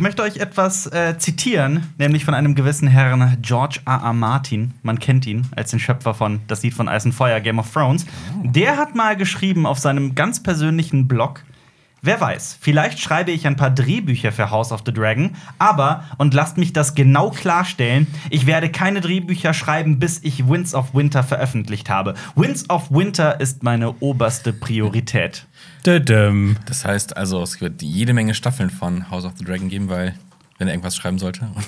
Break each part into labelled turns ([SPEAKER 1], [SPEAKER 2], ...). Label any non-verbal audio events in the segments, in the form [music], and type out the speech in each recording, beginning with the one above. [SPEAKER 1] möchte euch etwas äh, zitieren, nämlich von einem gewissen Herrn George R. R. Martin. Man kennt ihn als den Schöpfer von das Lied von Eis und Feuer, Game of Thrones. Der hat mal geschrieben auf seinem ganz persönlichen Blog. Wer weiß, vielleicht schreibe ich ein paar Drehbücher für House of the Dragon, aber, und lasst mich das genau klarstellen, ich werde keine Drehbücher schreiben, bis ich Winds of Winter veröffentlicht habe. Winds of Winter ist meine oberste Priorität.
[SPEAKER 2] Dödüm.
[SPEAKER 3] Das heißt also, es wird jede Menge Staffeln von House of the Dragon geben, weil wenn er irgendwas schreiben sollte und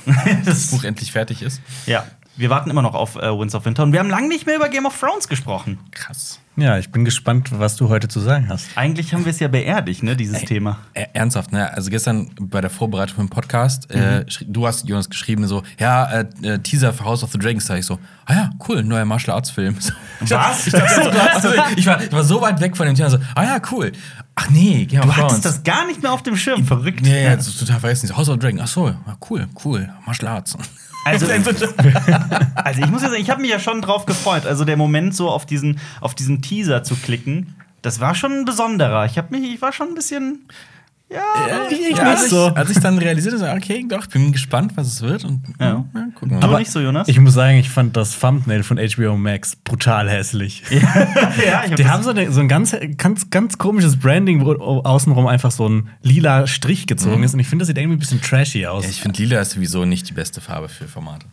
[SPEAKER 3] das Buch endlich fertig ist.
[SPEAKER 1] Ja, wir warten immer noch auf äh, Winds of Winter und wir haben lange nicht mehr über Game of Thrones gesprochen.
[SPEAKER 3] Krass.
[SPEAKER 2] Ja, ich bin gespannt, was du heute zu sagen hast.
[SPEAKER 1] Eigentlich haben wir es ja beerdigt, ne, dieses
[SPEAKER 3] Ey,
[SPEAKER 1] Thema.
[SPEAKER 3] Äh, ernsthaft, ne? Also gestern bei der Vorbereitung im Podcast,
[SPEAKER 1] Mhm.
[SPEAKER 3] äh, schrie- du hast Jonas geschrieben, so, ja, äh, äh, Teaser für House of the Dragons, sag ich so, ah ja, cool, neuer Martial Arts Film. [laughs] So.
[SPEAKER 1] Was?
[SPEAKER 3] Ich, dachte, so, also, ich, war, ich war so weit weg von dem Thema, so, ah ja, cool. Ach nee, Game
[SPEAKER 1] Du
[SPEAKER 3] of Thrones.
[SPEAKER 1] hattest das gar nicht mehr auf dem Schirm. Verrückt.
[SPEAKER 3] ja, ja, das ist total vergessen. So, House of the Dragon, ach so, ja, cool, cool, Martial Arts. [laughs]
[SPEAKER 1] Also, also ich muss ja sagen, ich habe mich ja schon drauf gefreut. Also der Moment, so auf diesen, auf diesen Teaser zu klicken, das war schon ein besonderer. Ich habe mich, ich war schon ein bisschen. Ja,
[SPEAKER 2] ich
[SPEAKER 3] Ja, als,
[SPEAKER 2] nicht so.
[SPEAKER 3] ich, als ich dann realisiert habe, so, okay, doch, ich bin gespannt, was es wird. Und,
[SPEAKER 1] Ja.
[SPEAKER 3] gucken wir
[SPEAKER 1] du
[SPEAKER 3] mal.
[SPEAKER 1] nicht so, Jonas?
[SPEAKER 2] Ich muss sagen, ich fand das Thumbnail von HBO Max brutal hässlich.
[SPEAKER 1] [laughs] ja, ich hab
[SPEAKER 2] Die
[SPEAKER 1] das-
[SPEAKER 2] haben so, eine, so ein ganz, ganz, ganz komisches Branding, wo au- außenrum einfach so ein lila Strich gezogen ist. Und ich finde, das sieht irgendwie ein bisschen trashy aus.
[SPEAKER 3] Ja, ich finde, lila ist sowieso nicht die beste Farbe für Formate.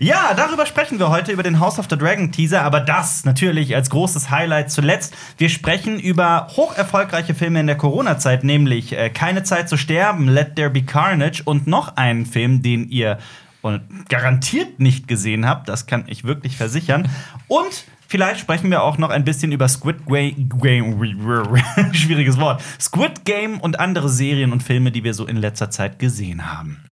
[SPEAKER 1] Ja, darüber sprechen wir heute über den House of the Dragon Teaser, aber das natürlich als großes Highlight zuletzt. Wir sprechen über hoch erfolgreiche Filme in der Corona-Zeit, nämlich äh, Keine Zeit zu sterben, Let There Be Carnage und noch einen Film, den ihr äh, garantiert nicht gesehen habt, das kann ich wirklich versichern. Und vielleicht sprechen wir auch noch ein bisschen über Squid Game, [laughs] schwieriges Wort, Squid Game und andere Serien und Filme, die wir so in letzter Zeit gesehen haben.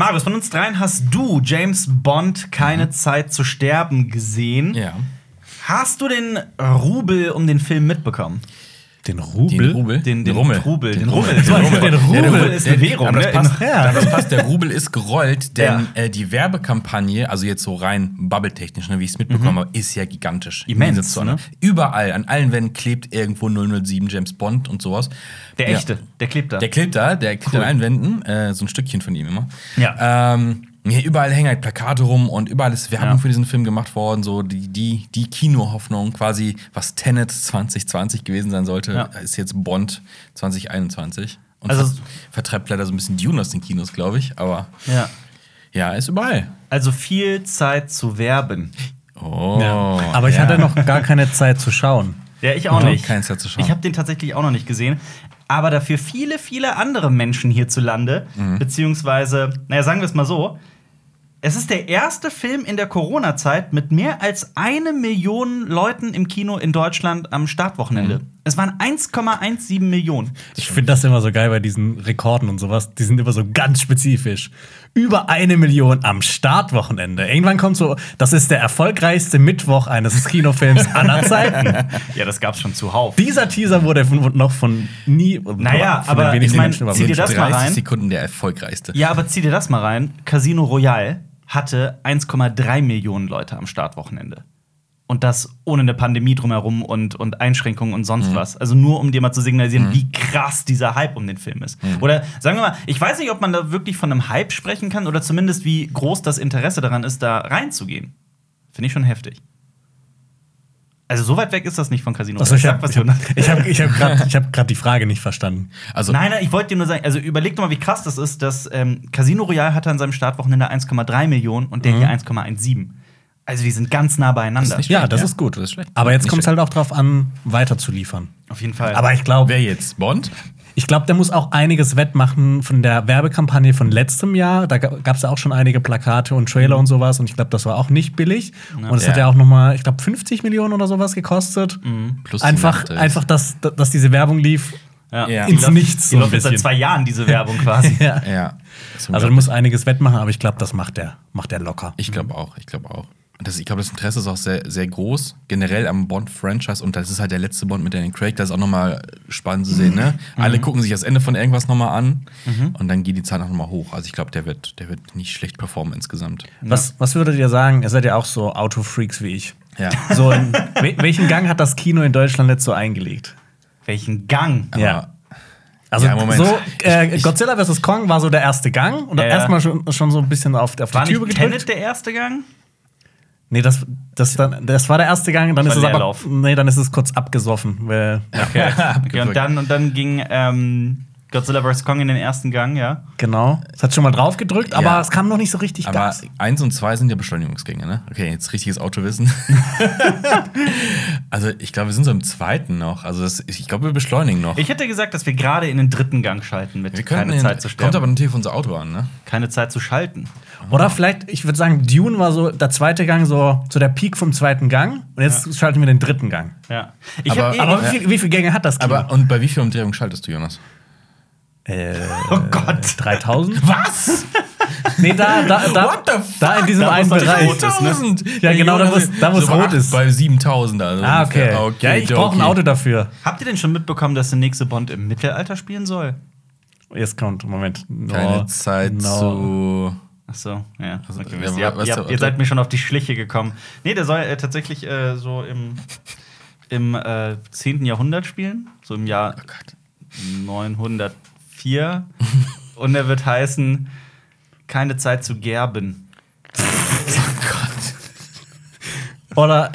[SPEAKER 1] Marius, von uns dreien hast du James Bond keine Zeit zu sterben gesehen.
[SPEAKER 3] Mhm. Ja.
[SPEAKER 1] Hast du den Rubel um den Film mitbekommen?
[SPEAKER 2] den Rubel.
[SPEAKER 3] Den Rubel.
[SPEAKER 1] Den- den Trubel,
[SPEAKER 3] Den
[SPEAKER 1] den
[SPEAKER 3] Rummel.
[SPEAKER 1] Rubel.
[SPEAKER 2] Den Rubel
[SPEAKER 1] ist eine Währung,
[SPEAKER 3] Aber
[SPEAKER 1] ne?
[SPEAKER 3] das passt,
[SPEAKER 1] In-
[SPEAKER 2] Ja.
[SPEAKER 3] aber
[SPEAKER 1] [laughs]
[SPEAKER 3] das passt. Der Rubel ist gerollt, denn
[SPEAKER 1] Ja.
[SPEAKER 3] äh, die Werbekampagne, also jetzt so rein bubble-technisch, ne, wie ich es mitbekommen habe, ist ja gigantisch. Im
[SPEAKER 1] Mhm. Immens,
[SPEAKER 3] Gegensatz zu anderen.
[SPEAKER 1] ne?
[SPEAKER 3] Überall, an allen Wänden klebt irgendwo 007 James Bond und sowas.
[SPEAKER 1] Der
[SPEAKER 3] Ja.
[SPEAKER 1] echte, der klebt da.
[SPEAKER 3] Der klebt da, der klebt an allen Wänden, äh, so ein Stückchen von ihm immer.
[SPEAKER 1] Ja.
[SPEAKER 3] Ähm, hier überall hängen halt Plakate rum und überall ist Werbung
[SPEAKER 1] Ja.
[SPEAKER 3] für diesen Film gemacht worden, so die, die, die Kinohoffnung quasi, was Tenet 2020 gewesen sein sollte,
[SPEAKER 1] Ja.
[SPEAKER 3] ist jetzt Bond 2021. Und
[SPEAKER 1] Also-
[SPEAKER 3] also, vertreibt leider so ein bisschen Dune aus den Kinos, glaube ich, aber
[SPEAKER 1] ja.
[SPEAKER 3] ja, ist überall.
[SPEAKER 1] Also viel Zeit zu werben.
[SPEAKER 3] Oh.
[SPEAKER 2] Ja. Aber ich hatte noch gar keine Zeit zu schauen.
[SPEAKER 1] Ja, ich auch
[SPEAKER 3] Ja,
[SPEAKER 1] nicht.
[SPEAKER 3] keins dazu schauen.
[SPEAKER 1] Ich habe den tatsächlich auch noch nicht gesehen. Aber dafür viele, viele andere Menschen hierzulande,
[SPEAKER 3] Mhm.
[SPEAKER 1] beziehungsweise, naja, sagen wir es mal so, es ist der erste Film in der Corona-Zeit mit mehr als eine Million Leuten im Kino in Deutschland am Startwochenende.
[SPEAKER 3] Mhm.
[SPEAKER 1] Es waren 1,17
[SPEAKER 3] [laughs]
[SPEAKER 1] Millionen.
[SPEAKER 2] Ich finde das immer so geil bei diesen Rekorden und sowas. Die sind immer so ganz spezifisch. Über eine Million am Startwochenende. Irgendwann kommt so, das ist der erfolgreichste Mittwoch eines Kinofilms
[SPEAKER 1] [laughs]
[SPEAKER 2] aller Zeiten.
[SPEAKER 1] Ja, das gab's schon zuhauf.
[SPEAKER 2] Dieser Teaser wurde von, noch von nie.
[SPEAKER 1] Naja,
[SPEAKER 2] von den
[SPEAKER 1] aber
[SPEAKER 2] wenigen
[SPEAKER 1] ich mein,
[SPEAKER 2] Menschen
[SPEAKER 1] zieh dir
[SPEAKER 2] überwunden.
[SPEAKER 1] das mal
[SPEAKER 3] 30
[SPEAKER 1] rein.
[SPEAKER 3] Sekunden der erfolgreichste.
[SPEAKER 1] Ja, aber zieh dir das mal rein. Casino Royale hatte 1,3 Millionen Leute am Startwochenende. Und das ohne eine Pandemie drumherum und, und Einschränkungen und
[SPEAKER 2] Mhm.
[SPEAKER 1] sonst was. Also nur, um dir mal zu signalisieren, wie krass dieser Hype um den Film ist.
[SPEAKER 2] Mhm.
[SPEAKER 1] Oder sagen wir mal, ich weiß nicht, ob man da wirklich von einem Hype sprechen kann oder zumindest, wie groß das Interesse daran ist, da reinzugehen. Finde ich schon heftig. Also so weit weg ist das nicht von Casino
[SPEAKER 2] Achso, ich
[SPEAKER 1] Sag
[SPEAKER 2] habe
[SPEAKER 1] was,
[SPEAKER 2] ich hab,
[SPEAKER 1] Jonas.
[SPEAKER 2] ich hab, ich hab gerade hab grad die Frage nicht verstanden.
[SPEAKER 3] Also,
[SPEAKER 1] Nein, nein, ich wollte dir nur sagen, also überleg doch mal, wie krass das ist, dass ähm, Casino Royale hatte an seinem Startwochenende 1,3 Millionen und der hier 1,17. Also die sind ganz nah beieinander.
[SPEAKER 3] Das ist nicht
[SPEAKER 2] Ja,
[SPEAKER 3] Schlecht,
[SPEAKER 2] das
[SPEAKER 3] ja.
[SPEAKER 2] Mhm. ist gut.
[SPEAKER 3] Das ist schlecht.
[SPEAKER 2] Aber jetzt
[SPEAKER 3] Nicht
[SPEAKER 2] kommt es halt auch drauf an, weiterzuliefern.
[SPEAKER 1] Auf jeden Fall.
[SPEAKER 2] Aber ich glaube,
[SPEAKER 3] wer jetzt? Bond?
[SPEAKER 2] Ich glaube, der muss auch einiges wettmachen von der Werbekampagne von letztem Jahr. Da gab es ja auch schon einige Plakate und Trailer und sowas. Und ich glaube, das war auch nicht billig. und es hat
[SPEAKER 3] Mhm. Ja.
[SPEAKER 2] ja auch noch mal, ich glaube, 50 Millionen oder sowas gekostet.
[SPEAKER 3] Mhm. Plus die
[SPEAKER 2] Einfach,
[SPEAKER 3] Nachteile.
[SPEAKER 2] einfach dass, dass diese Werbung lief.
[SPEAKER 3] Ja.
[SPEAKER 1] Die
[SPEAKER 2] Ins
[SPEAKER 1] läuft-
[SPEAKER 2] Nichts
[SPEAKER 1] Die
[SPEAKER 2] so ein
[SPEAKER 1] läuft jetzt seit
[SPEAKER 2] bisschen.
[SPEAKER 1] zwei Jahren, diese Werbung quasi.
[SPEAKER 2] [laughs] Ja.
[SPEAKER 3] Ja. Zum
[SPEAKER 2] Also du
[SPEAKER 3] Glück.
[SPEAKER 2] musst einiges wettmachen, aber ich glaube, das macht der, macht der locker.
[SPEAKER 3] ich
[SPEAKER 1] Mhm.
[SPEAKER 3] glaube auch, ich glaube auch. Und Das, ich glaube, das Interesse ist auch sehr, sehr groß, generell am Bond-Franchise. Und das ist halt der letzte Bond mit Daniel Craig. Das ist auch nochmal spannend zu sehen,
[SPEAKER 1] Mhm.
[SPEAKER 3] ne? Alle gucken sich das Ende von irgendwas nochmal an und dann geht die Zahl auch nochmal hoch. Also ich glaube, der wird, der wird nicht schlecht performen insgesamt.
[SPEAKER 2] Was, was würdet ihr sagen? Ihr seid ja auch so Autofreaks wie ich.
[SPEAKER 3] Ja.
[SPEAKER 2] [laughs] So, in, wel- welchen Gang hat das Kino in Deutschland jetzt so eingelegt?
[SPEAKER 1] Welchen Gang?
[SPEAKER 3] Aber
[SPEAKER 2] Ja. Also
[SPEAKER 3] Ja, Moment.
[SPEAKER 2] so äh,
[SPEAKER 3] Ich- ich-
[SPEAKER 2] Godzilla vs. Kong war so der erste Gang und
[SPEAKER 1] Ja, ja.
[SPEAKER 2] erstmal schon, schon so ein bisschen auf, auf die
[SPEAKER 1] War
[SPEAKER 2] Tür
[SPEAKER 1] nicht
[SPEAKER 2] gedrückt.
[SPEAKER 1] Tenet der erste
[SPEAKER 2] [laughs]
[SPEAKER 1] Gang?
[SPEAKER 2] Nee, das, das, dann, das war der erste Gang, dann
[SPEAKER 1] Das
[SPEAKER 2] ist es
[SPEAKER 1] war
[SPEAKER 2] aber
[SPEAKER 1] Leerlauf.
[SPEAKER 2] nee, dann ist es kurz abgesoffen, weil
[SPEAKER 1] Okay. okay
[SPEAKER 3] Abgedrückt.
[SPEAKER 1] und, dann, und dann ging ähm, Godzilla vs. Kong in den ersten Gang, ja.
[SPEAKER 2] genau, es hat schon mal drauf gedrückt, aber
[SPEAKER 3] Ja.
[SPEAKER 2] es kam noch nicht so richtig
[SPEAKER 3] Aber
[SPEAKER 2] Gas.
[SPEAKER 3] eins und zwei sind ja Beschleunigungsgänge, ne? Okay, jetzt richtiges
[SPEAKER 1] [laughs]
[SPEAKER 3] Autowissen. also ich glaube, wir sind so im zweiten noch. Also das, ich glaube, wir beschleunigen noch.
[SPEAKER 1] Ich hätte gesagt, dass wir gerade in den dritten Gang schalten mit
[SPEAKER 3] wir
[SPEAKER 1] keine
[SPEAKER 3] den-
[SPEAKER 1] Zeit zu
[SPEAKER 3] Kommt aber
[SPEAKER 1] sterben.
[SPEAKER 3] natürlich auf unser Auto an, ne?
[SPEAKER 1] Keine Zeit zu schalten.
[SPEAKER 2] Oder vielleicht, ich würde sagen, Dune war so der zweite Gang so so der Peak vom zweiten Gang und jetzt schalten wir den dritten Gang.
[SPEAKER 1] Ja. Ich
[SPEAKER 3] Aber-
[SPEAKER 1] hab eh-
[SPEAKER 2] Aber
[SPEAKER 3] Ja.
[SPEAKER 2] wie, viel, wie viele Gänge hat das Kino?
[SPEAKER 3] Aber und bei wie viel Umdrehung schaltest du, Jonas?
[SPEAKER 2] äh,
[SPEAKER 1] [laughs] oh Gott.
[SPEAKER 2] 3000?
[SPEAKER 3] Was?
[SPEAKER 2] Nee, da da da,
[SPEAKER 3] What the fuck?
[SPEAKER 2] da in diesem
[SPEAKER 1] Da
[SPEAKER 2] einen
[SPEAKER 1] muss doch
[SPEAKER 2] Bereich.
[SPEAKER 1] rot ist, ne?
[SPEAKER 2] Ja, genau, da, wo's- da, wo's
[SPEAKER 3] So bei
[SPEAKER 2] rot
[SPEAKER 3] acht-
[SPEAKER 2] ist.
[SPEAKER 3] Bei 7000. Also
[SPEAKER 2] Ah, okay.
[SPEAKER 3] ungefähr.
[SPEAKER 2] ja, ich brauche ein
[SPEAKER 3] okay.
[SPEAKER 2] Auto dafür.
[SPEAKER 1] Habt ihr denn schon mitbekommen, dass der nächste Bond im Mittelalter spielen soll?
[SPEAKER 2] Jetzt kommt Moment. No,
[SPEAKER 3] Keine Oh, Zeit zu.
[SPEAKER 1] Ach so, ja.
[SPEAKER 3] Also,
[SPEAKER 1] Okay,
[SPEAKER 3] ja,
[SPEAKER 1] wisst ihr,
[SPEAKER 3] wa-
[SPEAKER 1] ihr,
[SPEAKER 3] was
[SPEAKER 1] ihr,
[SPEAKER 3] der-
[SPEAKER 1] habt- ihr seid mir schon auf die Schliche gekommen. Nee, der soll äh, tatsächlich äh, so im, im äh, 10. Jahrhundert spielen, so im Jahr 904. Und er wird heißen Keine Zeit zu gerben.
[SPEAKER 2] Oder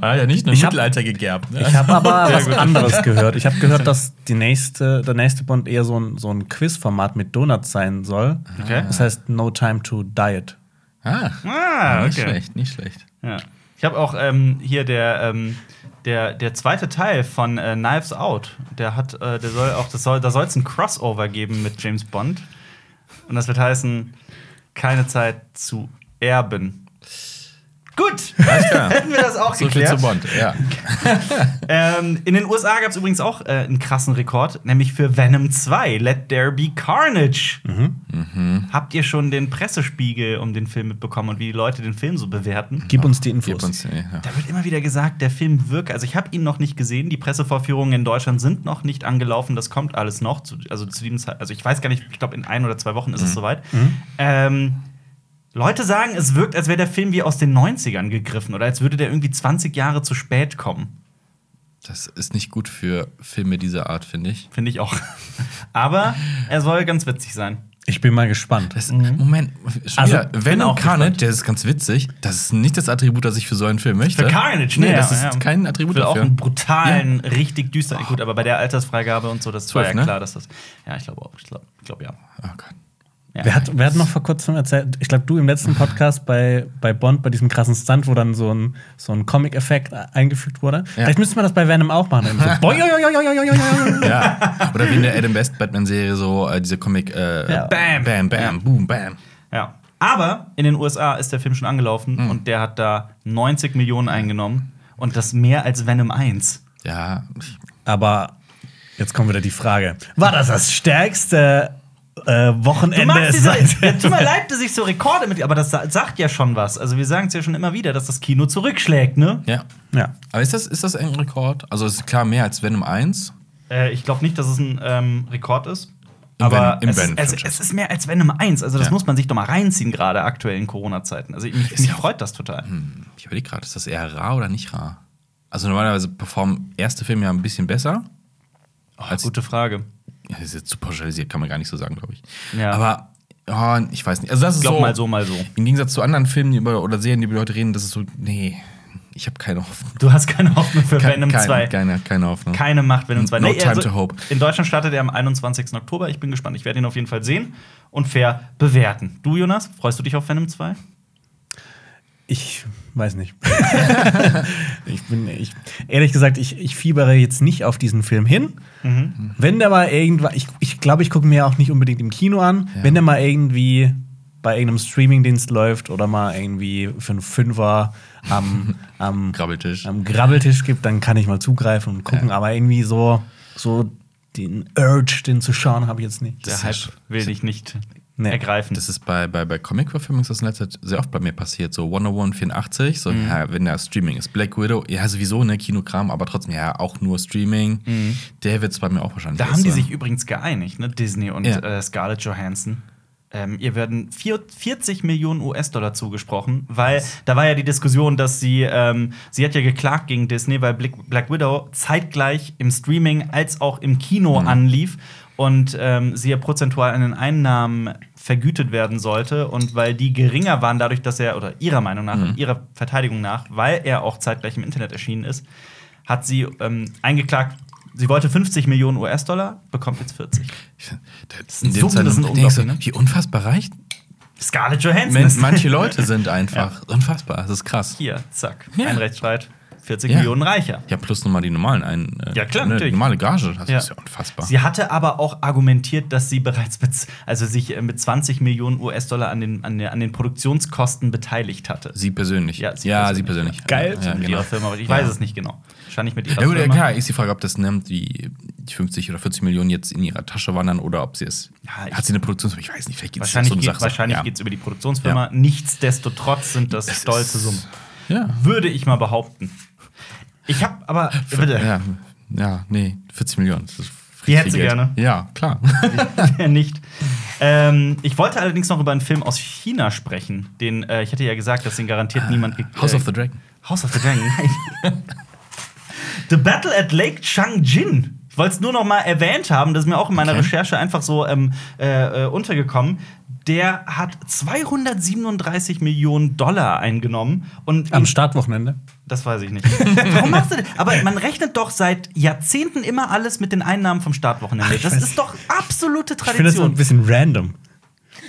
[SPEAKER 3] Ah, ja, nicht nur
[SPEAKER 2] Ich hab-
[SPEAKER 3] Mittelalter gegerbt. Ne?
[SPEAKER 2] ich habe
[SPEAKER 3] [laughs]
[SPEAKER 2] aber was anderes gehört. Ich habe gehört, dass die nächste, der nächste Bond eher so ein, so ein Quiz-Format mit Donuts sein soll.
[SPEAKER 1] Okay.
[SPEAKER 2] Das heißt No Time to Diet.
[SPEAKER 3] ah,
[SPEAKER 1] Ah,
[SPEAKER 3] nicht
[SPEAKER 1] okay.
[SPEAKER 3] schlecht, nicht schlecht.
[SPEAKER 1] Ja. Ich habe auch ähm, hier der, ähm, der, der zweite Teil von äh, Knives Out. Der hat, äh, der soll auch, das soll, da soll es ein Crossover geben mit James Bond. Und das wird heißen, keine Zeit zu erben. Gut,
[SPEAKER 3] [laughs] Alles klar.
[SPEAKER 1] hätten wir das auch
[SPEAKER 3] So viel zu
[SPEAKER 1] geklärt.
[SPEAKER 3] Bond,
[SPEAKER 2] [laughs]
[SPEAKER 3] ja.
[SPEAKER 1] Ähm, in den USA gab es übrigens auch äh, einen krassen Rekord, nämlich für Venom 2, Let There Be Carnage.
[SPEAKER 3] Mhm.
[SPEAKER 1] Habt ihr schon den Pressespiegel um den Film mitbekommen und wie die Leute den Film so bewerten?
[SPEAKER 2] Gib uns die Infos.
[SPEAKER 3] Gib uns, ja.
[SPEAKER 1] Da wird immer wieder gesagt, der Film wirkt. Also ich habe ihn noch nicht gesehen. Die Pressevorführungen in Deutschland sind noch nicht angelaufen. Das kommt alles noch. Zu, also zu diesem Zeit, also ich weiß gar nicht. Ich glaube in ein oder zwei Wochen ist
[SPEAKER 3] Mhm.
[SPEAKER 1] es soweit. Ähm, Leute sagen, es wirkt, als wäre der Film wie aus den 90ern gegriffen oder als würde der irgendwie 20 Jahre zu spät kommen.
[SPEAKER 3] Das ist nicht gut für Filme dieser Art, finde ich.
[SPEAKER 1] Finde ich auch. [laughs] Aber er soll ganz witzig sein.
[SPEAKER 2] Ich bin mal gespannt.
[SPEAKER 3] Das, Moment, schon
[SPEAKER 2] Mhm. Also,
[SPEAKER 3] wieder,
[SPEAKER 2] bin
[SPEAKER 3] wenn
[SPEAKER 2] auch
[SPEAKER 3] auch Carnage, der ist ganz witzig, das ist nicht das Attribut, das ich für so einen Film möchte.
[SPEAKER 1] Für Carnage,
[SPEAKER 3] nee,
[SPEAKER 1] ne?
[SPEAKER 3] das ist
[SPEAKER 1] Ja, ja.
[SPEAKER 3] kein Attribut
[SPEAKER 1] Will auch
[SPEAKER 3] dafür.
[SPEAKER 1] einen brutalen, richtig düsteren. Gut, aber bei der Altersfreigabe und so, das war
[SPEAKER 3] Zwölf,
[SPEAKER 1] ja
[SPEAKER 3] ne?
[SPEAKER 1] klar, dass das. Ja, ich glaube auch. Ich glaube, ich glaub, ja.
[SPEAKER 3] Oh Gott.
[SPEAKER 1] ja.
[SPEAKER 2] Wer hat, wer hat noch vor kurzem erzählt, ich glaube, du im letzten Podcast bei, bei Bond, bei diesem krassen Stunt, wo dann so ein, so ein Comic-Effekt e- eingefügt wurde. Vielleicht müsste man das bei Venom auch machen. Eben So,
[SPEAKER 1] [laughs]
[SPEAKER 2] boing, boing, boing, boing, boing, boing, boing.
[SPEAKER 3] Ja. Oder wie in der Adam West Batman-Serie, so äh, diese Comic, äh,
[SPEAKER 2] Ja.
[SPEAKER 3] Bam, Bam, Bam, Boom, Bam.
[SPEAKER 1] Ja. Aber in den USA ist der Film schon angelaufen
[SPEAKER 3] Mhm.
[SPEAKER 1] und der hat da 90 Millionen eingenommen und das mehr als Venom 1.
[SPEAKER 3] Ja,
[SPEAKER 2] Aber jetzt kommt wieder die Frage: War das das stärkste äh,
[SPEAKER 1] Du
[SPEAKER 2] Wochenende
[SPEAKER 1] magst diese, ja, tut mir
[SPEAKER 2] seit.
[SPEAKER 1] leid, dass ich so Rekorde mit, aber das sa- sagt ja schon was. Also wir sagen es ja schon immer wieder, dass das Kino zurückschlägt, ne?
[SPEAKER 3] ja.
[SPEAKER 2] [laughs] Ja.
[SPEAKER 3] Aber ist das, ist das ein Rekord? Also, es ist klar mehr als Venom 1.
[SPEAKER 1] Äh, ich glaube nicht, dass es ein ähm, Rekord ist.
[SPEAKER 3] Im
[SPEAKER 1] Aber
[SPEAKER 3] Venom-
[SPEAKER 1] es,
[SPEAKER 3] im
[SPEAKER 1] ist- es,
[SPEAKER 3] Venom-Franchise.
[SPEAKER 1] es ist mehr als Venom 1. Also das
[SPEAKER 3] Ja.
[SPEAKER 1] muss man sich doch mal reinziehen, gerade aktuell in Corona-Zeiten. Also ich, mich, mich freut das total.
[SPEAKER 3] Hm, Ich überlege gerade, ist das eher rar oder nicht rar? Also, normalerweise performen erste Filme ja ein bisschen besser. als
[SPEAKER 1] Gute Frage.
[SPEAKER 3] Ja, das ist jetzt zu pauschalisiert, kann man gar nicht so sagen, glaube ich.
[SPEAKER 1] Ja.
[SPEAKER 3] Aber oh, ich weiß nicht. Also das ist
[SPEAKER 1] Ich glaube
[SPEAKER 3] so,
[SPEAKER 1] mal so, mal so.
[SPEAKER 3] Im Gegensatz zu anderen Filmen die über, oder Serien, die über Leute reden, das ist so, nee, ich habe keine Hoffnung.
[SPEAKER 1] Du hast keine Hoffnung für
[SPEAKER 3] Kein-
[SPEAKER 1] Venom
[SPEAKER 3] kein-
[SPEAKER 1] 2.
[SPEAKER 3] Keine, keine Hoffnung.
[SPEAKER 1] Keine Macht, wenn uns zwei.
[SPEAKER 3] No time to hope.
[SPEAKER 1] In Deutschland startet er am 21. Oktober. Ich bin gespannt. Ich werde ihn auf jeden Fall sehen und fair bewerten. Du, Jonas, freust du dich auf Venom 2?
[SPEAKER 2] Ich weiß nicht. ich bin, ich, ehrlich gesagt, ich, ich fiebere jetzt nicht auf diesen Film hin. Wenn der mal irgendwann, ich glaube, ich, glaub, ich gucke mir auch nicht unbedingt im Kino an, wenn der mal irgendwie bei irgendeinem Streamingdienst läuft oder mal irgendwie für einen Fünfer am, am,
[SPEAKER 3] Grabbeltisch.
[SPEAKER 2] am Grabbeltisch gibt, dann kann ich mal zugreifen und gucken. Aber irgendwie so, so den Urge, den zu schauen, habe ich jetzt nicht.
[SPEAKER 1] Der
[SPEAKER 3] ist
[SPEAKER 1] Hype
[SPEAKER 3] ja sch-
[SPEAKER 1] will ich nicht
[SPEAKER 2] Nee.
[SPEAKER 1] ergreifen.
[SPEAKER 3] Das ist bei, bei, bei Comic-Verfilmungen ist das in letzter Zeit sehr oft bei mir passiert. So 10184, so,
[SPEAKER 1] Mhm.
[SPEAKER 3] ja, wenn da Streaming ist. Black Widow, ja, sowieso, ne, Kinokram, aber trotzdem, ja, auch nur Streaming. Der wird es bei mir auch wahrscheinlich.
[SPEAKER 1] Mhm. Da haben die
[SPEAKER 3] sein.
[SPEAKER 1] sich übrigens geeinigt, ne? Disney und
[SPEAKER 3] Ja.
[SPEAKER 1] äh, Scarlett Johansson. Ähm, ihr werden vier, 40 Millionen US-Dollar zugesprochen, weil da war ja die Diskussion, dass sie, ähm, sie hat ja geklagt gegen Disney, weil Black, Black Widow zeitgleich im Streaming als auch im Kino anlief und ähm, sie ja prozentual an den Einnahmen vergütet werden sollte und weil die geringer waren dadurch, dass er, oder ihrer Meinung nach, und ihrer Verteidigung nach, weil er auch zeitgleich im Internet erschienen ist, hat sie ähm, eingeklagt, sie wollte 50 Millionen US-Dollar, bekommt jetzt 40.
[SPEAKER 3] Das
[SPEAKER 1] sind Summen, das sind
[SPEAKER 3] denkst du,
[SPEAKER 1] unglaublich,
[SPEAKER 3] wie unfassbar reich
[SPEAKER 1] Scarlett Johansson
[SPEAKER 3] men-
[SPEAKER 1] ist
[SPEAKER 3] manche Leute sind einfach. Unfassbar, das ist krass.
[SPEAKER 1] [laughs] hier, zack,
[SPEAKER 3] Ja.
[SPEAKER 1] ein Rechtsstreit, 40
[SPEAKER 3] Ja.
[SPEAKER 1] Millionen reicher.
[SPEAKER 3] Ja, plus nochmal die normalen. Ein, äh,
[SPEAKER 1] Ja, klar,
[SPEAKER 3] eine
[SPEAKER 1] natürlich.
[SPEAKER 3] normale Gage, das
[SPEAKER 1] Ja.
[SPEAKER 3] ist ja unfassbar.
[SPEAKER 1] Sie hatte aber auch argumentiert, dass sie bereits mit, also sich äh, mit 20 Millionen US-Dollar an den, an, den, an den Produktionskosten beteiligt hatte.
[SPEAKER 3] Sie persönlich.
[SPEAKER 1] Ja, sie
[SPEAKER 3] ja,
[SPEAKER 1] persönlich.
[SPEAKER 3] sie persönlich.
[SPEAKER 2] Geil.
[SPEAKER 3] Ja,
[SPEAKER 1] mit
[SPEAKER 3] genau.
[SPEAKER 1] ihrer Firma, aber ich
[SPEAKER 3] Ja.
[SPEAKER 1] weiß es nicht genau. Wahrscheinlich mit ihrer
[SPEAKER 3] Ja, gut, ja,
[SPEAKER 1] Firma.
[SPEAKER 3] klar, ist die Frage, ob das nimmt, die die 50 oder 40 Millionen jetzt in ihrer Tasche wandern oder ob sie es.
[SPEAKER 1] Ja, ich-
[SPEAKER 3] hat sie eine Produktion? Ich weiß nicht, vielleicht geht es
[SPEAKER 1] Wahrscheinlich,
[SPEAKER 3] um
[SPEAKER 1] geht,
[SPEAKER 3] Sache.
[SPEAKER 1] wahrscheinlich
[SPEAKER 3] ja.
[SPEAKER 1] geht's über die Produktionsfirma. Nichtsdestotrotz sind das stolze Summen. Würde ich mal behaupten. Ich habe
[SPEAKER 3] [laughs]
[SPEAKER 1] aber. Bitte.
[SPEAKER 3] Ja. ja. Ja, nee, 40 Millionen. Das ist
[SPEAKER 1] Die
[SPEAKER 3] richtig
[SPEAKER 1] hätte sie
[SPEAKER 3] Geld.
[SPEAKER 1] gerne.
[SPEAKER 3] Ja,
[SPEAKER 1] [laughs]
[SPEAKER 3] klar.
[SPEAKER 1] Wer nicht. Ähm, ich wollte allerdings noch über einen Film aus China sprechen, den äh, ich hatte ja gesagt, dass den garantiert niemand ge-
[SPEAKER 3] House
[SPEAKER 1] äh,
[SPEAKER 3] of the Dragon.
[SPEAKER 1] House of the Dragon. nein. [laughs] the Battle at Lake Changjin. Ich wollte es nur noch mal erwähnt haben, das ist mir auch in meiner
[SPEAKER 3] Okay.
[SPEAKER 1] Recherche einfach so ähm, äh, äh, untergekommen. Der hat 237 Millionen Dollar eingenommen und
[SPEAKER 2] Am Startwochenende.
[SPEAKER 1] das weiß ich nicht. [laughs] Warum machst du das? Aber man rechnet doch seit Jahrzehnten immer alles mit den Einnahmen vom Startwochenende.
[SPEAKER 2] ich
[SPEAKER 1] Das
[SPEAKER 2] weiß.
[SPEAKER 1] ist doch absolute
[SPEAKER 2] Ich finde das so ein
[SPEAKER 1] Tradition.
[SPEAKER 2] bisschen random.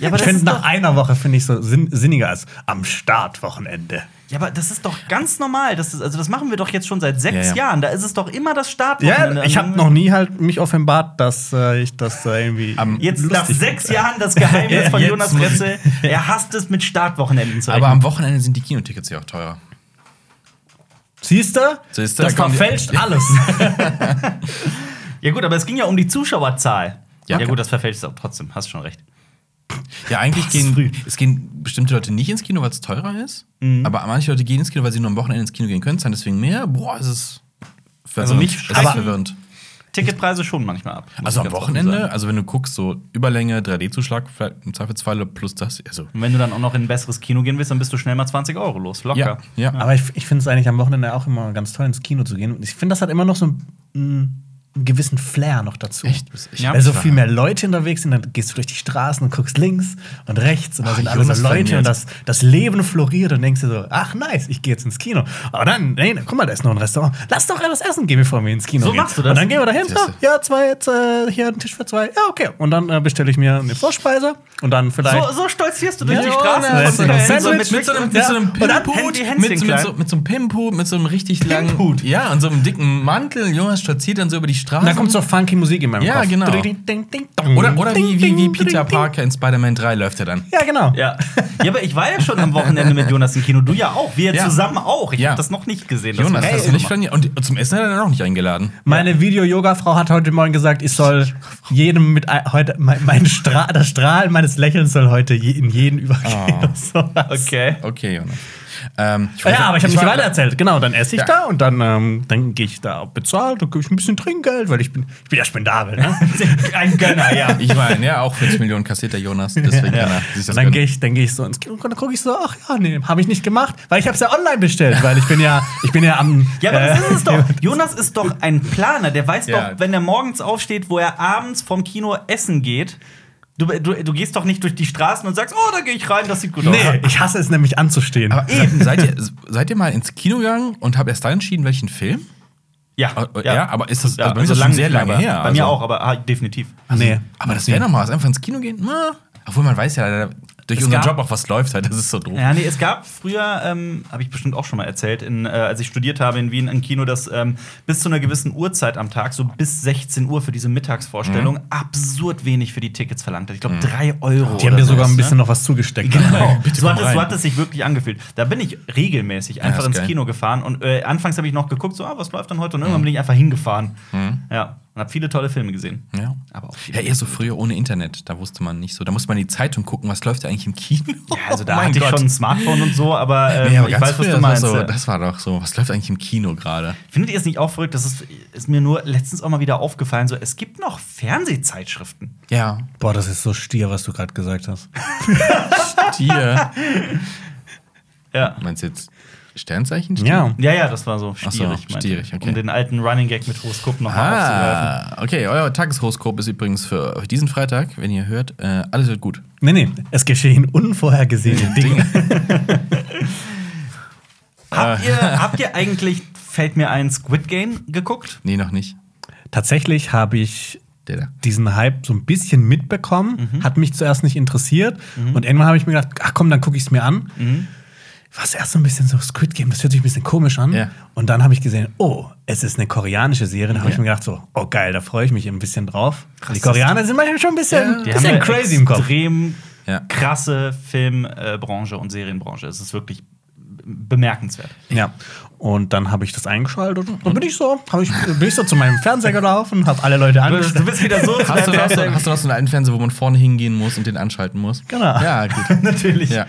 [SPEAKER 1] ja, aber das
[SPEAKER 2] ich finde
[SPEAKER 1] ist
[SPEAKER 2] nach
[SPEAKER 1] doch,
[SPEAKER 2] einer Woche finde ich so sinn sinniger als am Startwochenende.
[SPEAKER 1] ja, aber das ist doch ganz normal. Das ist, also das machen wir doch jetzt schon seit sechs
[SPEAKER 3] Ja, ja.
[SPEAKER 1] Jahren. Da ist es doch immer das Startwochenende. Also
[SPEAKER 2] Ja, ich habe noch nie halt mich offenbart, dass äh, ich das äh, irgendwie
[SPEAKER 3] Am-
[SPEAKER 1] Jetzt nach
[SPEAKER 2] lustig-
[SPEAKER 1] sechs Jahren das
[SPEAKER 3] [laughs]
[SPEAKER 1] Geheimnis von
[SPEAKER 2] Jetzt
[SPEAKER 1] Jonas
[SPEAKER 2] muss ich-
[SPEAKER 1] Pretzel. Er hasst es, mit Startwochenenden zu
[SPEAKER 3] Aber
[SPEAKER 1] rechnen.
[SPEAKER 3] am Wochenende sind die Kinotickets ja auch teuer.
[SPEAKER 2] Siehst du?
[SPEAKER 3] Siehst du,
[SPEAKER 2] das
[SPEAKER 3] da kommen die- [laughs]
[SPEAKER 2] verfälscht alles.
[SPEAKER 1] [laughs] Ja gut, aber es ging ja um die Zuschauerzahl.
[SPEAKER 3] Ja.
[SPEAKER 1] Ja, gut, das verfälscht es auch trotzdem. Hast schon recht.
[SPEAKER 3] Ja, eigentlich
[SPEAKER 1] ist früh. Mhm.
[SPEAKER 3] gehen, es gehen bestimmte Leute nicht ins Kino, weil es teurer ist. Aber manche Leute gehen ins Kino, weil sie nur am Wochenende ins Kino gehen können, zahlen deswegen mehr. Boah, es ist verwirrend.
[SPEAKER 1] Also nicht
[SPEAKER 3] es ist
[SPEAKER 1] schrecken.
[SPEAKER 3] verwirrend.
[SPEAKER 1] Ticketpreise schon manchmal ab. muss
[SPEAKER 3] Also
[SPEAKER 1] ich
[SPEAKER 3] am
[SPEAKER 1] ganz offen sagen.
[SPEAKER 3] Wochenende, also wenn du guckst, so Überlänge, 3D-Zuschlag, vielleicht im Zweifelsfalle plus das. Also,
[SPEAKER 1] Und wenn du dann auch noch in ein besseres Kino gehen willst, dann bist du schnell mal 20 Euro los. Locker.
[SPEAKER 3] ja, ja.
[SPEAKER 2] Aber ich, ich finde es eigentlich am Wochenende auch immer ganz toll, ins Kino zu gehen. Und Ich finde, das hat immer noch so einen, einen gewissen Flair noch dazu.
[SPEAKER 3] Echt? Ich-
[SPEAKER 1] Ja.
[SPEAKER 2] Weil so viel mehr Leute unterwegs sind, dann gehst du durch die Straßen und guckst links und rechts und
[SPEAKER 1] Ah,
[SPEAKER 2] da
[SPEAKER 3] Ach,
[SPEAKER 2] sind alle
[SPEAKER 3] Jonas
[SPEAKER 2] so Leute
[SPEAKER 3] Daniels.
[SPEAKER 2] und das, das Leben floriert und denkst dir so, ach nice, ich gehe jetzt ins Kino. Aber dann, nee, guck mal, da ist noch ein Restaurant. Lass doch etwas essen gehen, bevor wir ins Kino
[SPEAKER 1] So
[SPEAKER 2] gehen.
[SPEAKER 1] machst du das?
[SPEAKER 2] Und dann gehen wir da hin,
[SPEAKER 3] Siehst du.
[SPEAKER 2] ja, zwei, jetzt äh, hier einen Tisch für zwei, ja, okay. Und dann äh, bestelle ich mir eine Vorspeise und dann vielleicht
[SPEAKER 1] So, so stolzierst du durch
[SPEAKER 2] Ja,
[SPEAKER 1] die
[SPEAKER 2] ja,
[SPEAKER 1] Straßen
[SPEAKER 2] ja,
[SPEAKER 1] von
[SPEAKER 2] ja,
[SPEAKER 1] Köln.
[SPEAKER 2] ja.
[SPEAKER 1] So mit,
[SPEAKER 3] mit, mit so einem, mit
[SPEAKER 2] Ja.
[SPEAKER 3] so einem
[SPEAKER 2] Und dann
[SPEAKER 3] Pimput,
[SPEAKER 1] Handy-
[SPEAKER 3] mit, so-
[SPEAKER 1] Hänschen
[SPEAKER 3] mit,
[SPEAKER 1] klein.
[SPEAKER 3] so, mit so einem Pimput, mit so einem richtig langen Hut. Ja, und so einem dicken Mantel. Jonas stolziert dann so über die Straße.
[SPEAKER 2] Und dann kommt so funky Musik in meinem
[SPEAKER 3] Ja,
[SPEAKER 2] Kopf.
[SPEAKER 3] genau.
[SPEAKER 2] Ding, ding, ding, dong.
[SPEAKER 3] oder oder
[SPEAKER 2] Ding,
[SPEAKER 3] wie, wie, wie
[SPEAKER 2] ding,
[SPEAKER 3] Peter
[SPEAKER 2] ding, ding.
[SPEAKER 3] Parker in Spider-Man 3 läuft er dann.
[SPEAKER 2] Ja, genau.
[SPEAKER 1] ja. ja, aber ich war ja schon am Wochenende mit Jonas im Kino. Du ja auch. Wir
[SPEAKER 3] Ja.
[SPEAKER 1] zusammen auch. Ich
[SPEAKER 3] Ja.
[SPEAKER 1] habe das noch nicht gesehen. dass
[SPEAKER 3] Jonas,
[SPEAKER 1] wir
[SPEAKER 3] hast
[SPEAKER 1] das
[SPEAKER 3] du nicht
[SPEAKER 1] gemacht
[SPEAKER 3] von Und zum Essen hat er dann auch nicht eingeladen.
[SPEAKER 2] Meine Video-Yoga-Frau hat heute Morgen gesagt, ich soll jedem mit ein- heute mein, mein Stra das Strahlen meines Lächelns soll heute je, in jeden übergehen. [laughs]
[SPEAKER 3] Oh.
[SPEAKER 2] und sowas.
[SPEAKER 1] Okay.
[SPEAKER 3] Okay, Jonas. Ähm, ich
[SPEAKER 2] Ja, aber ich habe nicht
[SPEAKER 3] war-
[SPEAKER 2] weiter erzählt. Genau, dann esse ich
[SPEAKER 3] Ja.
[SPEAKER 2] da und dann, ähm, dann gehe ich da bezahlt, dann gebe ich ein bisschen Trinkgeld, weil ich bin, ich bin ja spendabel.
[SPEAKER 3] [laughs]
[SPEAKER 2] Ne?
[SPEAKER 1] Ein Gönner,
[SPEAKER 2] [laughs]
[SPEAKER 1] ja.
[SPEAKER 3] Ich meine, ja, auch 40 Millionen kassiert der Jonas, deswegen kann er sich das
[SPEAKER 2] Und dann
[SPEAKER 3] gönnen.
[SPEAKER 2] gehe ich, dann geh ich so ins Kino und dann gucke ich so, ach ja, nee, habe ich nicht gemacht, weil ich habe es ja online bestellt, weil ich bin ja, ich bin ja am.
[SPEAKER 1] Ja, aber das
[SPEAKER 2] äh,
[SPEAKER 1] ist es
[SPEAKER 3] [laughs]
[SPEAKER 1] doch. Jonas ist doch ein Planer. Der weiß
[SPEAKER 3] Ja.
[SPEAKER 1] doch, wenn er morgens aufsteht, wo er abends vom Kino essen geht. Du, du, du gehst doch nicht durch die Straßen und sagst, oh, da gehe ich rein, das sieht gut aus.
[SPEAKER 2] Nee, [laughs] ich hasse es nämlich anzustehen.
[SPEAKER 3] Aber eben, seid ihr, seid ihr mal ins Kino gegangen und habt erst dann entschieden, welchen Film?
[SPEAKER 1] Ja,
[SPEAKER 3] Äh, Ja, aber ist das,
[SPEAKER 1] Ja,
[SPEAKER 3] also bei mir ist das schon
[SPEAKER 1] lange
[SPEAKER 3] sehr
[SPEAKER 1] nicht mehr,
[SPEAKER 3] lange
[SPEAKER 1] aber-
[SPEAKER 3] her.
[SPEAKER 1] Bei mir
[SPEAKER 3] also.
[SPEAKER 1] auch, aber ah, definitiv.
[SPEAKER 2] nee.
[SPEAKER 3] Aber das wäre doch mal was, einfach ins Kino gehen. Na, obwohl man weiß ja, da- durch
[SPEAKER 1] Es
[SPEAKER 3] unseren
[SPEAKER 1] gab-
[SPEAKER 3] Job auch was läuft halt, das ist so doof.
[SPEAKER 1] Ja, nee, es gab früher, ähm, habe ich bestimmt auch schon mal erzählt, in, äh, als ich studiert habe in Wien, ein Kino, das ähm, bis zu einer gewissen Uhrzeit am Tag, so bis 16 Uhr für diese Mittagsvorstellung,
[SPEAKER 3] Mhm.
[SPEAKER 1] absurd wenig für die Tickets verlangt hat. Ich glaube, drei Euro.
[SPEAKER 2] Die haben
[SPEAKER 1] oder
[SPEAKER 2] dir sogar
[SPEAKER 1] sowas,
[SPEAKER 2] ein
[SPEAKER 1] ne?
[SPEAKER 2] bisschen noch was zugesteckt.
[SPEAKER 3] [laughs]
[SPEAKER 1] Genau,
[SPEAKER 3] bitte
[SPEAKER 1] so,
[SPEAKER 3] komm
[SPEAKER 1] hat es,
[SPEAKER 3] rein.
[SPEAKER 1] so hat es sich wirklich angefühlt. Da bin ich regelmäßig einfach
[SPEAKER 3] ist
[SPEAKER 1] ins
[SPEAKER 3] geil. Mhm.
[SPEAKER 1] Kino gefahren und äh, anfangs habe ich noch geguckt, so, ah, was läuft denn heute? Und irgendwann bin ich einfach hingefahren. Ja, und und habe viele tolle Filme gesehen.
[SPEAKER 3] Ja.
[SPEAKER 1] Aber auch viele.
[SPEAKER 3] Ja, eher so früher ohne Internet. Da wusste man nicht so. Da musste man in die Zeitung gucken, was läuft da eigentlich im Kino.
[SPEAKER 1] Ja, also da
[SPEAKER 3] [laughs] Oh mein
[SPEAKER 1] hatte ich
[SPEAKER 3] Gott.
[SPEAKER 1] schon ein Smartphone und so, aber ähm,
[SPEAKER 3] Nee, aber
[SPEAKER 1] ich
[SPEAKER 3] ganz
[SPEAKER 1] weiß, was
[SPEAKER 3] früher,
[SPEAKER 1] du meinst.
[SPEAKER 3] Das war,
[SPEAKER 1] ja.
[SPEAKER 3] so, das war doch so. Was läuft eigentlich im Kino gerade?
[SPEAKER 1] Findet ihr es nicht auch verrückt? Das ist, ist mir nur letztens auch mal wieder aufgefallen. So, es gibt noch Fernsehzeitschriften.
[SPEAKER 3] Ja.
[SPEAKER 2] Boah, das ist so stier, was du gerade gesagt hast.
[SPEAKER 1] [laughs]
[SPEAKER 3] Tier.
[SPEAKER 1] Ja.
[SPEAKER 3] Meinst du jetzt Sternzeichen?
[SPEAKER 2] Ja.
[SPEAKER 1] Ja, ja, das war so
[SPEAKER 3] Ach so,
[SPEAKER 1] schwierig. meinte
[SPEAKER 3] schwierig,
[SPEAKER 1] ich,
[SPEAKER 3] okay.
[SPEAKER 1] Um den alten Running Gag mit Horoskop nochmal aufzugreifen.
[SPEAKER 3] Ah, okay. Euer Tageshoroskop ist übrigens für diesen Freitag, wenn ihr hört, äh, alles wird gut.
[SPEAKER 2] Nee, nee, es geschehen unvorhergesehene Dinge.
[SPEAKER 3] Ah.
[SPEAKER 1] Habt ihr, habt ihr eigentlich, fällt mir ein, Squid Game geguckt?
[SPEAKER 3] Nee, noch nicht.
[SPEAKER 2] Tatsächlich habe ich
[SPEAKER 3] Der da. Mhm.
[SPEAKER 2] diesen Hype so ein bisschen mitbekommen, hat mich zuerst nicht interessiert und irgendwann habe ich mir gedacht, ach komm, dann gucke ich es mir an.
[SPEAKER 3] Mhm.
[SPEAKER 2] War es erst so ein bisschen so Squid Game, das hört sich ein bisschen komisch an.
[SPEAKER 3] Ja.
[SPEAKER 2] Und dann habe ich gesehen, oh, es ist eine koreanische Serie. Da habe ich
[SPEAKER 3] Ja.
[SPEAKER 2] mir gedacht, so, oh geil, da freue ich mich ein bisschen drauf. Die
[SPEAKER 3] Krass.
[SPEAKER 2] Koreaner sind manchmal schon ein bisschen,
[SPEAKER 3] Ja.
[SPEAKER 1] Die
[SPEAKER 2] bisschen
[SPEAKER 1] ja
[SPEAKER 2] crazy im Kopf.
[SPEAKER 1] Extrem
[SPEAKER 3] Ja.
[SPEAKER 1] krasse Filmbranche und Serienbranche. Es ist wirklich bemerkenswert.
[SPEAKER 2] Ja. Und dann habe ich das eingeschaltet und dann bin ich so, hab ich, bin ich so zu meinem Fernseher gelaufen, habe alle Leute angeschaltet.
[SPEAKER 1] bist wieder so
[SPEAKER 3] Hast du, noch so, hast du noch so einen alten Fernseher, wo man vorne hingehen muss und den anschalten muss?
[SPEAKER 2] Genau. [laughs]
[SPEAKER 3] Ja,
[SPEAKER 1] [laughs]
[SPEAKER 3] gut.
[SPEAKER 1] natürlich.
[SPEAKER 3] ja.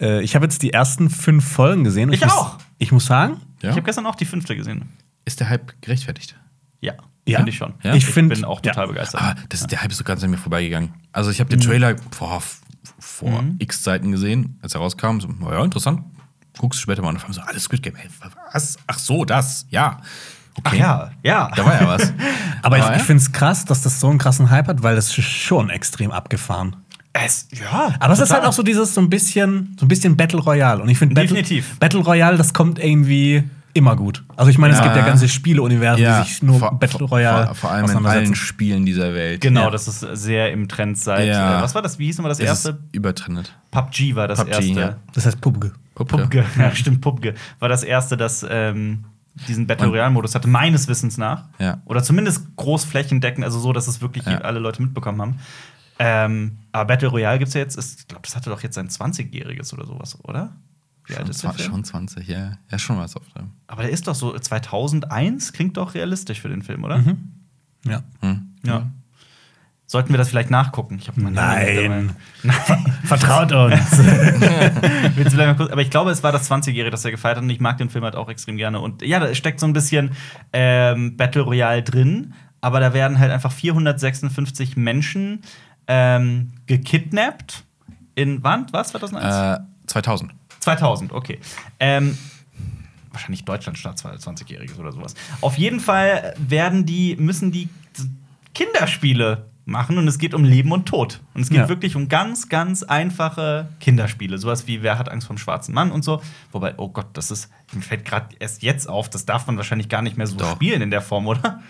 [SPEAKER 2] Äh, ich habe jetzt die ersten fünf Folgen gesehen. und
[SPEAKER 1] Ich
[SPEAKER 2] muss,
[SPEAKER 1] auch.
[SPEAKER 2] Ich muss sagen,
[SPEAKER 1] Ich
[SPEAKER 3] ja.
[SPEAKER 1] habe gestern auch die fünfte gesehen.
[SPEAKER 3] Ist der Hype gerechtfertigt?
[SPEAKER 1] Ja,
[SPEAKER 2] Ja?
[SPEAKER 1] finde ich schon.
[SPEAKER 3] Ja?
[SPEAKER 2] Ich find-
[SPEAKER 1] bin auch total
[SPEAKER 2] ja.
[SPEAKER 1] begeistert.
[SPEAKER 3] Ah, das, der Hype ist so ganz an mir vorbeigegangen. Also ich habe den
[SPEAKER 2] Mhm.
[SPEAKER 3] Trailer vor, f- vor x Zeiten gesehen, als er rauskam. So, na ja, interessant. Guckst du später mal und auf einmal so, alles Squid Game. Hey, was? Ach so, das. Ja. Okay.
[SPEAKER 1] Ach ja, ja.
[SPEAKER 3] Da war ja was.
[SPEAKER 2] [laughs] aber ich,
[SPEAKER 3] Ah, ja.
[SPEAKER 2] ich finde es krass, dass das so einen krassen Hype hat, weil das ist schon extrem abgefahren.
[SPEAKER 1] Es, ja.
[SPEAKER 2] Aber es ist
[SPEAKER 1] total.
[SPEAKER 2] halt auch so dieses so ein bisschen, so ein bisschen Battle Royale. Und ich finde Battle,
[SPEAKER 1] Definitiv.
[SPEAKER 2] Battle Royale, das kommt irgendwie immer gut. Also ich meine, es
[SPEAKER 3] Ja.
[SPEAKER 2] gibt ja ganze Spieleuniversen,
[SPEAKER 3] ja,
[SPEAKER 2] die sich nur
[SPEAKER 3] vor,
[SPEAKER 2] Battle Royale
[SPEAKER 3] Vor, vor allem in allen Spielen dieser Welt.
[SPEAKER 1] Genau,
[SPEAKER 2] Ja.
[SPEAKER 1] das ist sehr im Trend seit.
[SPEAKER 3] Ja.
[SPEAKER 1] äh, Was war das? Wie hieß nochmal das
[SPEAKER 3] Das ist
[SPEAKER 1] erste?
[SPEAKER 3] übertrendet.
[SPEAKER 1] PUBG war das
[SPEAKER 3] PUBG,
[SPEAKER 1] erste.
[SPEAKER 3] ja.
[SPEAKER 2] Das heißt PUBG.
[SPEAKER 1] Pupke. [laughs] Ja. stimmt, Pupke. War das erste, das ähm, diesen Battle Royale-Modus hatte, meines Wissens nach.
[SPEAKER 3] Ja.
[SPEAKER 1] Oder zumindest großflächendeckend, also so, dass es wirklich
[SPEAKER 3] Ja.
[SPEAKER 1] alle Leute mitbekommen haben. Ähm, aber Battle Royale gibt es ja jetzt, ist- ich glaube, das hatte doch jetzt sein 20-jähriges oder sowas, oder? Wie alt
[SPEAKER 3] Schon,
[SPEAKER 1] ist der
[SPEAKER 3] zwa-
[SPEAKER 1] Film?
[SPEAKER 3] schon 20, ja. Ja, schon was auf dem.
[SPEAKER 1] Aber der ist doch so 2001, klingt doch realistisch für den Film,
[SPEAKER 3] Mhm.
[SPEAKER 1] oder?
[SPEAKER 2] Ja.
[SPEAKER 3] Hm.
[SPEAKER 1] Ja. Sollten wir das vielleicht nachgucken? Ich hab mal
[SPEAKER 2] Nein.
[SPEAKER 1] [laughs] Nein.
[SPEAKER 2] Vertraut uns.
[SPEAKER 1] Willst du vielleicht mal kurz, aber ich glaube, es war das 20-Jährige, das er gefeiert hat. Und ich mag den Film halt auch extrem gerne. Und ja, da steckt so ein bisschen ähm, Battle Royale drin. Aber da werden halt einfach 456 Menschen ähm, gekidnappt. In wann? Was? 2001?
[SPEAKER 3] Äh, 2000.
[SPEAKER 1] 2000, okay. Ähm, wahrscheinlich Deutschland statt 20-Jähriges oder sowas. Auf jeden Fall werden die, müssen die Kinderspiele machen und es geht um Leben und Tod. Und es geht
[SPEAKER 2] Ja.
[SPEAKER 1] wirklich um ganz, ganz einfache Kinderspiele. Sowas wie Wer hat Angst vom schwarzen Mann und so. Wobei, oh Gott, das ist, mir fällt gerade erst jetzt auf, das darf man wahrscheinlich gar nicht mehr so
[SPEAKER 3] Doch.
[SPEAKER 1] spielen in der Form, oder?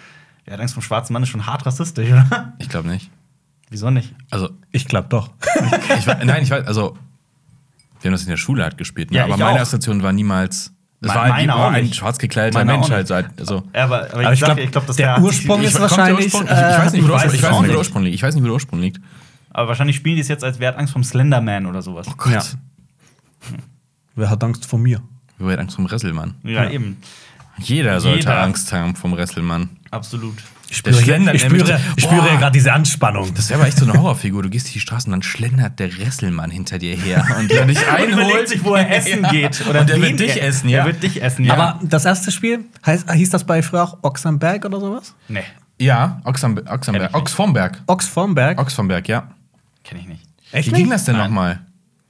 [SPEAKER 1] Wer hat Angst vom schwarzen Mann ist schon hart rassistisch, oder? [laughs]
[SPEAKER 3] Ich glaube nicht.
[SPEAKER 1] Wieso nicht?
[SPEAKER 3] Also,
[SPEAKER 2] [laughs] Ich glaube doch.
[SPEAKER 3] ich, we- [laughs] nein, ich weiß, also, wir haben das in der Schule halt gespielt, ne?
[SPEAKER 1] Ja,
[SPEAKER 3] aber
[SPEAKER 1] ich
[SPEAKER 3] meine
[SPEAKER 1] auch.
[SPEAKER 3] Assoziation war niemals. Es
[SPEAKER 1] Me-
[SPEAKER 3] war halt
[SPEAKER 1] meiner
[SPEAKER 3] war
[SPEAKER 1] auch
[SPEAKER 3] ein
[SPEAKER 1] nicht.
[SPEAKER 3] schwarz gekleideter
[SPEAKER 1] Meiner
[SPEAKER 3] Mensch
[SPEAKER 1] auch
[SPEAKER 3] halt.
[SPEAKER 1] nicht.
[SPEAKER 3] So, halt, also.
[SPEAKER 1] Aber, aber,
[SPEAKER 2] Aber
[SPEAKER 1] ich
[SPEAKER 2] ich
[SPEAKER 1] glaube,
[SPEAKER 2] glaub,
[SPEAKER 1] ich glaub, das
[SPEAKER 2] der
[SPEAKER 1] wäre-
[SPEAKER 2] Ursprung ist
[SPEAKER 3] kommt der
[SPEAKER 2] wahrscheinlich,
[SPEAKER 3] Ursprung? Ich, ich weiß nicht, wo
[SPEAKER 2] äh,
[SPEAKER 3] der
[SPEAKER 1] ich
[SPEAKER 3] Ursprung- ich
[SPEAKER 1] weiß
[SPEAKER 3] weiß
[SPEAKER 1] es
[SPEAKER 3] nicht, wo der
[SPEAKER 1] auch
[SPEAKER 3] Ursprung liegt. Ich weiß nicht, wo der Ursprung liegt.
[SPEAKER 1] Aber wahrscheinlich spielen die es jetzt als Wer hat Angst vom Slenderman oder sowas.
[SPEAKER 3] Oh Gott.
[SPEAKER 2] Ja. Wer hat Angst vor mir?
[SPEAKER 3] Wir hatten Angst vom Wrestelmann.
[SPEAKER 1] Ja,
[SPEAKER 2] Ja.
[SPEAKER 1] eben.
[SPEAKER 3] Jeder sollte
[SPEAKER 1] Jeder.
[SPEAKER 3] Angst haben vom Wrestelmann.
[SPEAKER 1] Absolut.
[SPEAKER 2] Ich
[SPEAKER 3] Der
[SPEAKER 2] spüre,
[SPEAKER 3] schlendert
[SPEAKER 2] ich spüre,
[SPEAKER 3] nämlich-
[SPEAKER 2] ich spüre
[SPEAKER 3] Boah.
[SPEAKER 2] gerade diese Anspannung.
[SPEAKER 3] Das wäre aber echt so eine Horrorfigur. Du gehst durch die Straßen und dann schlendert der Wrestelmann hinter dir her und der dich
[SPEAKER 1] überlegt
[SPEAKER 3] einholt.
[SPEAKER 1] sich,
[SPEAKER 3] [laughs]
[SPEAKER 1] wo er essen geht. Oder
[SPEAKER 3] und der
[SPEAKER 1] wen
[SPEAKER 3] wird dich
[SPEAKER 1] er-
[SPEAKER 3] essen, ja.
[SPEAKER 1] Der wird dich essen, ja.
[SPEAKER 2] Aber das erste Spiel, heißt, hieß das bei früher auch Oxenberg oder sowas?
[SPEAKER 1] nee,
[SPEAKER 3] Ja, Oxambe- Oxamberg.
[SPEAKER 1] Kenn ich nicht.
[SPEAKER 3] Ox vom Berg.
[SPEAKER 2] Ox vom Berg.
[SPEAKER 3] Ox vom Berg, ja.
[SPEAKER 1] kenne ich nicht.
[SPEAKER 2] Echt
[SPEAKER 3] Wie
[SPEAKER 2] nicht?
[SPEAKER 3] ging das denn
[SPEAKER 1] Nein.
[SPEAKER 3] nochmal?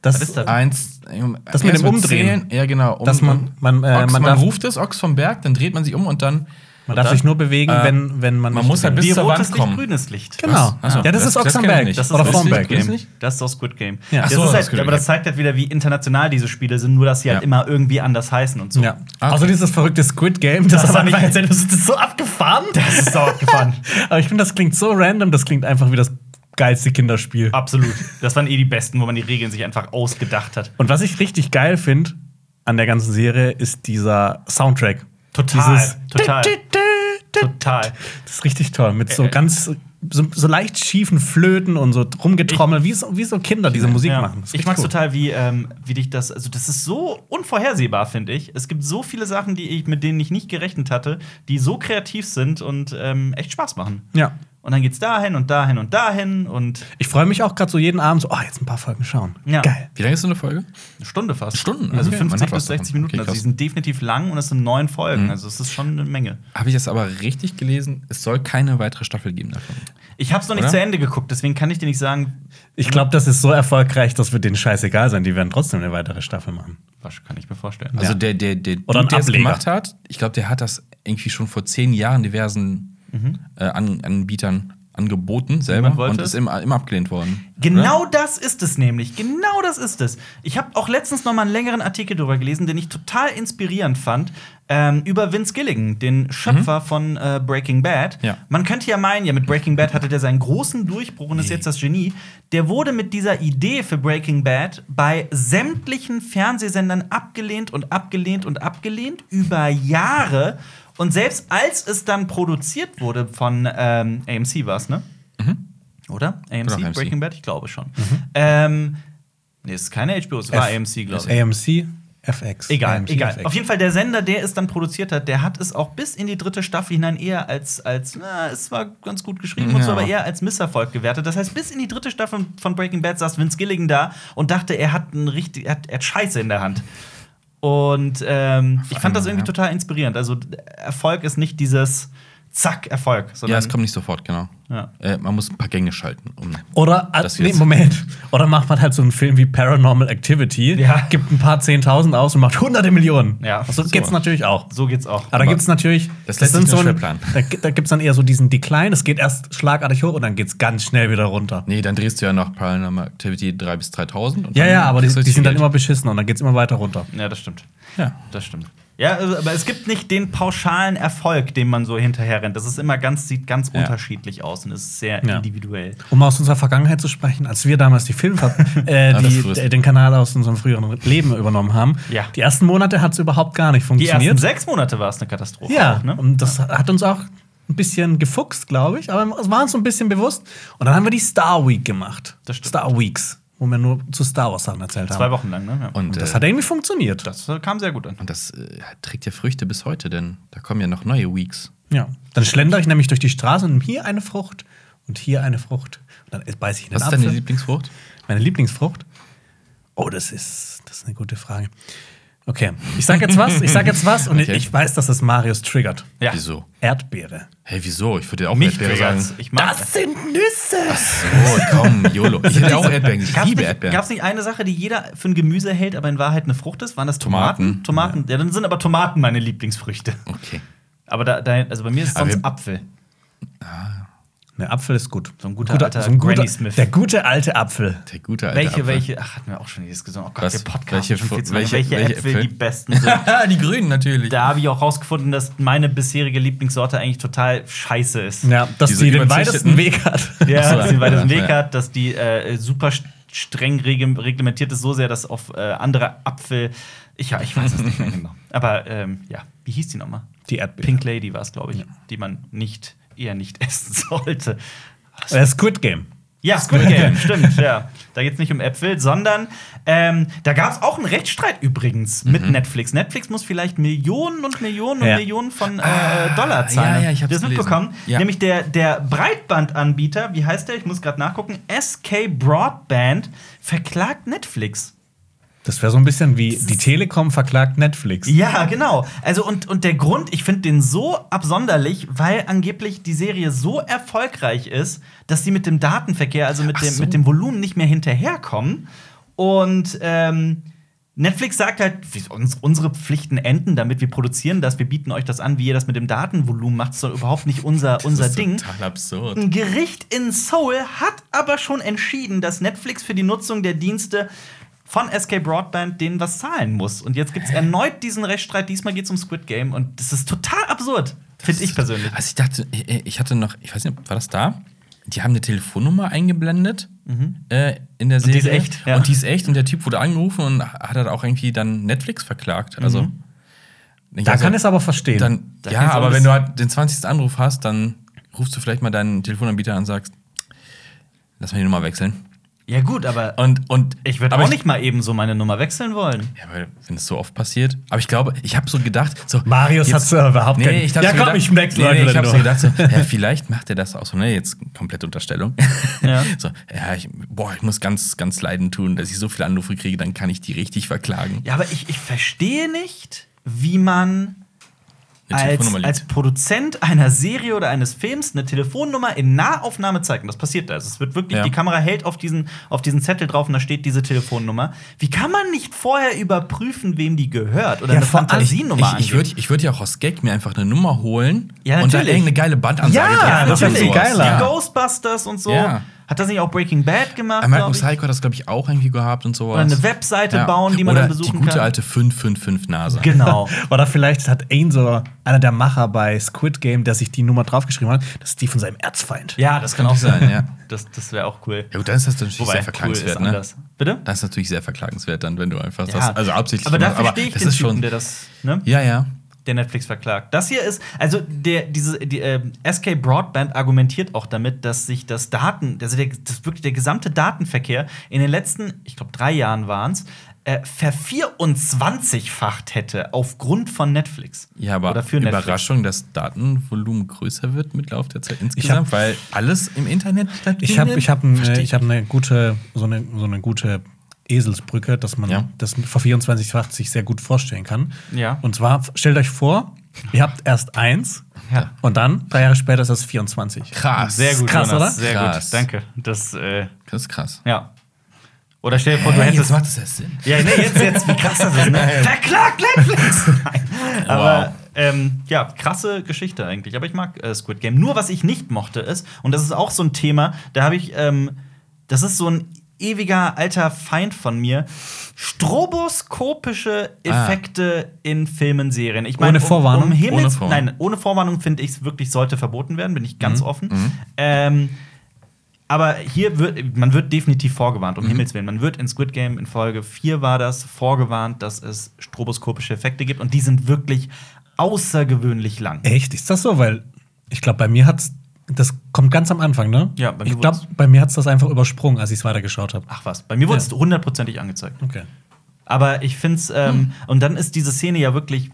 [SPEAKER 2] Das,
[SPEAKER 1] Was ist das?
[SPEAKER 3] Eins,
[SPEAKER 2] Dass man
[SPEAKER 3] erst
[SPEAKER 2] dem
[SPEAKER 3] mit
[SPEAKER 2] umdrehen.
[SPEAKER 3] zählen. Ja, genau. Um,
[SPEAKER 2] Dass man- man, äh,
[SPEAKER 3] Ochs,
[SPEAKER 2] man
[SPEAKER 3] man,
[SPEAKER 2] darf-
[SPEAKER 3] ruft es, Ochs vom Berg, dann dreht man sich um und dann.
[SPEAKER 2] Man darf
[SPEAKER 3] dann-
[SPEAKER 2] sich nur bewegen,
[SPEAKER 3] äh,
[SPEAKER 2] wenn, wenn man.
[SPEAKER 3] man
[SPEAKER 2] nicht
[SPEAKER 3] muss halt
[SPEAKER 2] bewegt.
[SPEAKER 3] bis
[SPEAKER 1] Wie
[SPEAKER 3] zur
[SPEAKER 1] rotes
[SPEAKER 3] Wand
[SPEAKER 1] Licht,
[SPEAKER 3] kommen.
[SPEAKER 1] grünes Licht.
[SPEAKER 2] Genau.
[SPEAKER 3] Achso,
[SPEAKER 2] ja, das, ist
[SPEAKER 3] das kenn ich
[SPEAKER 2] Oxenberg.
[SPEAKER 3] nicht.
[SPEAKER 1] Das ist
[SPEAKER 2] Oder
[SPEAKER 1] das
[SPEAKER 2] Formberg.
[SPEAKER 3] Licht,
[SPEAKER 2] Game.
[SPEAKER 3] grünes Licht?
[SPEAKER 1] Das ist doch Squid Game.
[SPEAKER 2] Ja.
[SPEAKER 1] Das
[SPEAKER 3] Ach so,
[SPEAKER 1] ist
[SPEAKER 3] das
[SPEAKER 1] halt,
[SPEAKER 3] Squid Game.
[SPEAKER 1] aber das zeigt halt wieder, wie international diese Spiele sind, nur dass sie halt
[SPEAKER 3] Ja.
[SPEAKER 1] immer irgendwie anders heißen und so.
[SPEAKER 2] Ja.
[SPEAKER 3] Ah,
[SPEAKER 2] Also
[SPEAKER 3] okay.
[SPEAKER 2] dieses verrückte Squid Game, das,
[SPEAKER 1] Das
[SPEAKER 2] das
[SPEAKER 1] hab
[SPEAKER 2] am Anfang
[SPEAKER 1] ich-
[SPEAKER 2] erzählt, das ist so abgefahren.
[SPEAKER 1] Das ist sauer gefahren.
[SPEAKER 2] Aber ich finde, das klingt so random, das klingt einfach wie das geilste Kinderspiel.
[SPEAKER 1] Absolut. Das waren eh die besten, wo man die Regeln sich einfach ausgedacht hat.
[SPEAKER 2] Und was ich richtig geil finde an der ganzen Serie, ist dieser Soundtrack.
[SPEAKER 1] Total,
[SPEAKER 2] Dieses
[SPEAKER 1] total. Total.
[SPEAKER 2] Das ist richtig toll, mit so
[SPEAKER 1] Äh,
[SPEAKER 2] ganz so, so leicht schiefen Flöten und so rumgetrommel, wie, so, wie so Kinder diese Musik
[SPEAKER 1] Ja.
[SPEAKER 2] machen. Das ist
[SPEAKER 1] Ich
[SPEAKER 2] echt
[SPEAKER 1] mag
[SPEAKER 2] cool.
[SPEAKER 1] total, wie, ähm, wie dich das. Also, das ist so unvorhersehbar, finde ich. Es gibt so viele Sachen, die ich, mit denen ich nicht gerechnet hatte, die so kreativ sind und ähm, echt Spaß machen.
[SPEAKER 2] Ja.
[SPEAKER 1] Und dann geht's dahin und dahin und dahin und
[SPEAKER 2] Ich freue mich auch gerade so jeden Abend so, oh, jetzt ein paar Folgen schauen.
[SPEAKER 1] Ja.
[SPEAKER 2] Geil.
[SPEAKER 3] Wie lange ist so eine Folge?
[SPEAKER 1] eine Stunde fast.
[SPEAKER 3] Stunden?
[SPEAKER 1] Also
[SPEAKER 3] Okay, man
[SPEAKER 1] 50
[SPEAKER 3] hat was
[SPEAKER 1] bis 60
[SPEAKER 3] davon.
[SPEAKER 1] Minuten.
[SPEAKER 3] Okay,
[SPEAKER 1] also, die
[SPEAKER 3] krass. Mhm.
[SPEAKER 1] sind definitiv lang und es sind neun Folgen. Also, es ist schon eine Menge.
[SPEAKER 3] Habe ich das aber richtig gelesen? Es soll keine weitere Staffel geben davon.
[SPEAKER 1] Ich hab's noch nicht
[SPEAKER 3] Oder?
[SPEAKER 1] zu Ende geguckt, deswegen kann ich dir nicht sagen.
[SPEAKER 2] Ich glaube, das ist so erfolgreich, das wird denen scheißegal sein. Die werden trotzdem eine weitere Staffel machen.
[SPEAKER 1] Was kann ich mir vorstellen?
[SPEAKER 3] Also
[SPEAKER 2] Ja.
[SPEAKER 3] der, der, der,
[SPEAKER 2] Oder ein
[SPEAKER 3] der es
[SPEAKER 2] Ableger.
[SPEAKER 3] gemacht hat, ich glaube, der hat das irgendwie schon vor zehn Jahren diversen
[SPEAKER 2] Mhm.
[SPEAKER 3] äh, An Anbietern angeboten selber
[SPEAKER 1] Niemand wollte
[SPEAKER 3] und ist
[SPEAKER 1] es?
[SPEAKER 3] immer, immer abgelehnt worden.
[SPEAKER 1] Genau das ist es nämlich. Genau das ist es. Ich habe auch letztens noch mal einen längeren Artikel darüber gelesen, den ich total inspirierend fand, ähm, über Vince Gilligan, den Schöpfer von äh, Breaking Bad.
[SPEAKER 3] Ja.
[SPEAKER 1] Man könnte ja meinen, ja, mit Breaking Bad hatte der seinen großen Durchbruch und ist jetzt das Genie. Der wurde mit dieser Idee für Breaking Bad bei sämtlichen Fernsehsendern abgelehnt und abgelehnt und abgelehnt über Jahre. Und selbst als es dann produziert wurde von ähm, AMC, war es, ne? Oder? AMC,
[SPEAKER 3] Oder auch AMC.
[SPEAKER 1] Breaking Bad? Ich glaube schon.
[SPEAKER 3] Mhm.
[SPEAKER 1] Ähm, nee, es ist keine HBO, es war
[SPEAKER 2] F-
[SPEAKER 1] AMC, glaube ich.
[SPEAKER 2] AMC, FX.
[SPEAKER 1] Egal,
[SPEAKER 2] AMC,
[SPEAKER 1] egal.
[SPEAKER 2] FX.
[SPEAKER 1] Auf jeden Fall, der Sender, der es dann produziert hat, der hat es auch bis in die dritte Staffel hinein eher als, als na, es war ganz gut geschrieben und so,
[SPEAKER 3] Ja.
[SPEAKER 1] aber eher als Misserfolg gewertet. Das heißt, bis in die dritte Staffel von Breaking Bad saß Vince Gilligan da und dachte, er hat, einen richtig, er hat, er hat Scheiße in der Hand. Und ähm, ich fand das
[SPEAKER 3] einmal,
[SPEAKER 1] irgendwie
[SPEAKER 3] ja.
[SPEAKER 1] total inspirierend. Also, Erfolg ist nicht dieses Zack, Erfolg, sondern.
[SPEAKER 3] Ja, es kommt nicht sofort, genau.
[SPEAKER 1] Ja.
[SPEAKER 3] Äh, man muss ein paar Gänge schalten. Um
[SPEAKER 2] Oder, ah,
[SPEAKER 3] Das
[SPEAKER 2] nee,
[SPEAKER 3] jetzt.
[SPEAKER 2] Moment. Oder macht man halt so einen Film wie Paranormal Activity,
[SPEAKER 1] Ja.
[SPEAKER 2] gibt ein paar Zehntausend aus und macht hunderte Millionen.
[SPEAKER 1] Ja.
[SPEAKER 2] So geht's
[SPEAKER 3] So.
[SPEAKER 2] natürlich auch.
[SPEAKER 1] so geht's auch.
[SPEAKER 2] Aber da gibt's natürlich.
[SPEAKER 3] das lässt sich nur
[SPEAKER 2] ein,
[SPEAKER 3] schwer planen.
[SPEAKER 2] da, gibt- da gibt's dann eher so diesen Decline, es geht erst schlagartig hoch und dann geht's ganz schnell wieder runter.
[SPEAKER 3] nee, dann drehst du ja noch Paranormal Activity 3 bis 3000. und
[SPEAKER 2] Ja,
[SPEAKER 3] dann
[SPEAKER 2] ja, aber die,
[SPEAKER 3] kriegst
[SPEAKER 2] die
[SPEAKER 3] du richtig
[SPEAKER 2] sind dann
[SPEAKER 3] Geld.
[SPEAKER 2] immer beschissen und dann geht's immer weiter runter.
[SPEAKER 1] Ja, das stimmt.
[SPEAKER 3] Ja.
[SPEAKER 1] Das stimmt. Ja, also, aber es gibt nicht den pauschalen Erfolg, den man so hinterher rennt. Das ist immer ganz, sieht ganz
[SPEAKER 3] Ja.
[SPEAKER 1] unterschiedlich aus und ist sehr
[SPEAKER 2] Ja.
[SPEAKER 1] individuell.
[SPEAKER 2] Um mal aus unserer Vergangenheit zu sprechen, als wir damals die [laughs] Filmver äh,
[SPEAKER 3] Ah, das
[SPEAKER 2] die,
[SPEAKER 3] frühest.
[SPEAKER 2] d- den Kanal aus unserem früheren Leben übernommen haben,
[SPEAKER 1] Ja.
[SPEAKER 2] die ersten Monate hat's überhaupt gar nicht
[SPEAKER 1] Die ersten
[SPEAKER 2] funktioniert.
[SPEAKER 1] sechs Monate war es eine Katastrophe.
[SPEAKER 2] ja,
[SPEAKER 1] auch, ne?
[SPEAKER 2] und das hat uns auch ein bisschen gefuchst, glaube ich, aber es war uns so ein bisschen bewusst. Und dann haben wir die Star Week gemacht.
[SPEAKER 1] Das stimmt.
[SPEAKER 2] Star Weeks, wo wir nur zu Star Wars Sachen erzählt haben.
[SPEAKER 1] Zwei Wochen lang, ne? Ja.
[SPEAKER 3] Und,
[SPEAKER 2] Und das
[SPEAKER 3] äh,
[SPEAKER 2] hat irgendwie funktioniert.
[SPEAKER 1] das äh, kam sehr gut an.
[SPEAKER 3] Und das äh, trägt ja Früchte bis heute, denn da kommen ja noch neue Weeks.
[SPEAKER 2] Ja. Dann schlendere ich nämlich durch die Straße und nehme hier eine Frucht und hier eine Frucht. Und dann beiße ich in den
[SPEAKER 3] Was ist
[SPEAKER 2] Apfel.
[SPEAKER 3] deine Lieblingsfrucht?
[SPEAKER 2] Meine Lieblingsfrucht? Oh, das ist, das ist eine gute Frage. Okay, ich
[SPEAKER 1] [laughs]
[SPEAKER 2] sag jetzt was, ich sag jetzt was und
[SPEAKER 3] Okay.
[SPEAKER 2] ich weiß, dass das Marius triggert.
[SPEAKER 1] Ja.
[SPEAKER 3] Wieso?
[SPEAKER 2] Erdbeere.
[SPEAKER 3] Hey, wieso? Ich würde dir auch
[SPEAKER 1] Mich
[SPEAKER 3] Erdbeere
[SPEAKER 1] triggert's.
[SPEAKER 3] sagen.
[SPEAKER 1] Ich mag das.
[SPEAKER 2] sind Nüsse!
[SPEAKER 3] Oh, komm, YOLO.
[SPEAKER 2] [laughs]
[SPEAKER 3] Ich hätte auch Erdbeeren. Ich
[SPEAKER 1] Gab's
[SPEAKER 3] liebe
[SPEAKER 1] nicht,
[SPEAKER 3] Erdbeeren.
[SPEAKER 1] Gab's nicht eine Sache, die jeder für ein Gemüse hält, aber in Wahrheit eine Frucht ist? Waren das Tomaten?
[SPEAKER 3] Tomaten.
[SPEAKER 1] Tomaten. Ja, dann sind aber Tomaten meine Lieblingsfrüchte.
[SPEAKER 3] Okay.
[SPEAKER 1] Aber da, da, also bei mir ist es
[SPEAKER 3] Aber
[SPEAKER 1] sonst
[SPEAKER 3] wir-
[SPEAKER 1] Apfel.
[SPEAKER 2] Ne, Apfel ist gut.
[SPEAKER 1] So ein guter alter
[SPEAKER 2] so ein guter,
[SPEAKER 1] Granny Smith.
[SPEAKER 2] Der gute alte Apfel.
[SPEAKER 3] Der gute alte
[SPEAKER 1] Welche,
[SPEAKER 3] Apfel.
[SPEAKER 1] welche, ach, hatten wir auch schon dieses gesungen. Oh Gott,
[SPEAKER 3] Was?
[SPEAKER 1] wir podcasten
[SPEAKER 3] Welche
[SPEAKER 1] schon viel zu
[SPEAKER 3] Fru-
[SPEAKER 1] lange.
[SPEAKER 3] welche-
[SPEAKER 1] Welche,
[SPEAKER 3] welche
[SPEAKER 1] Äpfel,
[SPEAKER 3] Äpfel?
[SPEAKER 1] die besten sind.
[SPEAKER 3] [laughs] die Grünen natürlich.
[SPEAKER 1] Da habe ich auch rausgefunden, dass meine bisherige Lieblingssorte eigentlich total scheiße ist.
[SPEAKER 2] Ja, dass
[SPEAKER 3] Diese
[SPEAKER 2] die den
[SPEAKER 3] überzüchteten-
[SPEAKER 2] weitesten Weg hat.
[SPEAKER 1] [laughs] Ja,
[SPEAKER 3] Ach so,
[SPEAKER 1] dass
[SPEAKER 3] ja.
[SPEAKER 1] sie weiteren
[SPEAKER 3] Ja,
[SPEAKER 1] Weg
[SPEAKER 3] ja.
[SPEAKER 1] hat, dass die äh, super st- streng regem- reglementiert ist, so sehr, dass auf äh, andere Apfel. Ich, ja, ich weiß es nicht mehr genau. Aber ähm, ja, wie hieß die nochmal?
[SPEAKER 2] Die Erdbeere.
[SPEAKER 1] Pink Lady war es, glaube ich, die man nicht eher nicht [laughs] essen sollte.
[SPEAKER 2] Das Squid Game.
[SPEAKER 1] Ja,
[SPEAKER 3] [laughs]
[SPEAKER 1] Squid Game, stimmt, ja. Da geht es nicht um Äpfel, sondern ähm, da gab es auch einen Rechtsstreit übrigens mit
[SPEAKER 3] Mhm.
[SPEAKER 1] Netflix. Netflix muss vielleicht Millionen und Millionen
[SPEAKER 2] Ja.
[SPEAKER 1] und Millionen von äh, Dollar zahlen.
[SPEAKER 3] Ah, ja, ja, ich hab's
[SPEAKER 1] das
[SPEAKER 3] gelesen.
[SPEAKER 1] mitbekommen.
[SPEAKER 3] Ja.
[SPEAKER 1] Nämlich der, der Breitbandanbieter, wie heißt der? Ich muss gerade nachgucken. SK Broadband verklagt Netflix.
[SPEAKER 2] Das wäre so ein bisschen wie die Telekom verklagt Netflix.
[SPEAKER 1] Ja, genau. Also und, und der Grund, ich finde den so absonderlich, weil angeblich die Serie so erfolgreich ist, dass sie mit dem Datenverkehr, also mit,
[SPEAKER 3] Ach
[SPEAKER 1] dem,
[SPEAKER 3] so.
[SPEAKER 1] mit dem Volumen nicht mehr hinterherkommen. Und ähm, Netflix sagt halt, wie- uns, unsere Pflichten enden damit, wir produzieren das, wir bieten euch das an, wie ihr das mit dem Datenvolumen macht, ist doch überhaupt nicht unser, unser
[SPEAKER 3] das ist
[SPEAKER 1] Ding. Hm,
[SPEAKER 3] Total absurd.
[SPEAKER 1] Ein Gericht in Seoul hat aber schon entschieden, dass Netflix für die Nutzung der Dienste von SK Broadband denen was zahlen muss. Und jetzt gibt es erneut diesen Rechtsstreit. Diesmal geht es um Squid Game. Und das ist total absurd, finde ich persönlich.
[SPEAKER 3] Also ich dachte, ich- ich hatte noch, ich weiß nicht, war das da? Die haben eine Telefonnummer eingeblendet äh, in der
[SPEAKER 1] Mhm. die
[SPEAKER 3] Serie.
[SPEAKER 1] ist echt, ja.
[SPEAKER 3] Und die ist echt. Und der Typ wurde angerufen und hat halt auch irgendwie dann Netflix verklagt. Also,
[SPEAKER 2] Da kann ich es aber verstehen.
[SPEAKER 3] Dann,
[SPEAKER 1] Mhm. Da
[SPEAKER 3] ja,
[SPEAKER 1] kann's auch
[SPEAKER 3] aber
[SPEAKER 1] ein
[SPEAKER 3] wenn du halt den 20. Anruf hast, dann rufst du vielleicht mal deinen Telefonanbieter an und sagst, lass mal die Nummer wechseln.
[SPEAKER 1] Ja, gut, aber
[SPEAKER 3] Und, und
[SPEAKER 1] ich würde
[SPEAKER 3] aber
[SPEAKER 1] auch nicht mal eben so meine Nummer wechseln wollen.
[SPEAKER 3] Ja, aber wenn es so oft passiert. Aber ich glaube, ich habe so gedacht, so.
[SPEAKER 2] Marius
[SPEAKER 3] jetzt-
[SPEAKER 2] hat's so überhaupt
[SPEAKER 3] nee,
[SPEAKER 2] keinen-
[SPEAKER 3] nee, ich hab's
[SPEAKER 2] Ja,
[SPEAKER 3] so
[SPEAKER 2] komm,
[SPEAKER 3] gedacht,
[SPEAKER 2] ich merk's,
[SPEAKER 3] nee,
[SPEAKER 2] Leute,
[SPEAKER 3] nee, Ich habe
[SPEAKER 2] nur.
[SPEAKER 3] so
[SPEAKER 1] [laughs]
[SPEAKER 3] gedacht, so, ja, vielleicht macht er das auch so, ne? Jetzt komplette Unterstellung.
[SPEAKER 1] Ja.
[SPEAKER 3] So, ja, ich, boah, ich muss ganz, ganz leiden tun, dass ich so viele Anrufe kriege, dann kann ich die richtig verklagen.
[SPEAKER 1] Ja, aber ich, ich verstehe nicht, wie man
[SPEAKER 3] Eine
[SPEAKER 1] als,
[SPEAKER 3] Telefonnummer liegt.
[SPEAKER 1] als Produzent einer Serie oder eines Films eine Telefonnummer in Nahaufnahme zeigen. Das passiert da. Also es wird wirklich,
[SPEAKER 3] Ja.
[SPEAKER 1] die Kamera hält auf diesen, auf diesen Zettel drauf und da steht diese Telefonnummer. Wie kann man nicht vorher überprüfen, wem die gehört? Oder
[SPEAKER 2] Ja,
[SPEAKER 1] eine
[SPEAKER 2] vor allem-
[SPEAKER 1] Fantasienummer
[SPEAKER 3] Ich, ich
[SPEAKER 1] angeben?
[SPEAKER 3] würde ich würd ja auch aus Gag mir einfach eine Nummer holen
[SPEAKER 1] Ja,
[SPEAKER 3] und da
[SPEAKER 1] natürlich.
[SPEAKER 3] irgendeine geile Bandansage
[SPEAKER 2] Ja,
[SPEAKER 3] drauf
[SPEAKER 2] das
[SPEAKER 3] machen
[SPEAKER 2] ist viel
[SPEAKER 3] und sowas.
[SPEAKER 2] geiler.
[SPEAKER 1] Die
[SPEAKER 3] Ja.
[SPEAKER 1] Ghostbusters und so.
[SPEAKER 3] Ja.
[SPEAKER 1] Hat das nicht auch Breaking Bad gemacht?
[SPEAKER 3] American
[SPEAKER 1] glaub ich?
[SPEAKER 3] Psycho hat das, glaube ich, auch irgendwie gehabt und sowas.
[SPEAKER 1] Oder eine Webseite bauen, die man
[SPEAKER 3] Oder
[SPEAKER 1] dann besuchen
[SPEAKER 3] die gute
[SPEAKER 1] kann.
[SPEAKER 3] alte 555-Nase. [laughs]
[SPEAKER 1] Genau.
[SPEAKER 2] [laughs] Oder vielleicht hat Ain so einer der Macher bei Squid Game, der sich die Nummer draufgeschrieben hat, das ist die von seinem Erzfeind.
[SPEAKER 1] Ja, das kann auch sein.
[SPEAKER 3] sein, ja.
[SPEAKER 1] Das, das wäre auch cool.
[SPEAKER 3] Ja gut, dann ist das natürlich sehr
[SPEAKER 1] cool ist
[SPEAKER 3] verklagenswert, ne?
[SPEAKER 1] anders. Bitte?
[SPEAKER 3] Das ist natürlich sehr verklagenswert dann, wenn du einfach
[SPEAKER 1] Ja.
[SPEAKER 3] das, also absichtlich
[SPEAKER 1] Aber da
[SPEAKER 3] machst,
[SPEAKER 1] verstehe ich
[SPEAKER 3] das
[SPEAKER 1] den
[SPEAKER 3] ist
[SPEAKER 1] Typen,
[SPEAKER 3] schon,
[SPEAKER 1] der das, ne?
[SPEAKER 3] Ja, ja.
[SPEAKER 1] der Netflix verklagt. Das hier ist, also der, diese, die, ähm, SK Broadband argumentiert auch damit, dass sich das Daten, also der, das wirklich der gesamte Datenverkehr in den letzten, ich glaube, drei Jahren waren es, äh, vervierundzwanzigfacht hätte aufgrund von Netflix.
[SPEAKER 3] Ja, aber
[SPEAKER 1] Oder für Netflix.
[SPEAKER 3] Überraschung, dass Datenvolumen größer wird mit Lauf der Zeit insgesamt,
[SPEAKER 2] hab-
[SPEAKER 3] weil alles im Internet
[SPEAKER 2] Ich habe ich hab
[SPEAKER 3] Verstehe
[SPEAKER 2] eine, ich hab eine gute, so eine, so eine gute Eselsbrücke, dass man
[SPEAKER 3] Ja.
[SPEAKER 2] das vor 24 sich sehr gut vorstellen kann.
[SPEAKER 1] Ja.
[SPEAKER 2] Und zwar, stellt euch vor, ihr habt erst eins
[SPEAKER 1] Ja.
[SPEAKER 2] und dann, drei Jahre später, ist das 24.
[SPEAKER 3] Krass.
[SPEAKER 1] Sehr gut,
[SPEAKER 2] Krass,
[SPEAKER 1] Jonas.
[SPEAKER 2] oder?
[SPEAKER 1] Sehr
[SPEAKER 3] Krass.
[SPEAKER 1] gut. Danke. Das, äh,
[SPEAKER 3] Das ist krass.
[SPEAKER 1] ja. Oder stell dir vor, du
[SPEAKER 3] Hey,
[SPEAKER 1] hättest.
[SPEAKER 3] jetzt macht das erst Sinn.
[SPEAKER 1] Ja, nee, jetzt, jetzt, wie krass das ist, ne? Verklagt Netflix!
[SPEAKER 3] [laughs]
[SPEAKER 1] Nein. Aber ähm, ja, krasse Geschichte eigentlich. Aber ich mag äh, Squid Game. Nur was ich nicht mochte ist, und das ist auch so ein Thema, da habe ich, ähm, das ist so ein ewiger alter Feind von mir, stroboskopische
[SPEAKER 3] Ah.
[SPEAKER 1] Effekte in Filmen, Serien. Ich meine,
[SPEAKER 2] Ohne Vorwarnung?
[SPEAKER 1] Um, um Himmels,
[SPEAKER 3] Ohne Vorwarnung. Mhm.
[SPEAKER 1] Nein, ohne Vorwarnung finde ich es wirklich, sollte verboten werden, bin ich ganz offen. Ähm, aber hier wird, man wird definitiv vorgewarnt,
[SPEAKER 3] Mhm.
[SPEAKER 1] um Himmels Willen. Man wird in Squid Game in Folge 4 war das vorgewarnt, dass es stroboskopische Effekte gibt und die sind wirklich außergewöhnlich lang.
[SPEAKER 2] Echt? Ist das so? Weil ich glaube, bei mir hat's. Das kommt ganz am Anfang, ne?
[SPEAKER 1] Ja, bei mir
[SPEAKER 2] Ich glaube, bei mir hat's das einfach übersprungen, als ich es weitergeschaut habe.
[SPEAKER 1] Ach was, bei mir wurde es
[SPEAKER 2] Ja.
[SPEAKER 1] hundertprozentig angezeigt.
[SPEAKER 2] Okay.
[SPEAKER 1] Aber ich finde es, ähm,
[SPEAKER 3] Hm.
[SPEAKER 1] und dann ist diese Szene ja wirklich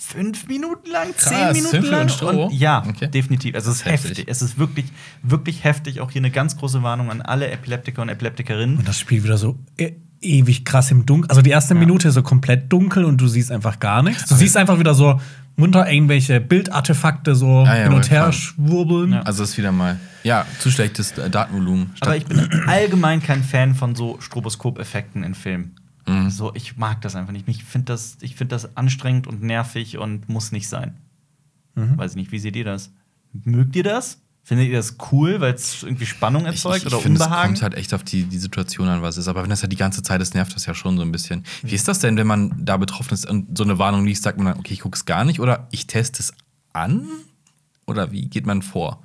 [SPEAKER 1] fünf Minuten lang,
[SPEAKER 3] Krass,
[SPEAKER 1] zehn
[SPEAKER 3] fünf
[SPEAKER 1] Minuten
[SPEAKER 3] Minuten
[SPEAKER 1] lang.
[SPEAKER 3] Strobo?
[SPEAKER 1] ja,
[SPEAKER 3] Okay.
[SPEAKER 1] definitiv. Also es ist
[SPEAKER 3] Das ist heftig.
[SPEAKER 1] heftig. Es ist wirklich, wirklich heftig. Auch hier eine ganz große Warnung an alle Epileptiker und Epileptikerinnen.
[SPEAKER 2] Und das Spiel wieder so e ewig krass im Dunkeln. Also die erste Minute ist so komplett dunkel und du siehst einfach gar nichts. Du siehst einfach wieder so munter irgendwelche Bildartefakte so
[SPEAKER 3] Ah ja,
[SPEAKER 2] hin
[SPEAKER 3] aber
[SPEAKER 2] und her
[SPEAKER 3] klar.
[SPEAKER 2] schwurbeln.
[SPEAKER 1] Ja.
[SPEAKER 3] Also ist wieder mal, ja, zu schlechtes äh, Datenvolumen.
[SPEAKER 1] Aber ich bin allgemein kein Fan von so Stroboskop-Effekten in Filmen.
[SPEAKER 3] Mhm.
[SPEAKER 1] So, ich mag das einfach nicht. Ich finde das, ich find das anstrengend und nervig und muss nicht sein.
[SPEAKER 3] Mhm.
[SPEAKER 1] Weiß ich nicht, wie seht ihr das? Mögt ihr das? Findet ihr das cool, weil es irgendwie Spannung erzeugt oder
[SPEAKER 3] finde, Es
[SPEAKER 1] Unbehagen?
[SPEAKER 3] kommt halt echt auf die, die Situation an, was es ist. Aber wenn das halt die ganze Zeit ist, nervt das ja schon so ein bisschen. Wie ist das denn, wenn man da betroffen ist und so eine Warnung liest, sagt man dann, okay, ich guck's gar nicht oder ich teste es an? Oder wie geht man vor?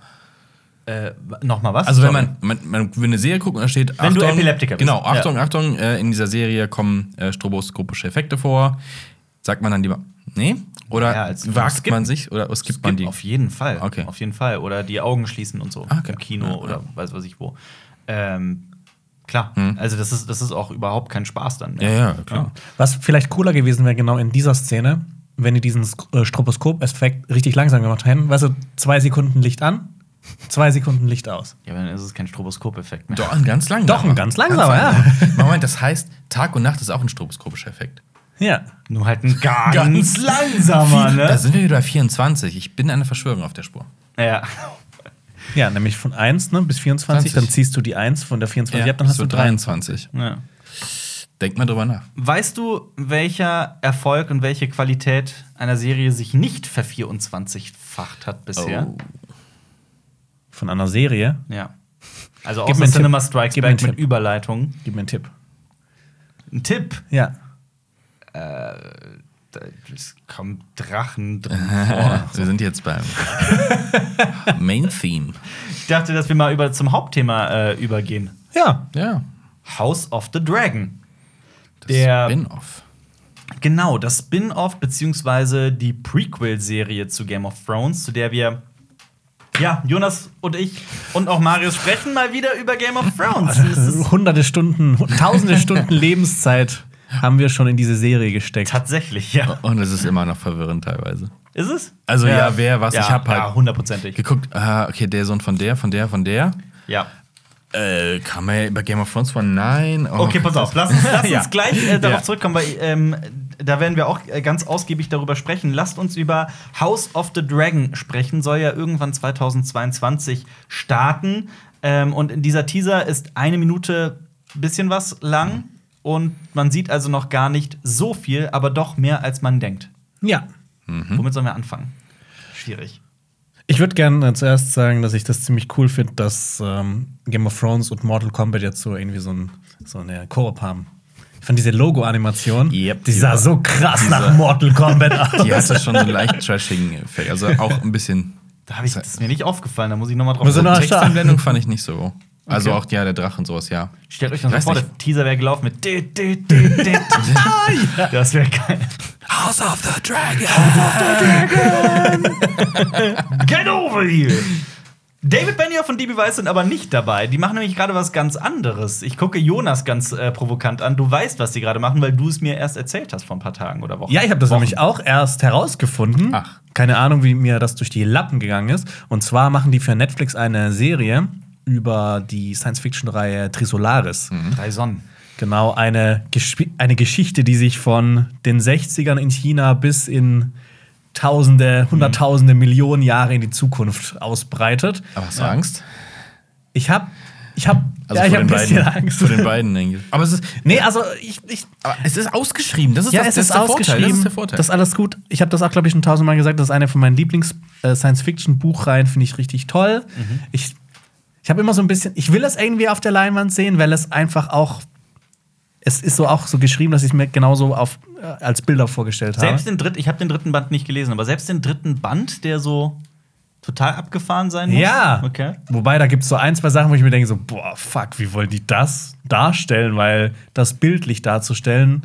[SPEAKER 1] äh, Nochmal was?
[SPEAKER 3] Also wenn
[SPEAKER 1] Sorry.
[SPEAKER 3] man, man, man will eine Serie gucken und da steht,
[SPEAKER 1] Wenn du Epileptiker bist.
[SPEAKER 3] Genau,
[SPEAKER 1] Ja.
[SPEAKER 3] Achtung, Achtung, äh, in dieser Serie kommen äh, stroboskopische Effekte vor. Sagt man dann lieber, nee? Oder
[SPEAKER 1] Ja, als-
[SPEAKER 3] wagt
[SPEAKER 1] skippen.
[SPEAKER 3] man sich oder skippt man
[SPEAKER 1] gibt
[SPEAKER 3] die?
[SPEAKER 1] Auf jeden Fall.
[SPEAKER 3] Okay.
[SPEAKER 1] Auf jeden Fall. Oder die Augen schließen und so
[SPEAKER 3] Ah, okay.
[SPEAKER 1] im Kino
[SPEAKER 3] Ja, ja.
[SPEAKER 1] oder weiß was ich wo. Ähm, klar. Also das ist, das ist auch überhaupt kein Spaß dann mehr.
[SPEAKER 3] Mhm. Ja, ja, klar.
[SPEAKER 2] Was vielleicht cooler gewesen wäre, genau in dieser Szene, wenn die diesen Sk- äh, Stroboskop-Effekt richtig langsam gemacht hätten. Weißt du, zwei Sekunden Licht an, zwei Sekunden Licht aus.
[SPEAKER 1] Ja, aber dann ist es kein Stroboskop-Effekt mehr.
[SPEAKER 3] Doch, ein ganz langsamer.
[SPEAKER 2] Doch, ein ganz langsamer,
[SPEAKER 3] ja. Moment, das heißt, Tag und Nacht ist auch ein stroboskopischer Effekt.
[SPEAKER 2] Ja.
[SPEAKER 1] Nur halt ein ganz,
[SPEAKER 3] Ganz
[SPEAKER 1] langsamer,
[SPEAKER 3] Da
[SPEAKER 1] ne?
[SPEAKER 3] sind wir wieder bei 24. Ich bin einer Verschwörung auf der Spur.
[SPEAKER 1] Ja.
[SPEAKER 2] Ja, nämlich von 1 ne, bis 24,
[SPEAKER 3] 20.
[SPEAKER 2] dann ziehst du die 1 von der 24 ab, dann
[SPEAKER 3] bis
[SPEAKER 2] hast
[SPEAKER 3] zu
[SPEAKER 2] du 23.
[SPEAKER 3] 23.
[SPEAKER 1] ja.
[SPEAKER 3] Denk mal drüber nach.
[SPEAKER 1] Weißt du, welcher Erfolg und welche Qualität einer Serie sich nicht vervierundzwanzigfacht hat bisher?
[SPEAKER 3] Oh.
[SPEAKER 2] Von einer Serie.
[SPEAKER 1] Ja. Also
[SPEAKER 2] Gib
[SPEAKER 1] außer
[SPEAKER 2] mir einen
[SPEAKER 1] Cinema
[SPEAKER 2] Tipp.
[SPEAKER 1] Strikes
[SPEAKER 2] Gib mir einen
[SPEAKER 1] Back mit
[SPEAKER 2] Tipp.
[SPEAKER 1] Überleitung.
[SPEAKER 2] Gib mir einen Tipp.
[SPEAKER 1] Ein Tipp.
[SPEAKER 2] Ja.
[SPEAKER 1] Da- Es kommen Drachen drin vor.
[SPEAKER 3] [laughs] wir sind
[SPEAKER 2] [laughs]
[SPEAKER 3] jetzt beim Main Theme.
[SPEAKER 1] Ich dachte, dass wir mal über, zum Hauptthema äh, übergehen.
[SPEAKER 2] Ja.
[SPEAKER 3] Ja.
[SPEAKER 1] House of the Dragon.
[SPEAKER 3] Das
[SPEAKER 1] Der-
[SPEAKER 3] Spin-off.
[SPEAKER 1] Genau, das Spin-off beziehungsweise die Prequel-Serie zu Game of Thrones, zu der wir Ja, Jonas und ich und auch Marius sprechen mal wieder über Game of
[SPEAKER 3] [laughs]
[SPEAKER 1] Thrones. Es ist
[SPEAKER 2] Hunderte Stunden, hu- tausende Stunden Lebenszeit haben wir schon in diese Serie gesteckt.
[SPEAKER 1] tatsächlich, ja.
[SPEAKER 3] Und es ist immer noch verwirrend teilweise.
[SPEAKER 1] Ist es?
[SPEAKER 3] Also, ja, wer, was, ich hab halt-
[SPEAKER 1] Ja, hundertprozentig.
[SPEAKER 3] Geguckt, ah, okay, der Sohn von der, von der, von der.
[SPEAKER 1] Ja.
[SPEAKER 3] Äh, kann man ja über Game of Thrones von nein. Oh,
[SPEAKER 1] Okay, pass auf, lass uns,
[SPEAKER 3] [laughs]
[SPEAKER 1] lass uns
[SPEAKER 3] Ja.
[SPEAKER 1] gleich äh, darauf
[SPEAKER 3] Ja.
[SPEAKER 1] zurückkommen, weil ähm, da werden wir auch äh, ganz ausgiebig darüber sprechen. Lasst uns über House of the Dragon sprechen, soll ja irgendwann 2022 starten. Ähm, und in dieser Teaser ist eine Minute bisschen was lang und man sieht also noch gar nicht so viel, aber doch mehr als man denkt.
[SPEAKER 2] Ja.
[SPEAKER 3] Mhm.
[SPEAKER 1] Womit sollen wir anfangen? Schwierig.
[SPEAKER 2] Ich würde gerne zuerst sagen, dass ich das ziemlich cool finde, dass ähm, Game of Thrones und Mortal Kombat jetzt so irgendwie so, ein, so eine Koop haben. Ich fand diese Logo-Animation,
[SPEAKER 3] Yep,
[SPEAKER 2] die
[SPEAKER 3] die
[SPEAKER 2] sah
[SPEAKER 3] war-
[SPEAKER 2] so krass nach Mortal
[SPEAKER 3] [laughs]
[SPEAKER 2] Kombat aus.
[SPEAKER 3] Die hatte schon so einen leicht trashing Effekt. Also auch ein bisschen.
[SPEAKER 1] Da habe ich das ist mir nicht aufgefallen, da muss ich noch mal drauf
[SPEAKER 2] Muss ich
[SPEAKER 1] achten.
[SPEAKER 2] noch- Ah,
[SPEAKER 3] Texteinblendung fand ich nicht so. Also
[SPEAKER 2] Okay.
[SPEAKER 3] auch ja, der Drache und sowas, ja.
[SPEAKER 1] Stellt euch das mal
[SPEAKER 3] Weiß
[SPEAKER 1] vor,
[SPEAKER 3] nicht.
[SPEAKER 1] der Teaser wäre gelaufen mit dü- dü- dü- dü-
[SPEAKER 3] [laughs]
[SPEAKER 1] dü. Das wäre geil.
[SPEAKER 3] House of the Dragon!
[SPEAKER 1] Get over here! David Benioff und DB Weiss sind aber nicht dabei. Die machen nämlich gerade was ganz anderes. Ich gucke Jonas ganz äh, provokant an. Du weißt, was die gerade machen, weil du es mir erst erzählt hast vor ein paar Tagen oder Wochen.
[SPEAKER 2] Ja, ich habe das
[SPEAKER 1] Wochen.
[SPEAKER 2] nämlich auch erst herausgefunden.
[SPEAKER 3] Ach.
[SPEAKER 2] Keine Ahnung, wie mir das durch die Lappen gegangen ist. Und zwar machen die für Netflix eine Serie über die Science-Fiction-Reihe Trisolaris.
[SPEAKER 3] Hm.
[SPEAKER 1] Drei Sonnen.
[SPEAKER 2] Genau, eine, Gespi- eine Geschichte, die sich von den 60ern in China bis in
[SPEAKER 3] Hm.
[SPEAKER 2] Tausende, Hunderttausende, Millionen Jahre in die Zukunft ausbreitet.
[SPEAKER 3] Aber hast du Angst?
[SPEAKER 2] Ich habe ich hab,
[SPEAKER 3] Also
[SPEAKER 2] ja, ich hab
[SPEAKER 3] vor
[SPEAKER 2] ein
[SPEAKER 3] den
[SPEAKER 2] bisschen
[SPEAKER 3] beiden.
[SPEAKER 2] Angst.
[SPEAKER 3] Vor den beiden, denke ich. Aber es ist,
[SPEAKER 2] Nee, also ich, ich,
[SPEAKER 3] aber es ist ausgeschrieben. Das ist,
[SPEAKER 2] ja,
[SPEAKER 3] das,
[SPEAKER 2] es
[SPEAKER 3] das
[SPEAKER 2] ist
[SPEAKER 3] der
[SPEAKER 2] ausgeschrieben.
[SPEAKER 3] Vorteil. Das ist der Vorteil.
[SPEAKER 2] Das ist alles gut. Ich habe das auch, glaube ich, schon tausendmal gesagt. Das ist eine von meinen Lieblings-Science-Fiction-Buchreihen. Finde ich richtig toll.
[SPEAKER 3] Mhm.
[SPEAKER 2] Ich, ich habe immer so ein bisschen. Ich will es irgendwie auf der Leinwand sehen, weil es einfach auch. Es ist so auch so geschrieben, dass ich mir genauso auf, äh, als Bilder vorgestellt habe.
[SPEAKER 1] Selbst den dritten, ich habe den dritten Band nicht gelesen, aber selbst den dritten Band, der so total abgefahren sein muss.
[SPEAKER 2] Ja.
[SPEAKER 1] Okay.
[SPEAKER 2] Wobei, da gibt es so ein, zwei Sachen, wo ich mir denke, so, boah, fuck, wie wollen die das darstellen? Weil das bildlich darzustellen,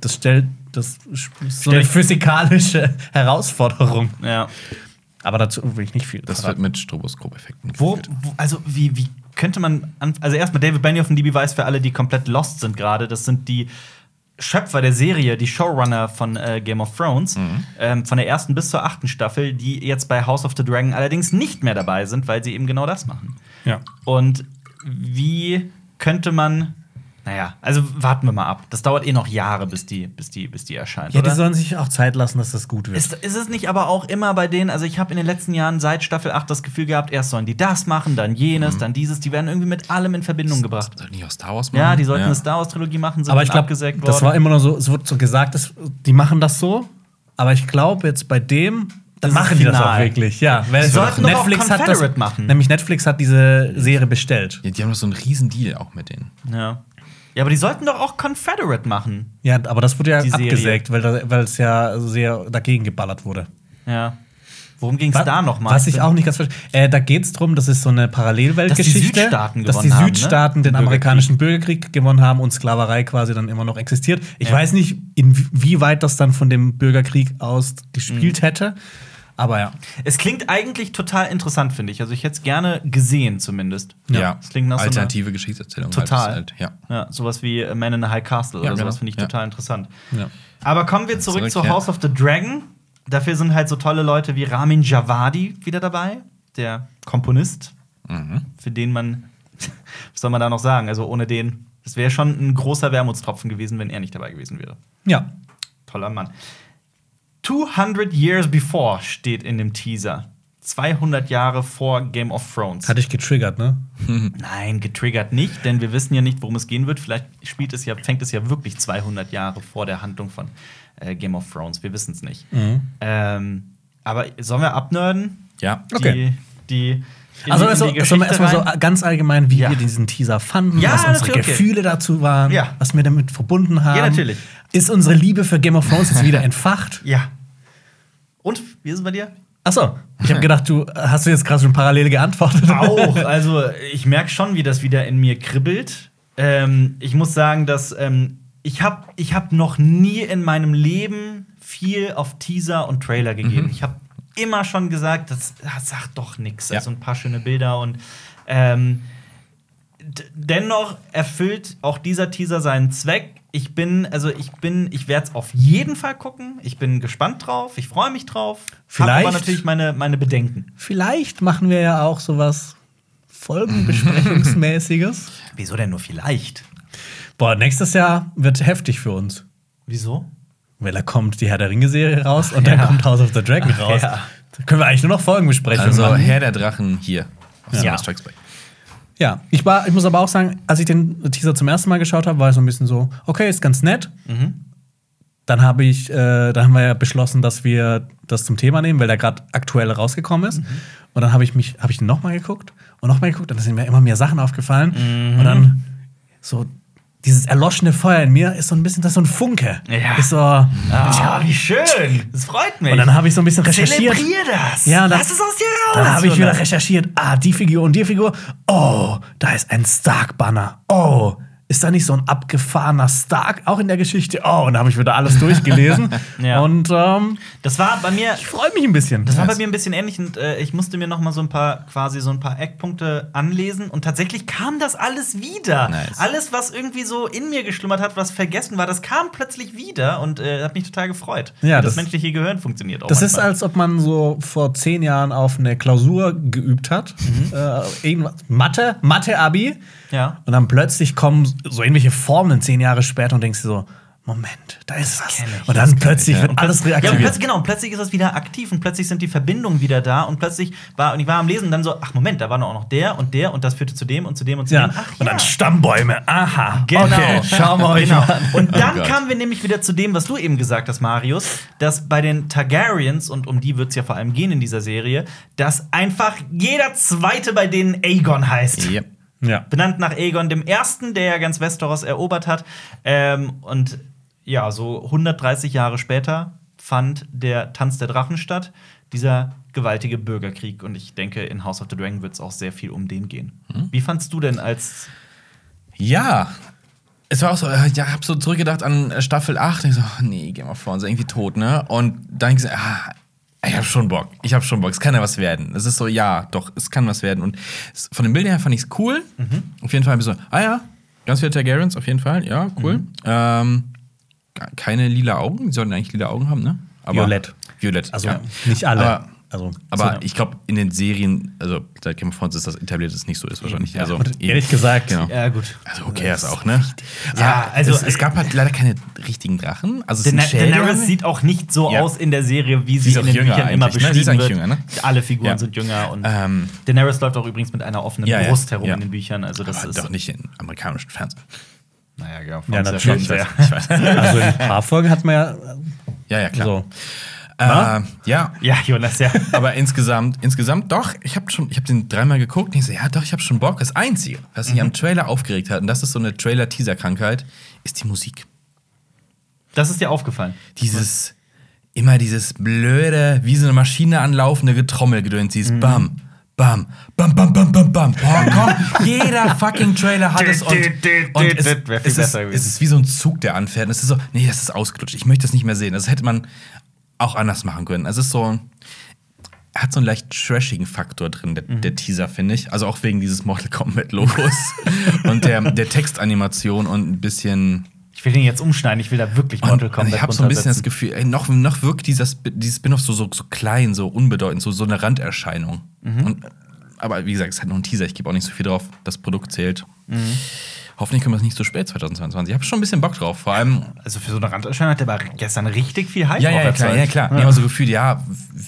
[SPEAKER 2] das stellt. Das ist so eine
[SPEAKER 1] Stellt-
[SPEAKER 2] physikalische [laughs] Herausforderung.
[SPEAKER 1] Ja.
[SPEAKER 2] Aber dazu will ich nicht viel.
[SPEAKER 3] Das wird
[SPEAKER 2] verraten.
[SPEAKER 3] mit Stroboskop-Effekten.
[SPEAKER 1] Wo,
[SPEAKER 3] gespielt.
[SPEAKER 1] wo also wie, wie könnte man an, also erstmal David Benioff und DB Weiss für alle, die komplett lost sind gerade, das sind die Schöpfer der Serie, die Showrunner von äh, Game of Thrones, ähm, von der ersten bis zur achten Staffel, die jetzt bei House of the Dragon allerdings nicht mehr dabei sind, weil sie eben genau das machen.
[SPEAKER 2] ja.
[SPEAKER 1] Und wie könnte man naja, also warten wir mal ab. Das dauert eh noch Jahre, bis die, bis die, bis die erscheint.
[SPEAKER 2] ja, die
[SPEAKER 1] oder?
[SPEAKER 2] sollen sich auch Zeit lassen, dass das gut wird.
[SPEAKER 1] Ist, ist es nicht aber auch immer bei denen, also ich habe in den letzten Jahren seit Staffel 8 das Gefühl gehabt, erst sollen die das machen, dann
[SPEAKER 2] Mhm.
[SPEAKER 1] jenes, dann dieses, die werden irgendwie mit allem in Verbindung gebracht.
[SPEAKER 3] Sollten die auch Star Wars machen?
[SPEAKER 1] Ja, die sollten
[SPEAKER 3] Ja.
[SPEAKER 1] eine Star Wars-Trilogie machen, sind
[SPEAKER 2] Mhm. aber ich
[SPEAKER 1] dann
[SPEAKER 2] glaube,
[SPEAKER 1] abgesägt worden.
[SPEAKER 2] das war immer nur so, es wurde so gesagt, das, die machen das so, aber ich glaube jetzt bei dem, dann
[SPEAKER 1] Das
[SPEAKER 2] machen
[SPEAKER 1] ist
[SPEAKER 2] die das auch
[SPEAKER 1] final.
[SPEAKER 2] wirklich. Ja, weil
[SPEAKER 1] Die sollten doch auch
[SPEAKER 2] hat das,
[SPEAKER 1] Confederate machen.
[SPEAKER 2] Nämlich Netflix hat diese Serie bestellt.
[SPEAKER 3] Ja, die haben doch so einen riesen Deal auch mit denen.
[SPEAKER 1] ja. ja, aber die sollten doch auch Confederate machen.
[SPEAKER 2] Ja, aber das wurde ja
[SPEAKER 1] Die Serie.
[SPEAKER 2] abgesägt, weil da- weil es ja sehr dagegen geballert wurde.
[SPEAKER 1] Ja. Worum ging es
[SPEAKER 2] Wa-
[SPEAKER 1] da nochmal?
[SPEAKER 2] Was ich auch nicht ganz verstehe. Äh, da geht es darum, das ist so eine
[SPEAKER 1] Dass
[SPEAKER 2] Parallelweltgeschichte.
[SPEAKER 1] die Südstaaten
[SPEAKER 2] dass die
[SPEAKER 1] gewonnen haben, ne?
[SPEAKER 2] Südstaaten den
[SPEAKER 1] Den Bürgerkrieg.
[SPEAKER 2] amerikanischen Bürgerkrieg gewonnen haben und Sklaverei quasi dann immer noch existiert. Ich
[SPEAKER 1] Ja.
[SPEAKER 2] weiß nicht, inwieweit das dann von dem Bürgerkrieg aus gespielt
[SPEAKER 1] Mhm.
[SPEAKER 2] hätte. Aber ja.
[SPEAKER 1] Es klingt eigentlich total interessant, finde ich. Also ich hätte es gerne gesehen zumindest.
[SPEAKER 2] Ja.
[SPEAKER 1] Das klingt nach so einer-
[SPEAKER 3] Alternative Geschichtserzählung. halt.
[SPEAKER 1] Total.
[SPEAKER 3] Das ist Halt, ja.
[SPEAKER 1] Ja, sowas wie äh, Man in a High Castle
[SPEAKER 3] Ja,
[SPEAKER 1] oder sowas
[SPEAKER 3] genau.
[SPEAKER 1] finde ich
[SPEAKER 3] Ja.
[SPEAKER 1] total interessant.
[SPEAKER 2] ja.
[SPEAKER 1] Aber kommen wir zurück,
[SPEAKER 3] Zurück,
[SPEAKER 1] zu
[SPEAKER 3] ja.
[SPEAKER 1] House of the Dragon. Dafür sind halt so tolle Leute wie Ramin Javadi wieder dabei, der Komponist,
[SPEAKER 3] Mhm.
[SPEAKER 1] für den man, [laughs] was soll man da noch sagen? Also ohne den, es wäre schon ein großer Wermutstropfen gewesen, wenn er nicht dabei gewesen wäre.
[SPEAKER 2] Ja.
[SPEAKER 1] Toller Mann. 200 Years Before steht in dem Teaser. 200 Jahre vor Game of Thrones.
[SPEAKER 2] Hatte ich getriggert, ne?
[SPEAKER 1] Nein, getriggert nicht, denn wir wissen ja nicht, worum es gehen wird. Vielleicht spielt es ja, fängt es ja wirklich 200 Jahre vor der Handlung von äh, Game of Thrones. Wir wissen es nicht.
[SPEAKER 2] Mhm.
[SPEAKER 1] Ähm, aber sollen wir abnörden?
[SPEAKER 3] Ja.
[SPEAKER 2] Okay.
[SPEAKER 1] Die, die in die- in
[SPEAKER 2] Also, also
[SPEAKER 1] die
[SPEAKER 2] erstmal
[SPEAKER 1] Geschichte
[SPEAKER 2] erstmal so
[SPEAKER 1] rein?
[SPEAKER 2] ganz allgemein, wie
[SPEAKER 1] Ja.
[SPEAKER 2] wir diesen Teaser fanden,
[SPEAKER 1] Ja,
[SPEAKER 2] was unsere
[SPEAKER 1] natürlich, okay.
[SPEAKER 2] Gefühle dazu waren,
[SPEAKER 1] Ja.
[SPEAKER 2] was wir damit verbunden haben.
[SPEAKER 1] natürlich.
[SPEAKER 2] Ist unsere Liebe für Game of Thrones
[SPEAKER 1] [laughs]
[SPEAKER 2] jetzt wieder entfacht?
[SPEAKER 1] Ja. Und wie ist es bei dir?
[SPEAKER 2] Achso, ich habe gedacht, du hast du jetzt gerade schon parallel geantwortet.
[SPEAKER 1] Auch. Also, ich merke schon, wie das wieder in mir kribbelt. Ähm, ich muss sagen, dass ähm, ich habe ich hab noch nie in meinem Leben viel auf Teaser und Trailer gegeben. Ich habe immer schon gesagt, das, das sagt doch nichts.
[SPEAKER 3] Ja.
[SPEAKER 1] Also ein paar schöne Bilder und ähm, d- dennoch erfüllt auch dieser Teaser seinen Zweck. Ich bin, also ich bin, ich werde es auf jeden Fall gucken. Ich bin gespannt drauf, ich freue mich drauf.
[SPEAKER 2] Vielleicht-
[SPEAKER 1] Hab aber natürlich meine, meine Bedenken.
[SPEAKER 2] Vielleicht machen wir ja auch sowas Folgenbesprechungsmäßiges.
[SPEAKER 1] Wieso denn nur vielleicht?
[SPEAKER 2] [laughs] Boah, nächstes Jahr wird heftig für uns.
[SPEAKER 1] Wieso?
[SPEAKER 2] Weil da kommt die Herr der Ringe-Serie raus und dann
[SPEAKER 1] Ja.
[SPEAKER 2] kommt House of the Dragon raus.
[SPEAKER 1] ja.
[SPEAKER 2] Da können wir eigentlich nur noch Folgenbesprechungen
[SPEAKER 3] Also
[SPEAKER 2] machen.
[SPEAKER 3] Herr der Drachen hier. Aus
[SPEAKER 1] Ja.
[SPEAKER 3] Star Strikes Back.
[SPEAKER 2] Ja, ich, war, ich muss aber auch sagen, als ich den Teaser zum ersten Mal geschaut habe, war ich so ein bisschen so, okay, ist ganz nett. Dann habe ich, äh, dann haben wir ja beschlossen, dass wir das zum Thema nehmen, weil der gerade aktuell rausgekommen ist. Und dann habe ich mich, habe ich den nochmal geguckt und nochmal geguckt und dann sind mir immer mehr Sachen aufgefallen. Und dann so dieses erloschene Feuer in mir ist so ein bisschen, das ist so ein Funke.
[SPEAKER 1] Ja.
[SPEAKER 2] Ist so,
[SPEAKER 1] Ah, wie schön! Das freut mich.
[SPEAKER 2] und dann habe ich so ein bisschen recherchiert.
[SPEAKER 1] Zelebrier das!
[SPEAKER 2] Ja, dann-
[SPEAKER 1] Lass es aus dir raus!
[SPEAKER 2] Dann Ah, habe ich wieder
[SPEAKER 1] Jonas.
[SPEAKER 2] recherchiert. Ah, die Figur und die Figur. Oh, da ist ein Stark-Banner. Oh, ist da nicht so ein abgefahrener Stark auch in der Geschichte? Oh, und da habe ich wieder alles [laughs] durchgelesen.
[SPEAKER 1] Ja.
[SPEAKER 2] Und ähm,
[SPEAKER 1] Das war bei mir.
[SPEAKER 2] ich freue mich ein bisschen.
[SPEAKER 1] Das war bei mir ein bisschen ähnlich und äh, ich musste mir noch mal so ein paar quasi so ein paar Eckpunkte anlesen und tatsächlich kam das alles wieder.
[SPEAKER 3] Nice.
[SPEAKER 1] Alles was irgendwie so in mir geschlummert hat, was vergessen war, das kam plötzlich wieder und äh, hat mich total gefreut.
[SPEAKER 2] Ja,
[SPEAKER 1] Wie das,
[SPEAKER 2] das-
[SPEAKER 1] menschliche Gehirn funktioniert auch.
[SPEAKER 2] Das ist,
[SPEAKER 1] manchmal.
[SPEAKER 2] als ob man so vor zehn Jahren auf eine Klausur geübt hat. Äh, irgendwas- Mathe, Mathe-Abi.
[SPEAKER 1] ja.
[SPEAKER 2] Und dann plötzlich kommen so irgendwelche Formeln zehn Jahre später und denkst dir so, Moment, da ist was.
[SPEAKER 1] kenn ich,
[SPEAKER 2] und dann plötzlich
[SPEAKER 3] ja.
[SPEAKER 2] wird
[SPEAKER 3] Und
[SPEAKER 2] alles
[SPEAKER 1] Ja, und
[SPEAKER 2] reaktiviert.
[SPEAKER 1] plötzlich, genau, und plötzlich ist es wieder aktiv und plötzlich sind die Verbindungen wieder da und plötzlich war, und ich war am Lesen und dann so, ach Moment, da war noch auch noch der und der und das führte zu dem und zu dem und zu
[SPEAKER 2] Ja.
[SPEAKER 1] dem. Ach,
[SPEAKER 2] Und
[SPEAKER 1] ja.
[SPEAKER 2] dann Stammbäume. Aha.
[SPEAKER 1] Genau.
[SPEAKER 2] Okay, schauen wir euch
[SPEAKER 1] Genau.
[SPEAKER 2] mal an.
[SPEAKER 1] Und dann
[SPEAKER 3] Oh Gott.
[SPEAKER 1] kamen wir nämlich wieder zu dem, was du eben gesagt hast, Marius, dass bei den Targaryens, und um die wird es ja vor allem gehen in dieser Serie, dass einfach jeder Zweite bei denen Aegon heißt.
[SPEAKER 3] Ja.
[SPEAKER 2] Ja.
[SPEAKER 1] Benannt nach Aegon dem Ersten, der ja ganz Westeros erobert hat. Ähm, und ja, so 130 Jahre später fand der Tanz der Drachen statt, dieser gewaltige Bürgerkrieg. Und ich denke, in House of the Dragon wird es auch sehr viel um den gehen.
[SPEAKER 3] Hm?
[SPEAKER 1] Wie fandst du denn als
[SPEAKER 3] Ja. Es war auch so, äh, ja, ich hab so zurückgedacht an äh, Staffel 8. Ich so, ach nee, geh mal vor, ist irgendwie tot, ne? Und dann gesagt, ah, ich hab schon Bock. Ich hab schon Bock. Es kann ja was werden. Es ist so, ja, doch, es kann was werden. Und es- von den Bildern her fand ich's cool.
[SPEAKER 2] Mhm.
[SPEAKER 3] Auf jeden Fall hab ich so, ah ja, ganz viele Targaryens, auf jeden Fall, ja, cool.
[SPEAKER 2] Mhm.
[SPEAKER 3] Ähm, ke- keine lila Augen, die sollten eigentlich lila Augen haben, ne? Aber-
[SPEAKER 2] Violett.
[SPEAKER 3] Violett.
[SPEAKER 2] Also
[SPEAKER 3] ja.
[SPEAKER 2] nicht alle.
[SPEAKER 3] Aber,
[SPEAKER 2] also,
[SPEAKER 3] aber
[SPEAKER 2] so-
[SPEAKER 3] ich glaube, in den Serien, also seit Game of Thrones ist das etabliert, dass es nicht so ist wahrscheinlich. Also,
[SPEAKER 2] Und ehrlich gesagt,
[SPEAKER 3] genau.
[SPEAKER 1] Ja, gut.
[SPEAKER 3] Also okay, ist auch, ne?
[SPEAKER 1] Ja,
[SPEAKER 3] Aber
[SPEAKER 1] also-
[SPEAKER 3] es, es gab halt leider keine richtigen Drachen. Also es sind
[SPEAKER 1] Dana
[SPEAKER 3] Schädel
[SPEAKER 1] Daenerys
[SPEAKER 3] dran.
[SPEAKER 1] sieht auch nicht so
[SPEAKER 3] Ja.
[SPEAKER 1] aus in der Serie, wie sie,
[SPEAKER 3] ist
[SPEAKER 1] in
[SPEAKER 3] auch
[SPEAKER 1] den
[SPEAKER 3] jünger
[SPEAKER 1] Büchern immer
[SPEAKER 3] eigentlich, ne?
[SPEAKER 1] beschrieben
[SPEAKER 3] Sie ist eigentlich
[SPEAKER 1] wird.
[SPEAKER 3] jünger, ne?
[SPEAKER 1] Alle Figuren
[SPEAKER 3] Ja.
[SPEAKER 1] sind jünger und
[SPEAKER 3] Ähm.
[SPEAKER 1] Daenerys läuft auch übrigens mit einer offenen
[SPEAKER 3] Ja, ja.
[SPEAKER 1] Brust herum
[SPEAKER 3] Ja.
[SPEAKER 1] in den Büchern. Also das
[SPEAKER 3] aber
[SPEAKER 1] ist
[SPEAKER 3] doch nicht in amerikanischen Fernsehen.
[SPEAKER 1] Naja, genau, ja,
[SPEAKER 2] Ja,
[SPEAKER 1] Frauen
[SPEAKER 2] natürlich.
[SPEAKER 1] sehr-
[SPEAKER 2] ja.
[SPEAKER 1] sehr-
[SPEAKER 2] [laughs] also in ein paar Folgen hat man ja
[SPEAKER 3] Ja, ja,
[SPEAKER 2] äh,
[SPEAKER 3] klar.
[SPEAKER 2] so.
[SPEAKER 3] Äh, ja,
[SPEAKER 1] Ja, Jonas, ja.
[SPEAKER 3] aber insgesamt, insgesamt doch, ich habe schon, ich habe den dreimal geguckt und ich so, ja doch, ich habe schon Bock. Das Einzige, was
[SPEAKER 1] Mhm.
[SPEAKER 3] mich am Trailer aufgeregt hat, und das ist so eine Trailer-Teaser-Krankheit, ist die Musik.
[SPEAKER 1] Das ist dir aufgefallen.
[SPEAKER 3] Dieses, immer dieses blöde, wie so eine Maschine anlaufende Getrommelgedöns, dieses
[SPEAKER 1] Mhm.
[SPEAKER 3] Bam, Bam, Bam, Bam, Bam, Bam, Bam.
[SPEAKER 1] [laughs]
[SPEAKER 3] Boah, komm, jeder fucking Trailer hat es und, und es,
[SPEAKER 1] Wär viel
[SPEAKER 3] es, ist,
[SPEAKER 1] besser gewesen.
[SPEAKER 3] es ist wie so ein Zug, der anfährt. Und es ist so, nee, das ist ausgelutscht. Ich möchte das nicht mehr sehen. Das hätte man auch anders machen können. Es ist so, hat so einen leicht trashigen Faktor drin, der,
[SPEAKER 1] Mhm.
[SPEAKER 3] der Teaser, finde ich. Also auch wegen dieses Mortal Kombat-Logos [laughs] und der, der Textanimation und ein bisschen
[SPEAKER 1] Ich will den jetzt umschneiden, ich will da wirklich
[SPEAKER 3] und,
[SPEAKER 1] Mortal
[SPEAKER 3] und
[SPEAKER 1] Kombat
[SPEAKER 3] ich habe so ein bisschen das
[SPEAKER 1] runtersetzen.
[SPEAKER 3] Gefühl, ey, noch, noch wirkt dieser, Sp- dieses Spin-off so, so, so klein, so unbedeutend, so, so eine Randerscheinung.
[SPEAKER 1] Mhm.
[SPEAKER 3] Und, aber wie gesagt, es ist halt nur ein Teaser, ich gebe auch nicht so viel drauf. Das Produkt zählt.
[SPEAKER 1] Mhm.
[SPEAKER 3] Hoffentlich können wir es nicht zu spät 2022. Ich habe schon ein bisschen Bock drauf. Vor allem,
[SPEAKER 1] Also für so eine Randerscheinung hat der aber gestern richtig viel Hype
[SPEAKER 3] ja, ja, ja,
[SPEAKER 1] auch
[SPEAKER 3] klar, ja,
[SPEAKER 1] erzeugt.
[SPEAKER 3] klar. Ich habe so gefühlt, ja,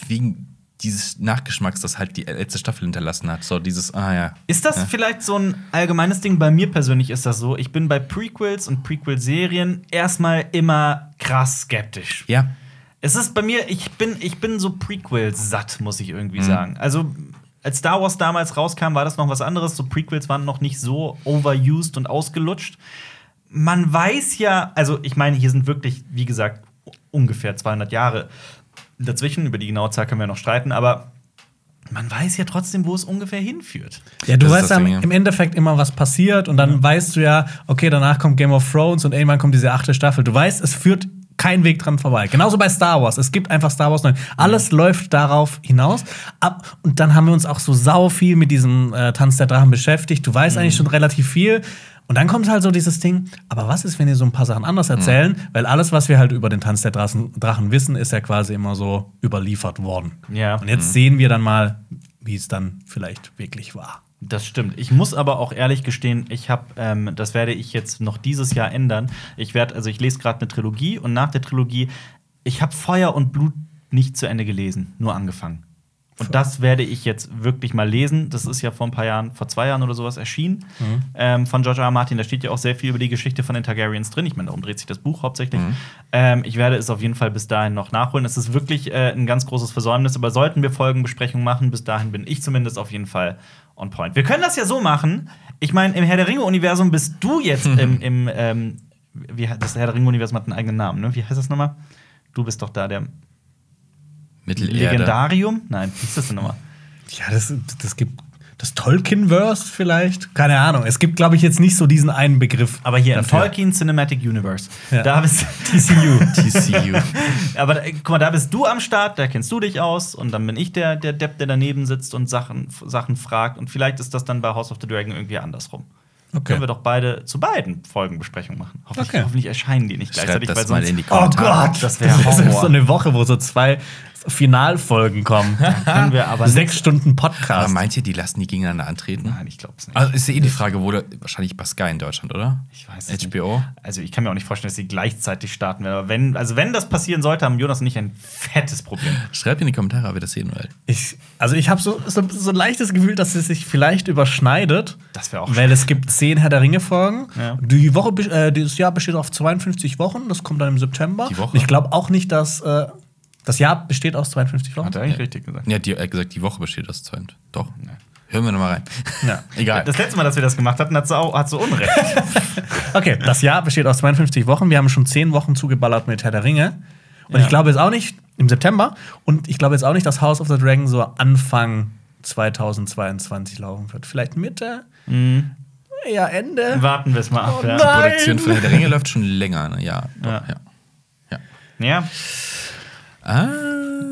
[SPEAKER 3] wegen dieses Nachgeschmacks, das halt die letzte Staffel hinterlassen hat. So dieses, ah ja.
[SPEAKER 1] Ist das
[SPEAKER 3] ja.
[SPEAKER 1] vielleicht so ein allgemeines Ding? Bei mir persönlich ist das so. Ich bin bei Prequels und Prequel-Serien erstmal immer krass skeptisch.
[SPEAKER 3] Ja.
[SPEAKER 1] Es ist bei mir, ich bin, ich bin so Prequels satt, muss ich irgendwie sagen. Also, als Star Wars damals rauskam, war das noch was anderes. So Prequels waren noch nicht so overused und ausgelutscht. Man weiß ja, also ich meine, hier sind wirklich, wie gesagt, ungefähr 200 Jahre dazwischen. Über die genaue Zahl können wir noch streiten, aber man weiß ja trotzdem, wo es ungefähr hinführt.
[SPEAKER 2] Ja, du
[SPEAKER 3] Das ist
[SPEAKER 2] weißt
[SPEAKER 3] das
[SPEAKER 2] ja
[SPEAKER 3] Ding, ja.
[SPEAKER 2] im Endeffekt immer, was passiert und dann weißt du ja, okay, danach kommt Game of Thrones und irgendwann kommt diese achte Staffel. Du weißt, es führt kein Weg dran vorbei. Genauso bei Star Wars. Es gibt einfach Star Wars 9. Alles läuft darauf hinaus. Ab, und dann haben wir uns auch so sau viel mit diesem äh, Tanz der Drachen beschäftigt. Du weißt
[SPEAKER 3] Mhm.
[SPEAKER 2] eigentlich schon relativ viel. Und dann kommt halt so dieses Ding, aber was ist, wenn die so ein paar Sachen anders erzählen? Weil alles, was wir halt über den Tanz der Drachen, Drachen wissen, ist ja quasi immer so überliefert worden.
[SPEAKER 1] Ja.
[SPEAKER 2] Und
[SPEAKER 3] Mhm.
[SPEAKER 2] jetzt sehen wir dann mal, wie es dann vielleicht wirklich war.
[SPEAKER 1] Das stimmt. Ich muss aber auch ehrlich gestehen, ich habe, ähm, das werde ich jetzt noch dieses Jahr ändern. Ich werde, also ich lese gerade eine Trilogie und nach der Trilogie, ich habe Feuer und Blut nicht zu Ende gelesen, nur angefangen. Und das werde ich jetzt wirklich mal lesen. Das ist ja vor ein paar Jahren, vor zwei Jahren oder sowas erschienen ähm, von George R. R. Martin. Da steht ja auch sehr viel über die Geschichte von den Targaryens drin. Ich meine, darum dreht sich das Buch hauptsächlich. Ähm, ich werde es auf jeden Fall bis dahin noch nachholen. Es ist wirklich äh, ein ganz großes Versäumnis, aber sollten wir Folgenbesprechungen machen, bis dahin bin ich zumindest auf jeden Fall on point. Wir können das ja so machen. Ich meine, im Herr der Ringe-Universum bist du jetzt im, im ähm, wie, he- das Herr der Ringe-Universum hat einen eigenen Namen, ne? Wie heißt das nochmal? Du bist doch da, der
[SPEAKER 3] Mittelerde.
[SPEAKER 1] Legendarium? Nein, wie ist das denn nochmal?
[SPEAKER 2] Ja, das, das gibt das Tolkien-Verse vielleicht? Keine Ahnung. Es gibt, glaube ich, jetzt nicht so diesen einen Begriff.
[SPEAKER 1] Aber hier im
[SPEAKER 2] Dafür.
[SPEAKER 1] Tolkien Cinematic Universe.
[SPEAKER 2] Ja.
[SPEAKER 1] Da bist [laughs]
[SPEAKER 2] TCU. [laughs]
[SPEAKER 3] TCU.
[SPEAKER 1] aber äh, guck mal, da bist du am Start, da kennst du dich aus und dann bin ich der, der Depp, der daneben sitzt und Sachen, f- Sachen fragt. Und vielleicht ist das dann bei House of the Dragon irgendwie andersrum. Können wir doch beide zu beiden Folgenbesprechungen machen. Hoffentlich,
[SPEAKER 2] Okay.
[SPEAKER 1] hoffentlich erscheinen die nicht
[SPEAKER 3] Schreibt
[SPEAKER 1] gleichzeitig,
[SPEAKER 3] das mal in die
[SPEAKER 2] Oh
[SPEAKER 3] Kommentare.
[SPEAKER 2] Gott,
[SPEAKER 1] Das wär Horror.
[SPEAKER 2] so eine Woche, wo so zwei Finalfolgen kommen.
[SPEAKER 1] können wir aber nicht.
[SPEAKER 2] Sechs Stunden
[SPEAKER 3] Aber
[SPEAKER 2] Podcast.
[SPEAKER 3] meint ihr, die lassen die gegeneinander antreten?
[SPEAKER 1] Nein, ich glaub's nicht.
[SPEAKER 3] Also ist ja eh die Frage, wo da, wahrscheinlich bei Sky in Deutschland, oder?
[SPEAKER 1] Ich weiß es
[SPEAKER 3] HBO?
[SPEAKER 1] Nicht. Also ich kann mir auch nicht vorstellen, dass sie gleichzeitig starten werden. Aber wenn, also wenn das passieren sollte, haben Jonas und ich ein fettes Problem.
[SPEAKER 3] Schreibt in die Kommentare, ob ihr das sehen wollt.
[SPEAKER 2] Ich, also ich habe so, so, so ein leichtes Gefühl, dass es sich vielleicht überschneidet.
[SPEAKER 1] Das wär auch
[SPEAKER 2] Weil es gibt zehn Herr der Ringe-Folgen.
[SPEAKER 1] Ja.
[SPEAKER 2] Die Woche, be- äh, dieses Jahr besteht auf 52 Wochen. Das kommt dann im September.
[SPEAKER 3] Die Woche.
[SPEAKER 2] Ich glaube auch nicht, dass äh, das Jahr besteht aus 52 Wochen.
[SPEAKER 1] er eigentlich richtig gesagt.
[SPEAKER 3] Ja, die, er hat gesagt, die Woche besteht aus zwei. Doch. Hören wir nochmal rein.
[SPEAKER 2] Ja.
[SPEAKER 3] [laughs] Egal.
[SPEAKER 1] Das letzte Mal, dass wir das gemacht hatten, hat sie auch hat sie Unrecht. [laughs]
[SPEAKER 2] Okay, das Jahr besteht aus 52 Wochen. Wir haben schon 10 Wochen zugeballert mit Herr der Ringe. Und
[SPEAKER 1] Ja.
[SPEAKER 2] ich glaube jetzt auch nicht, im September, und ich glaube jetzt auch nicht, dass House of the Dragon so Anfang 2022 laufen wird. Vielleicht Mitte, eher Ende.
[SPEAKER 1] Warten wir es mal ab.
[SPEAKER 2] Oh
[SPEAKER 1] ja.
[SPEAKER 2] nein.
[SPEAKER 3] Die Produktion von Herr der Ringe läuft schon länger, ne? Ja. Doch,
[SPEAKER 1] Ja.
[SPEAKER 3] ja. ja.
[SPEAKER 1] ja.
[SPEAKER 3] Ah,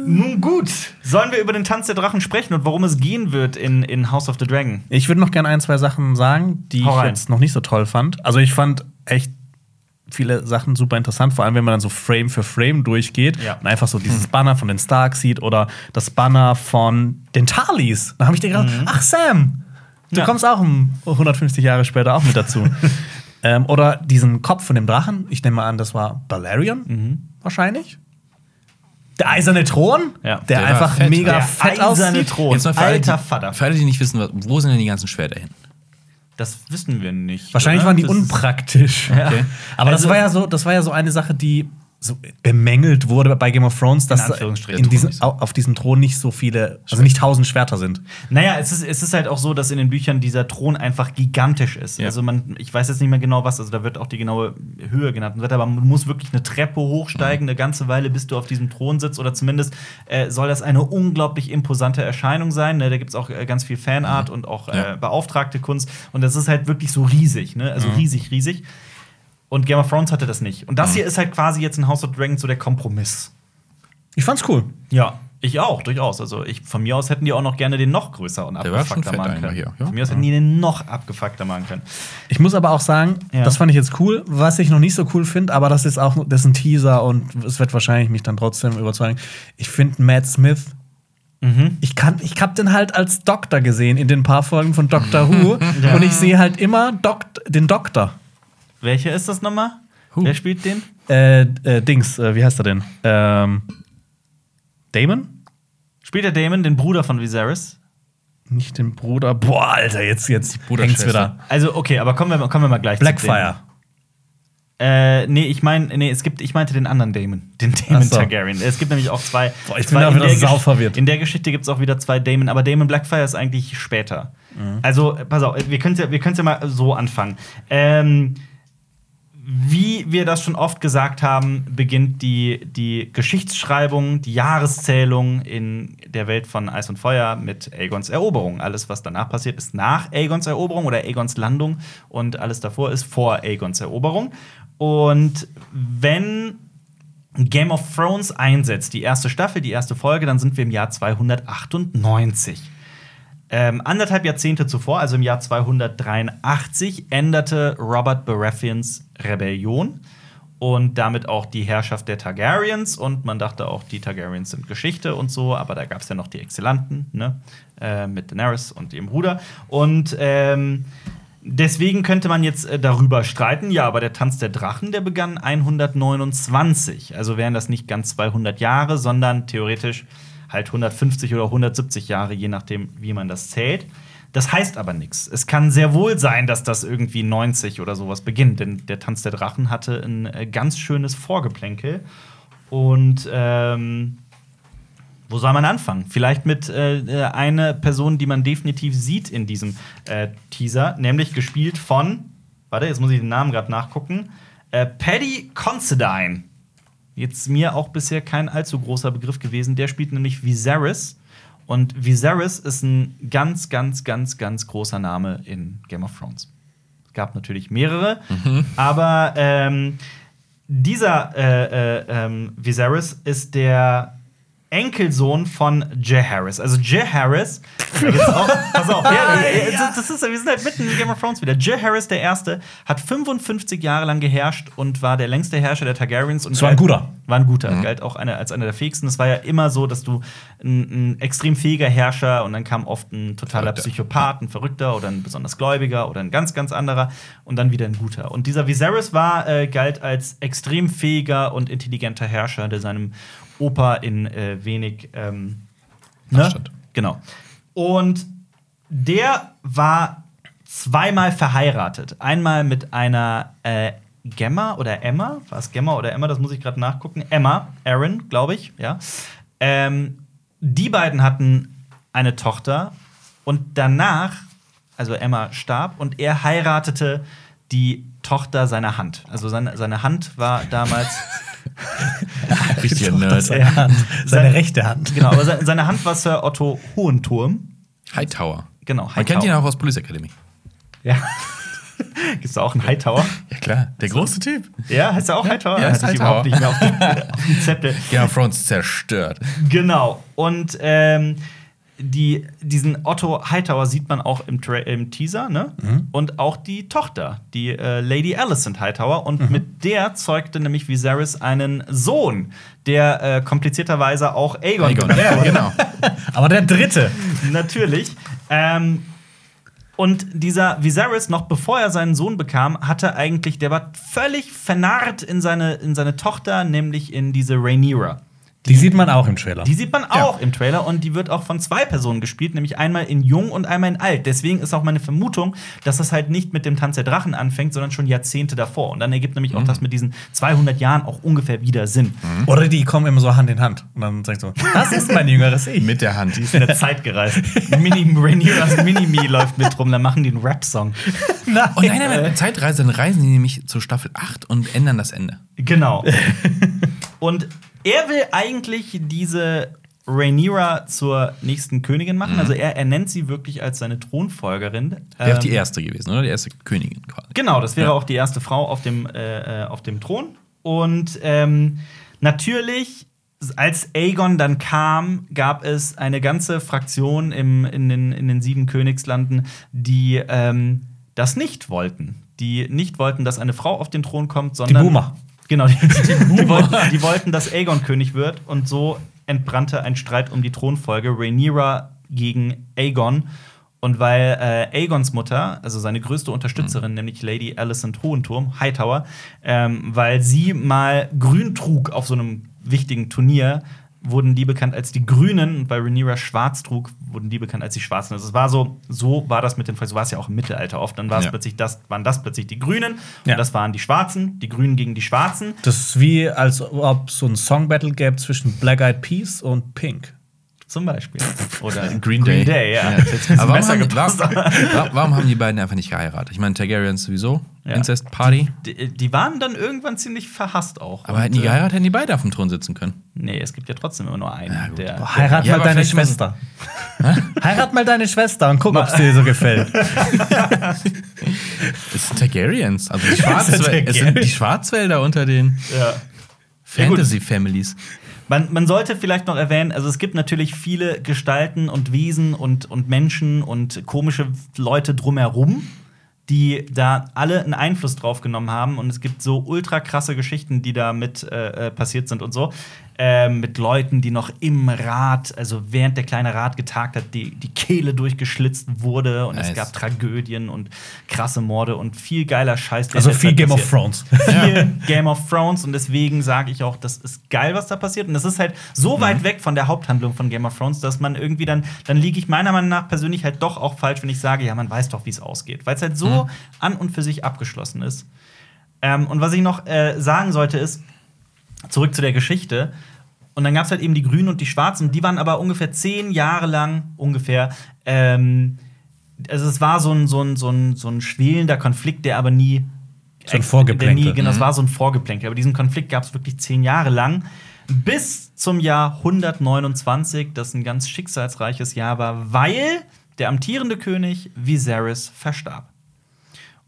[SPEAKER 1] Nun gut, sollen wir über den Tanz der Drachen sprechen und worum es gehen wird in, in House of the Dragon?
[SPEAKER 2] Ich würde noch gerne ein, zwei Sachen sagen, die
[SPEAKER 1] Hau
[SPEAKER 2] ich
[SPEAKER 1] rein.
[SPEAKER 2] jetzt noch nicht so toll fand. Also ich fand echt viele Sachen super interessant, vor allem wenn man dann so Frame für Frame durchgeht
[SPEAKER 1] Ja. Hm.
[SPEAKER 2] und einfach so dieses Banner von den Starks sieht oder das Banner von den Talis. Da habe ich dir gedacht, ach Sam, du
[SPEAKER 1] Mhm. Ja.
[SPEAKER 2] kommst auch um 150 Jahre später auch mit
[SPEAKER 1] [laughs]
[SPEAKER 2] dazu. ähm, oder diesen Kopf von dem Drachen, ich nehme mal an, das war Balerion
[SPEAKER 1] Mhm.
[SPEAKER 2] wahrscheinlich. Der eiserne Thron,
[SPEAKER 1] Ja.
[SPEAKER 2] der,
[SPEAKER 3] Der war
[SPEAKER 2] einfach
[SPEAKER 3] fett.
[SPEAKER 2] mega
[SPEAKER 3] Der
[SPEAKER 2] fett
[SPEAKER 1] eiserne
[SPEAKER 2] aussieht.
[SPEAKER 1] Thron.
[SPEAKER 3] Jetzt mal für alle,
[SPEAKER 1] Alter
[SPEAKER 3] die-
[SPEAKER 1] Vater.
[SPEAKER 3] Für alle, die nicht wissen, was- wo sind denn die ganzen Schwerter
[SPEAKER 1] [laughs]
[SPEAKER 3] hin?
[SPEAKER 1] Das wissen wir nicht.
[SPEAKER 2] Wahrscheinlich
[SPEAKER 1] oder?
[SPEAKER 2] waren die
[SPEAKER 1] Das ist- [laughs]
[SPEAKER 2] unpraktisch.
[SPEAKER 1] Okay.
[SPEAKER 2] Aber
[SPEAKER 1] Also-
[SPEAKER 2] das war ja so, das war ja so eine Sache, die so bemängelt wurde bei Game of Thrones, dass
[SPEAKER 1] Anführungsstrichen.
[SPEAKER 2] in diesen,
[SPEAKER 3] Der Thron
[SPEAKER 2] au- auf diesem Thron nicht so viele, also nicht tausend Schwerter sind.
[SPEAKER 1] Naja, es ist, es ist halt auch so, dass in den Büchern dieser Thron einfach gigantisch ist.
[SPEAKER 3] Ja.
[SPEAKER 1] Also man, ich weiß jetzt nicht mehr genau was, also da wird auch die genaue Höhe genannt und so weiter, aber man muss wirklich eine Treppe hochsteigen, eine ganze Weile, bis du auf diesem Thron sitzt. Oder zumindest äh, soll das eine unglaublich imposante Erscheinung sein. Ne? Da gibt es auch äh, ganz viel Fanart und auch
[SPEAKER 3] Mhm. Ja. Mhm.
[SPEAKER 1] äh, beauftragte Kunst. Und das ist halt wirklich so riesig, ne? Also riesig, riesig. Und Game of Thrones hatte das nicht. Und das hier ist halt quasi jetzt in House of Dragons so der Kompromiss.
[SPEAKER 2] Ich fand's cool.
[SPEAKER 1] Ja, ich auch, durchaus. Also ich, von mir aus hätten die auch noch gerne den noch größer und
[SPEAKER 3] Der war schon
[SPEAKER 1] abgefuckter
[SPEAKER 3] fett
[SPEAKER 1] machen können.
[SPEAKER 3] eigentlich, ja. Mhm.
[SPEAKER 1] Von mir aus hätten die den noch abgefuckter machen können.
[SPEAKER 2] Ich muss aber auch sagen,
[SPEAKER 1] Ja.
[SPEAKER 2] das fand ich jetzt cool. Was ich noch nicht so cool finde, aber das ist auch das ist ein Teaser und es wird wahrscheinlich mich dann trotzdem überzeugen. Ich finde Matt Smith.
[SPEAKER 1] Mhm.
[SPEAKER 2] Ich, kann, ich hab den halt als Doktor gesehen in den paar Folgen von
[SPEAKER 1] [laughs]
[SPEAKER 2] Doctor Who. Und ich sehe halt immer Dokt den Doktor.
[SPEAKER 1] Welcher ist das nochmal?
[SPEAKER 3] Who?
[SPEAKER 1] Wer spielt den?
[SPEAKER 2] Äh, äh, Dings, äh, wie heißt er denn? Ähm, Damon?
[SPEAKER 1] Spielt der Damon, den Bruder von Viserys?
[SPEAKER 2] Nicht den Bruder. Boah, Alter, jetzt, jetzt hängt's
[SPEAKER 3] Bruderschwester.
[SPEAKER 2] wieder.
[SPEAKER 1] Also, okay, aber kommen wir, mal- kommen wir mal gleich
[SPEAKER 2] Blackfire.
[SPEAKER 1] zu dem. Äh, nee, ich meine, nee, es gibt, ich meinte den anderen Damon. Den Damon
[SPEAKER 2] Ach so.
[SPEAKER 1] Targaryen. Es gibt nämlich auch zwei.
[SPEAKER 2] Boah, ich bin
[SPEAKER 1] zwei
[SPEAKER 2] da
[SPEAKER 1] in
[SPEAKER 2] wieder
[SPEAKER 1] der
[SPEAKER 2] sau
[SPEAKER 1] Gesch-
[SPEAKER 2] verwirrt.
[SPEAKER 1] In der Geschichte gibt es auch wieder zwei Damon, aber Damon Blackfire ist eigentlich später.
[SPEAKER 2] Mhm.
[SPEAKER 1] Also, äh, pass auf, wir können es ja, wir können's ja mal so anfangen. Ähm, wie wir das schon oft gesagt haben, beginnt die, die Geschichtsschreibung, die Jahreszählung in der Welt von Eis und Feuer mit Aegons Eroberung. Alles, was danach passiert, ist nach Aegons Eroberung oder Aegons Landung und alles davor ist vor Aegons Eroberung. Und wenn Game of Thrones einsetzt. Die erste Staffel, die erste Folge, dann sind wir im Jahr 298. Ähm, anderthalb Jahrzehnte zuvor, also im Jahr 283, änderte Robert Baratheons Rebellion und damit auch die Herrschaft der Targaryens. Und man dachte auch, die Targaryens sind Geschichte und so, aber da gab es ja noch die Exzellenten ne? äh, mit Daenerys und ihrem Bruder. Und ähm, deswegen könnte man jetzt äh, darüber streiten, ja, aber der Tanz der Drachen, der begann 129. Also wären das nicht ganz 200 Jahre, sondern theoretisch halt 150 oder 170 Jahre, je nachdem, wie man das zählt. Das heißt aber nichts. Es kann sehr wohl sein, dass das irgendwie 90 oder sowas beginnt, denn der Tanz der Drachen hatte ein äh, ganz schönes Vorgeplänkel. Und ähm, wo soll man anfangen? Vielleicht mit äh, äh, einer Person, die man definitiv sieht in diesem äh, Teaser, nämlich gespielt von, warte, jetzt muss ich den Namen gerade nachgucken, äh, Paddy Considine. Jetzt mir auch bisher kein allzu großer Begriff gewesen. Der spielt nämlich Viserys. Und Viserys ist ein ganz, ganz, ganz, ganz großer Name in Game of Thrones. Es gab natürlich mehrere, aber ähm, dieser äh, äh, ähm, Viserys ist der Enkelsohn von Jay Harris. Also Jay
[SPEAKER 2] [laughs]
[SPEAKER 1] Harris. Da gibt's auch, pass auf, ja, äh, das das ist, wir sind halt mitten in Game of Thrones wieder. Jay Harris der Erste hat 55 Jahre lang geherrscht und war der längste Herrscher der Targaryens. Und
[SPEAKER 2] war ein
[SPEAKER 1] galt-
[SPEAKER 2] guter.
[SPEAKER 1] War ein guter. Galt auch einer, als einer der fähigsten. Es war ja immer so, dass du ein, ein extrem fähiger Herrscher und dann kam oft ein totaler
[SPEAKER 3] Verrückter.
[SPEAKER 1] Psychopath, ein Verrückter oder ein besonders Gläubiger oder ein ganz, ganz anderer und dann wieder ein guter. Und dieser Viserys war, äh, galt als extrem fähiger und intelligenter Herrscher, der seinem Opa in äh, wenig ähm, ne?
[SPEAKER 3] Abstand.
[SPEAKER 1] Genau. Und der war zweimal verheiratet. Einmal mit einer äh, Gemma oder Emma. War es Gemma oder Emma? Das muss ich gerade nachgucken. Emma, Aaron, glaube ich, ja. Ähm, die beiden hatten eine Tochter und danach, also Emma starb und er heiratete die Tochter seiner Hand. Also seine, seine Hand war damals. [laughs]
[SPEAKER 3] Richtiger
[SPEAKER 2] Doch, das-
[SPEAKER 3] Nerd.
[SPEAKER 2] Seine Hand. Seine rechte Hand.
[SPEAKER 1] genau, aber se- seine Hand war Sir Otto Hohenturm.
[SPEAKER 3] Hightower.
[SPEAKER 1] Genau,
[SPEAKER 3] Man kennt ihn
[SPEAKER 1] Hightower.
[SPEAKER 3] auch aus Police Academy.
[SPEAKER 1] Ja. [laughs] Gibt's da auch einen Hightower?
[SPEAKER 3] Ja, klar. Der große Typ.
[SPEAKER 1] Ja, heißt er auch Hightower?
[SPEAKER 3] ja,
[SPEAKER 1] Ja,
[SPEAKER 3] heißt
[SPEAKER 1] Hatte ich
[SPEAKER 3] Hightower.
[SPEAKER 1] überhaupt nicht mehr auf dem, [laughs] auf dem Zettel.
[SPEAKER 3] Game of Thrones zerstört.
[SPEAKER 1] Genau. Und ähm, die, diesen Otto Hightower sieht man auch im, Tra im Teaser, ne?
[SPEAKER 3] Mhm.
[SPEAKER 1] Und auch die Tochter, die äh, Lady Alicent Hightower.
[SPEAKER 3] Mhm.
[SPEAKER 1] Und mit der zeugte nämlich Viserys einen Sohn, der äh, komplizierterweise auch Aegon,
[SPEAKER 3] Egon. Ja, genau.
[SPEAKER 2] Aber der dritte.
[SPEAKER 1] Natürlich. Ähm, und dieser Viserys, noch bevor er seinen Sohn bekam, hatte eigentlich, der war völlig vernarrt in seine, in seine Tochter, nämlich in diese Rhaenyra.
[SPEAKER 2] Die sieht man auch im Trailer.
[SPEAKER 1] Die sieht man auch im Trailer und die wird auch von zwei Personen gespielt, nämlich einmal in jung und einmal in alt. Deswegen ist auch meine Vermutung, dass das halt nicht mit dem Tanz der Drachen anfängt, sondern schon Jahrzehnte davor. Und dann ergibt nämlich auch das mit diesen 200 Jahren auch ungefähr wieder Sinn.
[SPEAKER 2] Mhm. Oder die kommen immer so Hand in Hand. Und dann sagst du, das ist mein jüngeres Ich.
[SPEAKER 3] Mit
[SPEAKER 1] [laughs]
[SPEAKER 3] der Hand. Oh, Die ist
[SPEAKER 1] In der Zeit gereist. Mini Rhaenyras Mini-Me läuft mit rum, dann machen die einen Rap-Song.
[SPEAKER 2] Nein.
[SPEAKER 3] Und nein, nein, nein, Zeitreise, dann reisen die nämlich zur Staffel 8 und ändern das Ende. [laughs]
[SPEAKER 1] Genau. und er will eigentlich diese Rhaenyra zur nächsten Königin machen. Also er ernennt sie wirklich als seine Thronfolgerin.
[SPEAKER 3] Wäre auch
[SPEAKER 1] Ähm,
[SPEAKER 3] Mhm. die erste gewesen, oder? Die erste Königin quasi.
[SPEAKER 1] Genau, das wäre
[SPEAKER 3] Ja.
[SPEAKER 1] auch die erste Frau auf dem, äh, äh, auf dem Thron. Und ähm, natürlich, als Aegon dann kam, gab es eine ganze Fraktion im, in, den, in den sieben Königslanden, die ähm, das nicht wollten. Die nicht wollten, dass eine Frau auf den Thron kommt, sondern.
[SPEAKER 2] Boomer.
[SPEAKER 1] Genau, die,
[SPEAKER 3] [laughs]
[SPEAKER 1] die, die, wollten, [laughs] die wollten, dass Aegon König wird. Und so entbrannte ein Streit um die Thronfolge. Rhaenyra gegen Aegon. Und weil äh, Aegons Mutter, also seine größte Unterstützerin, nämlich Lady Alicent Hohenturm, Hightower, ähm, weil sie mal grün trug auf so einem wichtigen Turnier, wurden die bekannt als die Grünen. Und weil Rhaenyra schwarz trug, wurden die bekannt als die Schwarzen. Also es war so, so war das mit den Fraktionen. So war es ja auch im Mittelalter oft. Dann war es
[SPEAKER 3] Ja.
[SPEAKER 1] plötzlich das, waren das plötzlich die Grünen
[SPEAKER 2] Ja.
[SPEAKER 1] und das waren die Schwarzen, die Grünen gegen die Schwarzen.
[SPEAKER 2] Das ist wie, als ob es so ein Songbattle gäbe zwischen Black Eyed Peas und Pink.
[SPEAKER 1] Zum Beispiel. Oder
[SPEAKER 3] Green Day.
[SPEAKER 1] ja. Hat's
[SPEAKER 3] Ja.
[SPEAKER 1] jetzt ein bisschen
[SPEAKER 3] Aber warum
[SPEAKER 1] besser
[SPEAKER 3] haben, die,
[SPEAKER 1] gepasst.
[SPEAKER 3] warum, wa- warum haben die beiden einfach nicht geheiratet? Ich meine, Targaryens sowieso,
[SPEAKER 1] Ja.
[SPEAKER 3] Incest Party.
[SPEAKER 1] [laughs] Die, die waren dann irgendwann ziemlich verhasst auch.
[SPEAKER 3] Aber
[SPEAKER 1] Und,
[SPEAKER 3] hätten die
[SPEAKER 1] äh,
[SPEAKER 3] geheiratet, hätten die beide auf dem Thron sitzen können.
[SPEAKER 1] Nee, es gibt ja trotzdem immer nur einen.
[SPEAKER 3] gut.
[SPEAKER 1] der,
[SPEAKER 2] Boah, heirat
[SPEAKER 3] Ja,
[SPEAKER 2] mal
[SPEAKER 3] aber
[SPEAKER 2] deine
[SPEAKER 3] vielleicht mal-
[SPEAKER 2] Schwester. heirat mal deine Schwester und guck, ob es dir so gefällt.
[SPEAKER 3] [laughs] Es sind Targaryens. Also die, Schwarzwä-
[SPEAKER 1] [laughs]
[SPEAKER 2] Targaryen.
[SPEAKER 3] es sind die Schwarzwälder unter den.
[SPEAKER 1] ja. gut.
[SPEAKER 3] Fantasy-Families.
[SPEAKER 1] Man, man sollte vielleicht noch erwähnen, also es gibt natürlich viele Gestalten und Wesen und, und Menschen und komische Leute drumherum, die da alle einen Einfluss drauf genommen haben. Und es gibt so ultra krasse Geschichten, die da mit äh, äh, passiert sind und so. Ähm, mit Leuten, die noch im Rad, also während der kleine Rad getagt hat, die, die Kehle durchgeschlitzt wurde. Und es
[SPEAKER 3] Nice.
[SPEAKER 1] gab Tragödien und krasse Morde und viel geiler Scheiß. der
[SPEAKER 2] Also
[SPEAKER 1] in der
[SPEAKER 2] viel
[SPEAKER 1] Zeit
[SPEAKER 2] Game of
[SPEAKER 1] passiert
[SPEAKER 2] Thrones.
[SPEAKER 1] viel Game of Thrones und deswegen sage ich auch, das ist geil, was da passiert. Und das ist halt so weit weg von der Haupthandlung von Game of Thrones, dass man irgendwie dann, dann liege ich meiner Meinung nach persönlich halt doch auch falsch, wenn ich sage, ja, man weiß doch, wie es ausgeht, weil es halt so an und für sich abgeschlossen ist. Ähm, und was ich noch äh, sagen sollte ist, zurück zu der Geschichte. Und dann gab es halt eben die Grünen und die Schwarzen. Und die waren aber ungefähr zehn Jahre lang ungefähr. Ähm, also es war so ein, so, ein, so, ein, so ein schwelender Konflikt, der aber nie.
[SPEAKER 2] So ein
[SPEAKER 1] der
[SPEAKER 2] Vorgeplänkel.
[SPEAKER 1] nie, Genau, es war so ein Vorgeplänkel. Aber diesen Konflikt gab es wirklich zehn Jahre lang. Bis zum Jahr 129, das ein ganz schicksalsreiches Jahr war, weil der amtierende König Viserys verstarb.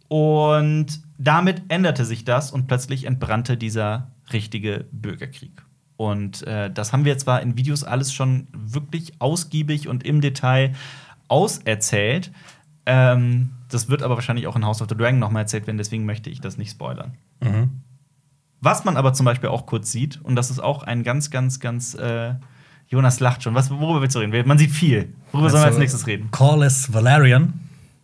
[SPEAKER 1] Und damit änderte sich das und plötzlich entbrannte dieser richtige Bürgerkrieg. Und äh, das haben wir zwar in Videos alles schon wirklich ausgiebig und im Detail auserzählt. Ähm, das wird aber wahrscheinlich auch in House of the Dragon nochmal erzählt werden, deswegen möchte ich das nicht spoilern.
[SPEAKER 2] Mhm.
[SPEAKER 1] Was man aber zum Beispiel auch kurz sieht, und das ist auch ein ganz, ganz, ganz äh, Jonas lacht schon. Was, worüber willst du reden? Man sieht viel. Worüber sollen wir als
[SPEAKER 2] Also,
[SPEAKER 1] nächstes reden?
[SPEAKER 2] Corlys Valerian,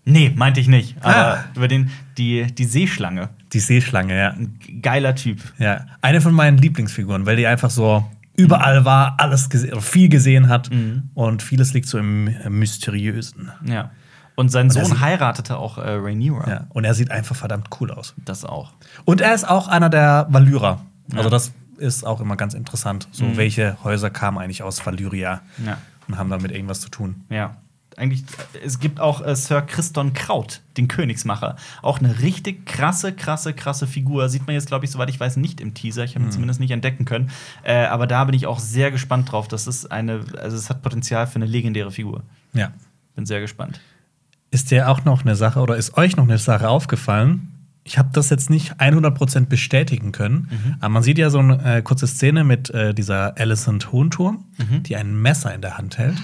[SPEAKER 1] Nee, meinte ich nicht. Aber
[SPEAKER 2] Ah.
[SPEAKER 1] über den, die, die Seeschlange.
[SPEAKER 2] die Seeschlange, ja.
[SPEAKER 1] Ein geiler Typ.
[SPEAKER 2] ja. Eine von meinen Lieblingsfiguren, weil die einfach so überall war, alles gese viel gesehen hat und vieles liegt so im äh, Mysteriösen.
[SPEAKER 1] Ja. Und sein
[SPEAKER 2] er
[SPEAKER 1] Sohn
[SPEAKER 2] sieht-
[SPEAKER 1] heiratete auch äh, Rhaenyra.
[SPEAKER 2] Ja. Und er sieht einfach verdammt cool aus.
[SPEAKER 1] Das auch.
[SPEAKER 2] Und er ist auch einer der Valyrer. Also das ist auch immer ganz interessant. So welche Häuser kamen eigentlich aus Valyria
[SPEAKER 1] Ja.
[SPEAKER 2] und haben damit irgendwas zu tun.
[SPEAKER 1] Ja. Eigentlich, es gibt auch äh, Sir Christon Kraut, den Königsmacher. Auch eine richtig krasse, krasse, krasse Figur. Sieht man jetzt, glaube ich, soweit ich weiß, nicht im Teaser. Ich habe ihn
[SPEAKER 2] Mhm.
[SPEAKER 1] zumindest nicht entdecken können. Äh, aber da bin ich auch sehr gespannt drauf. Das ist eine, also es hat Potenzial für eine legendäre Figur.
[SPEAKER 2] Ja.
[SPEAKER 1] Bin sehr gespannt.
[SPEAKER 2] Ist dir auch noch eine Sache oder ist euch noch eine Sache aufgefallen? Ich habe das jetzt nicht 100% bestätigen können, aber man sieht ja so eine äh, kurze Szene mit äh, dieser Alicent Hohenturm, die ein Messer in der Hand hält.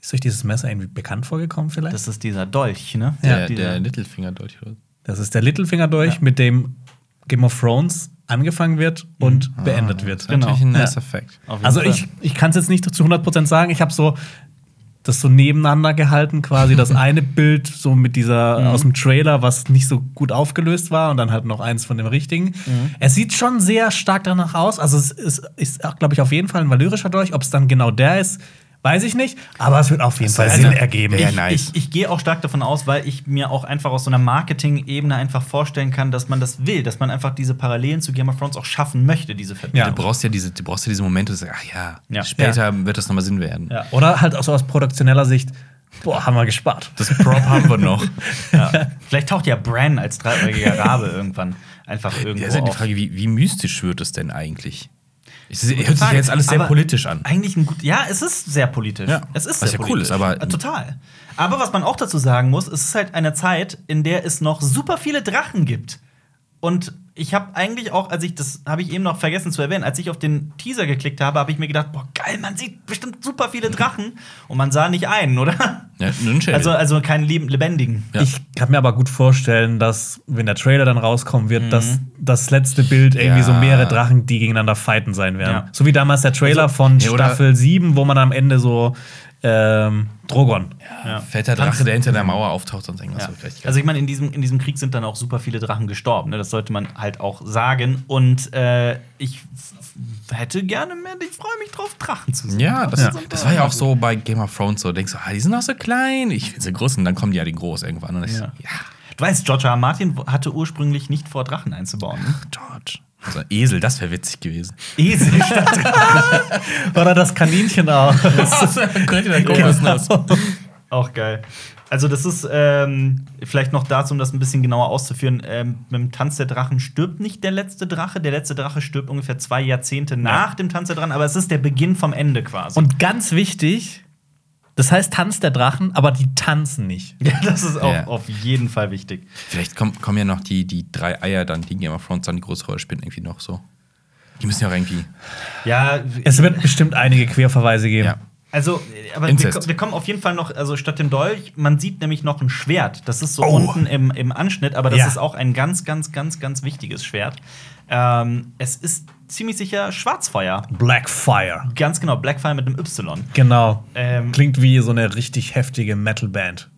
[SPEAKER 2] Ist euch dieses Messer irgendwie bekannt vorgekommen vielleicht? Mhm. Das,
[SPEAKER 1] Das ist dieser Dolch, ne?
[SPEAKER 3] Der,
[SPEAKER 1] dieser,
[SPEAKER 3] der Littlefinger Dolch. oder?
[SPEAKER 2] ist der Littlefinger durch, mit dem Game of Thrones angefangen wird und beendet wird.
[SPEAKER 1] Genau.
[SPEAKER 3] Natürlich ein nice
[SPEAKER 2] Mhm. Ah, Ja.
[SPEAKER 3] Effekt.
[SPEAKER 1] Auf jeden
[SPEAKER 2] Also
[SPEAKER 1] Fall.
[SPEAKER 2] ich, ich kann es jetzt nicht zu 100% sagen. Ich habe so das so nebeneinander gehalten,
[SPEAKER 1] [laughs]
[SPEAKER 2] quasi das eine Bild so mit
[SPEAKER 1] Mhm.
[SPEAKER 2] dieser aus dem Trailer, was nicht so gut aufgelöst war und dann halt noch eins von dem richtigen.
[SPEAKER 1] Mhm.
[SPEAKER 2] Es sieht schon sehr stark danach aus. Also es ist, ist glaube ich auf jeden Fall ein valyrischer Dolch. Ob es dann genau der ist, weiß ich nicht. Aber es wird auf jeden Fall
[SPEAKER 3] wäre
[SPEAKER 2] Sinn
[SPEAKER 3] eine-
[SPEAKER 2] ergeben.
[SPEAKER 3] wäre
[SPEAKER 2] Ich-
[SPEAKER 3] eine- nice.
[SPEAKER 1] Ich, ich gehe auch stark davon aus, weil ich mir auch einfach aus so einer Marketing-Ebene einfach vorstellen kann, dass man das will, dass man einfach diese Parallelen zu Game of Thrones auch schaffen möchte, diese Verbindung.
[SPEAKER 2] Ja.
[SPEAKER 3] Du brauchst ja diese, du brauchst ja diese Momente, wo du sagst, ach ja,
[SPEAKER 1] Ja.
[SPEAKER 3] später wird das nochmal Sinn werden.
[SPEAKER 1] Ja.
[SPEAKER 2] Oder halt auch so aus produktioneller Sicht. Boah, haben wir gespart.
[SPEAKER 3] Das Prop haben
[SPEAKER 1] [laughs]
[SPEAKER 3] wir noch.
[SPEAKER 1] Vielleicht taucht ja Bran als
[SPEAKER 3] [laughs]
[SPEAKER 1] dreieugiger Rabe irgendwann einfach irgendwo
[SPEAKER 3] Ja, ist ja die
[SPEAKER 1] auf.
[SPEAKER 3] Frage, wie, wie mystisch wird es denn eigentlich? Es ist-
[SPEAKER 1] Gute
[SPEAKER 3] hört sich ja
[SPEAKER 1] Frage.
[SPEAKER 3] jetzt alles sehr
[SPEAKER 1] Aber
[SPEAKER 3] politisch an.
[SPEAKER 1] Eigentlich ein gut, ja, es ist sehr politisch.
[SPEAKER 3] Ja.
[SPEAKER 1] Es ist
[SPEAKER 3] Was
[SPEAKER 1] sehr
[SPEAKER 3] ja cool
[SPEAKER 1] politisch.
[SPEAKER 3] ist, aber-
[SPEAKER 1] Äh, total. Aber was man auch dazu sagen muss, es ist halt eine Zeit, in der es noch super viele Drachen gibt. Und ich habe eigentlich auch, als ich das habe ich eben noch vergessen zu erwähnen, als ich auf den Teaser geklickt habe, habe ich mir gedacht, boah geil, man sieht bestimmt super viele Drachen und man sah nicht einen, oder?
[SPEAKER 3] Ja, nur ein Schädel.
[SPEAKER 1] Also also keinen leben- lebendigen.
[SPEAKER 3] Ja.
[SPEAKER 2] Ich kann mir aber gut vorstellen, dass, wenn der Trailer dann rauskommen wird, dass das letzte Bild irgendwie
[SPEAKER 3] Mhm.
[SPEAKER 2] so
[SPEAKER 3] Ja.
[SPEAKER 2] mehrere Drachen, die gegeneinander fighten sein werden.
[SPEAKER 1] Ja.
[SPEAKER 2] So wie damals der Trailer von
[SPEAKER 3] ja, Also, oder-
[SPEAKER 2] Staffel 7, wo man am Ende so ähm, Drogon.
[SPEAKER 1] Ja.
[SPEAKER 3] Fetter Drache, der hinter der Mauer auftaucht und irgendwas.
[SPEAKER 1] Ja.
[SPEAKER 3] so richtig geil.
[SPEAKER 1] Also ich meine, in diesem, in diesem Krieg sind dann auch super viele Drachen gestorben. Ne? Das sollte man halt auch sagen. Und äh, ich f- f- hätte gerne mehr, ich freue mich drauf, Drachen zu sehen.
[SPEAKER 3] Ja, das,
[SPEAKER 2] Ja.
[SPEAKER 3] das war ja auch so bei Game of Thrones so. Du denkst du, ah, die sind auch so klein. Ich will sie groß und dann kommen die ja die groß irgendwann. Und ich,
[SPEAKER 1] Ja.
[SPEAKER 3] ja.
[SPEAKER 1] Du weißt, George R. R. Martin hatte ursprünglich nicht vor, Drachen einzubauen. [laughs] Ne?
[SPEAKER 3] George. So ein Esel, das wäre
[SPEAKER 1] [laughs]
[SPEAKER 3] witzig gewesen.
[SPEAKER 1] Esel statt Drachen.
[SPEAKER 2] Oder das Kaninchen
[SPEAKER 3] [laughs]
[SPEAKER 2] auch. Genau.
[SPEAKER 1] Auch geil. Also, das ist ähm, vielleicht noch dazu, um das ein bisschen genauer auszuführen: ähm, mit dem Tanz der Drachen stirbt nicht der letzte Drache. Der letzte Drache stirbt ungefähr zwei Jahrzehnte nach dem Tanz der Drachen, aber es ist der Beginn vom Ende quasi.
[SPEAKER 2] Und ganz wichtig, das heißt Tanz der Drachen, aber die tanzen nicht.
[SPEAKER 1] ja, [laughs] das ist auch
[SPEAKER 3] Ja.
[SPEAKER 1] auf jeden Fall wichtig.
[SPEAKER 3] Vielleicht kommen, kommen ja noch die, die drei Eier dann, die in Game of Thrones dann die große Rolle spielen, irgendwie noch so. Die müssen ja auch irgendwie.
[SPEAKER 1] Ja,
[SPEAKER 2] Es wird bestimmt einige Querverweise geben.
[SPEAKER 3] Ja.
[SPEAKER 1] also, äh, aber wir,
[SPEAKER 3] Inzest.
[SPEAKER 1] ko- wir kommen auf jeden Fall noch, also statt dem Dolch, man sieht nämlich noch ein Schwert. Das ist so
[SPEAKER 2] Oh.
[SPEAKER 1] unten im, im Anschnitt, aber das
[SPEAKER 2] Ja.
[SPEAKER 1] ist auch ein ganz, ganz, ganz, ganz wichtiges Schwert. Ähm, es ist ziemlich sicher Schwarzfeuer.
[SPEAKER 2] Blackfire.
[SPEAKER 1] Ganz genau, Blackfire mit einem Y.
[SPEAKER 2] Genau.
[SPEAKER 1] Ähm,
[SPEAKER 2] Klingt wie so eine richtig heftige Metalband.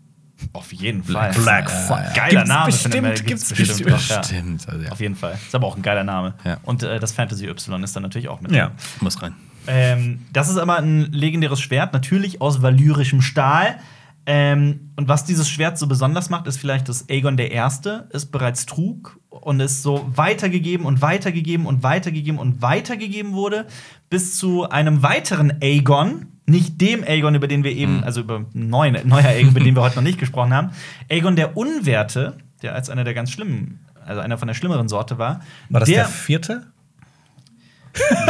[SPEAKER 1] auf jeden Fall. Äh,
[SPEAKER 2] Blackfire.
[SPEAKER 1] Geiler Name
[SPEAKER 2] Gibt's
[SPEAKER 1] für eine
[SPEAKER 2] Bestimmt,
[SPEAKER 1] Metal-
[SPEAKER 2] gibt's
[SPEAKER 1] gibt's
[SPEAKER 2] bestimmt.
[SPEAKER 1] bestimmt. Ja.
[SPEAKER 3] Stimmt. Also, ja.
[SPEAKER 1] Auf jeden Fall. Ist aber auch ein geiler Name.
[SPEAKER 3] Ja.
[SPEAKER 1] Und äh, das Fantasy Y ist dann natürlich auch mit.
[SPEAKER 2] Ja.
[SPEAKER 3] Muss rein.
[SPEAKER 1] Ähm, das ist aber ein legendäres Schwert, natürlich aus valyrischem Stahl. Ähm, und was dieses Schwert so besonders macht, ist vielleicht, dass Aegon der Erste es bereits trug und es so weitergegeben und weitergegeben und weitergegeben und weitergegeben wurde, bis zu einem weiteren Aegon, nicht dem Aegon, über den wir eben,
[SPEAKER 2] Hm.
[SPEAKER 1] also über einen neuen, neuer Aegon, über den wir heute noch nicht gesprochen haben, Aegon der Unwerte, der als einer der ganz schlimmen, also einer von der schlimmeren Sorte war.
[SPEAKER 2] War das der, vierte?
[SPEAKER 1] [laughs]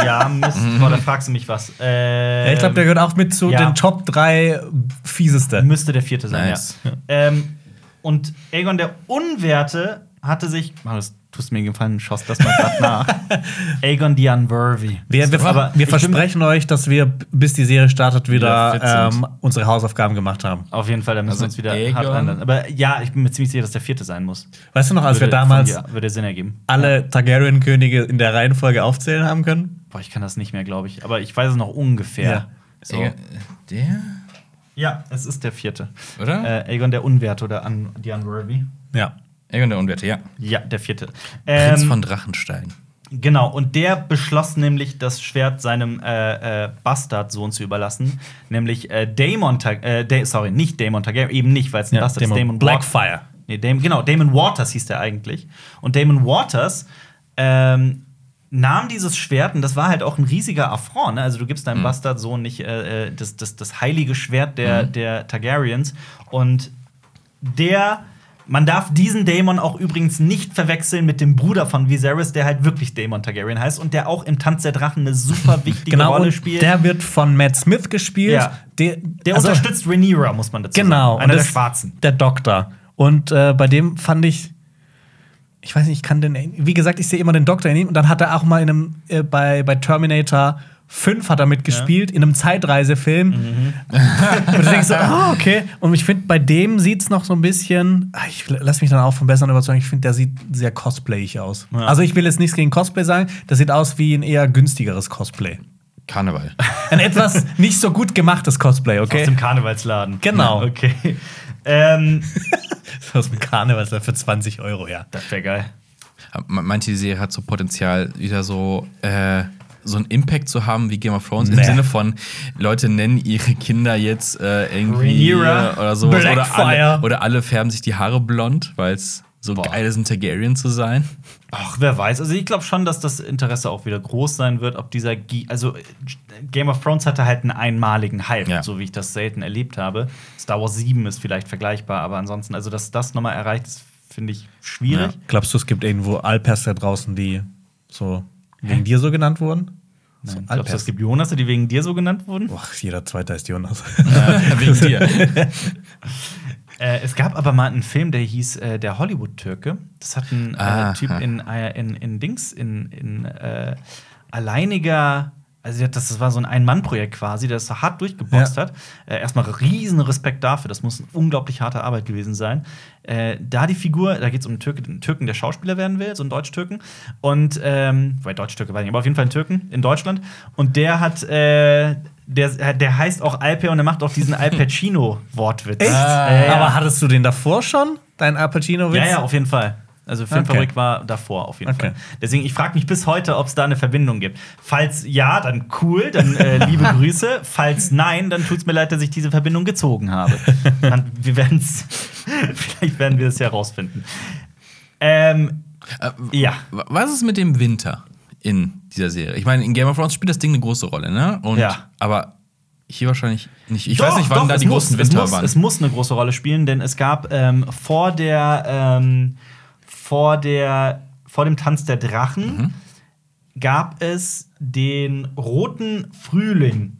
[SPEAKER 1] Ja, Mist. Boah, da fragst du mich was. Ähm,
[SPEAKER 2] ich glaube, der gehört auch mit zu
[SPEAKER 1] ja.
[SPEAKER 2] den Top 3 fiesesten.
[SPEAKER 1] müsste der vierte sein,
[SPEAKER 3] Nice.
[SPEAKER 1] ja. Ähm, und Aegon der Unwerte hatte sich. Marius, tust mir den Gefallen, schaust das mal grad nach. [laughs] Aegon the Unworthy.
[SPEAKER 2] Wir, wir,
[SPEAKER 1] Aber
[SPEAKER 2] wir
[SPEAKER 1] ich bin-
[SPEAKER 2] versprechen euch, dass wir, bis die Serie startet,
[SPEAKER 3] Wieder fit
[SPEAKER 2] wieder
[SPEAKER 3] sind.
[SPEAKER 2] ähm, unsere Hausaufgaben gemacht haben.
[SPEAKER 1] Auf jeden Fall, da müssen
[SPEAKER 3] Also
[SPEAKER 1] wir uns wieder hart
[SPEAKER 3] Aegon-
[SPEAKER 1] reinlassen. Aber ja, ich bin mir ziemlich sicher, dass der vierte sein muss.
[SPEAKER 2] Weißt du noch, als wir
[SPEAKER 1] Würde-
[SPEAKER 2] damals
[SPEAKER 1] Ja, würde Sinn ergeben.
[SPEAKER 2] alle Targaryen-Könige in der Reihenfolge aufzählen haben können?
[SPEAKER 1] Boah, ich kann das nicht mehr, glaube ich. Aber ich weiß es noch ungefähr.
[SPEAKER 2] Ja.
[SPEAKER 1] So.
[SPEAKER 3] Egal. Äh, Der?
[SPEAKER 1] ja, es ist der vierte.
[SPEAKER 3] Oder?
[SPEAKER 1] Äh, Aegon der Unwerte oder un the Unworthy.
[SPEAKER 2] Ja.
[SPEAKER 3] Egon der Unwerte, ja.
[SPEAKER 1] Ja, der vierte.
[SPEAKER 3] Prinz
[SPEAKER 1] Ähm,
[SPEAKER 3] von Drachenstein.
[SPEAKER 1] Genau, und der beschloss nämlich, das Schwert seinem äh, äh, Bastardsohn zu überlassen, nämlich äh, Damon Tag äh, da sorry, nicht Damon Targaryen, eben nicht, weil es ein
[SPEAKER 2] ja
[SPEAKER 1] Bastard
[SPEAKER 2] Dämon
[SPEAKER 1] ist, Damon Wa-
[SPEAKER 2] Blackfire.
[SPEAKER 1] Nee, Dam genau, Damon Waters hieß der eigentlich. Und Damon Waters ähm, nahm dieses Schwert, und das war halt auch ein riesiger Affront. Ne? Also, du gibst deinem
[SPEAKER 2] Mhm.
[SPEAKER 1] Bastardsohn nicht äh, äh, das, das, das heilige Schwert
[SPEAKER 2] Mhm.
[SPEAKER 1] der, der Targaryens. Und der. Man darf diesen Dämon auch übrigens nicht verwechseln mit dem Bruder von Viserys, der halt wirklich Dämon Targaryen heißt und der auch im Tanz der Drachen eine
[SPEAKER 2] [laughs]
[SPEAKER 1] super wichtige
[SPEAKER 2] Genau,
[SPEAKER 1] Rolle
[SPEAKER 2] und
[SPEAKER 1] spielt.
[SPEAKER 2] der wird von Matt Smith gespielt.
[SPEAKER 1] Ja.
[SPEAKER 2] Der,
[SPEAKER 1] der
[SPEAKER 2] also-
[SPEAKER 1] unterstützt Rhaenyra, muss man dazu
[SPEAKER 2] Genau.
[SPEAKER 1] sagen. Einer
[SPEAKER 2] und
[SPEAKER 1] der
[SPEAKER 2] das-
[SPEAKER 1] Schwarzen.
[SPEAKER 2] Der Doktor. Und äh, bei dem fand ich, ich weiß nicht, ich kann den, wie gesagt, ich sehe immer den Doktor in ihm. Und dann hat er auch mal in einem, äh, bei, bei Terminator 5 hat er mitgespielt, in einem Zeitreisefilm. [laughs] und du denkst so, ah, okay. Und ich finde, bei dem sieht es noch so ein bisschen, ah, ich lass mich dann auch vom Besseren überzeugen, ich finde, der sieht sehr cosplayig aus.
[SPEAKER 1] Ja.
[SPEAKER 2] Also ich will jetzt nichts gegen Cosplay sagen, das sieht aus wie ein eher günstigeres Cosplay.
[SPEAKER 3] [laughs] Karneval.
[SPEAKER 2] Ein [laughs] etwas nicht so gut gemachtes Cosplay,
[SPEAKER 1] Aus
[SPEAKER 2] okay?
[SPEAKER 1] dem Karnevalsladen.
[SPEAKER 2] Genau.
[SPEAKER 1] Ja, Okay. [laughs] Ähm,
[SPEAKER 2] Aus dem Karneval für 20 Euro, ja.
[SPEAKER 1] das wäre geil.
[SPEAKER 3] Ma- Manche Serie hat so Potenzial, wieder so, äh, so einen Impact zu haben wie Game of Thrones. Im
[SPEAKER 2] Nee.
[SPEAKER 3] Sinne von, Leute nennen ihre Kinder jetzt äh, irgendwie
[SPEAKER 1] Rhaenyra,
[SPEAKER 3] oder so. Oder
[SPEAKER 2] Blackfire.
[SPEAKER 3] alle, oder alle färben sich die Haare blond, weil es so geil ist, ein Targaryen zu sein. [laughs]
[SPEAKER 1] Ach, wer weiß. Also ich glaube schon, dass das Interesse auch wieder groß sein wird, ob dieser Gi also äh, Game of Thrones hatte halt einen einmaligen Hype,
[SPEAKER 3] Ja.
[SPEAKER 1] so wie ich das selten erlebt habe. Star Wars 7 ist vielleicht vergleichbar, aber ansonsten, also dass das nochmal erreicht ist, finde ich schwierig.
[SPEAKER 2] Glaubst du, es gibt irgendwo Alpers da draußen, die so wegen dir so genannt wurden? So
[SPEAKER 1] Glaubst du, es gibt Jonas, die wegen dir so genannt wurden?
[SPEAKER 2] Boah, jeder Zweite ist
[SPEAKER 1] [laughs]
[SPEAKER 2] Jonas.
[SPEAKER 3] Wegen
[SPEAKER 2] [laughs]
[SPEAKER 3] [laughs]
[SPEAKER 1] Ah,
[SPEAKER 3] dir.
[SPEAKER 1] Äh, es gab aber mal einen Film, der hieß äh, Der Hollywood-Türke. Das hat ein äh,
[SPEAKER 3] Aha.
[SPEAKER 1] Typ in, äh, in, in Dings, in, in äh, alleiniger. Also der hat das, das war so ein Ein-Mann-Projekt quasi, der das so hart durchgeboxt
[SPEAKER 2] Ja.
[SPEAKER 1] hat. Äh, erstmal riesen Respekt dafür. Das muss eine unglaublich harte Arbeit gewesen sein. Äh, da die Figur, da geht es um einen Türke, einen Türken, der Schauspieler werden will, so einen Deutsch-Türken. Und, ähm, weil Deutsch-Türke weiß ich nicht, aber auf jeden Fall einen Türken in Deutschland. Und der hat, äh, der, der heißt auch Alper und er macht auch diesen Al Pacino-Wortwitz.
[SPEAKER 2] Echt?
[SPEAKER 1] Ja, ja.
[SPEAKER 2] Ah, Aber hattest du den davor schon, deinen Al Pacino-Witz?
[SPEAKER 1] Ja, ja, auf jeden Fall. Also Filmfabrik war davor auf jeden
[SPEAKER 2] Okay.
[SPEAKER 1] Fall. Deswegen, ich frage mich bis heute, ob es da eine Verbindung gibt. Falls ja, dann cool, dann
[SPEAKER 2] [laughs]
[SPEAKER 1] äh, liebe Grüße. Falls nein, dann tut's mir leid, dass ich diese Verbindung gezogen habe. Dann, wir werden's, [laughs] vielleicht werden wir es ja rausfinden. Ähm,
[SPEAKER 3] Äh,
[SPEAKER 1] ja.
[SPEAKER 3] Wa- Was ist mit dem Winter in dieser Serie? Ich meine, in Game of Thrones spielt das Ding eine große Rolle, ne? Und,
[SPEAKER 1] Ja.
[SPEAKER 3] Aber hier wahrscheinlich nicht. Ich
[SPEAKER 1] Doch,
[SPEAKER 3] weiß nicht, wann
[SPEAKER 1] doch,
[SPEAKER 3] da
[SPEAKER 1] es
[SPEAKER 3] die
[SPEAKER 1] muss,
[SPEAKER 3] großen
[SPEAKER 1] es
[SPEAKER 3] Winter
[SPEAKER 1] muss,
[SPEAKER 3] waren.
[SPEAKER 1] Es muss eine große Rolle spielen, denn es gab ähm, vor der ähm, vor der vor dem Tanz der Drachen
[SPEAKER 3] Mhm.
[SPEAKER 1] gab es den roten Frühling.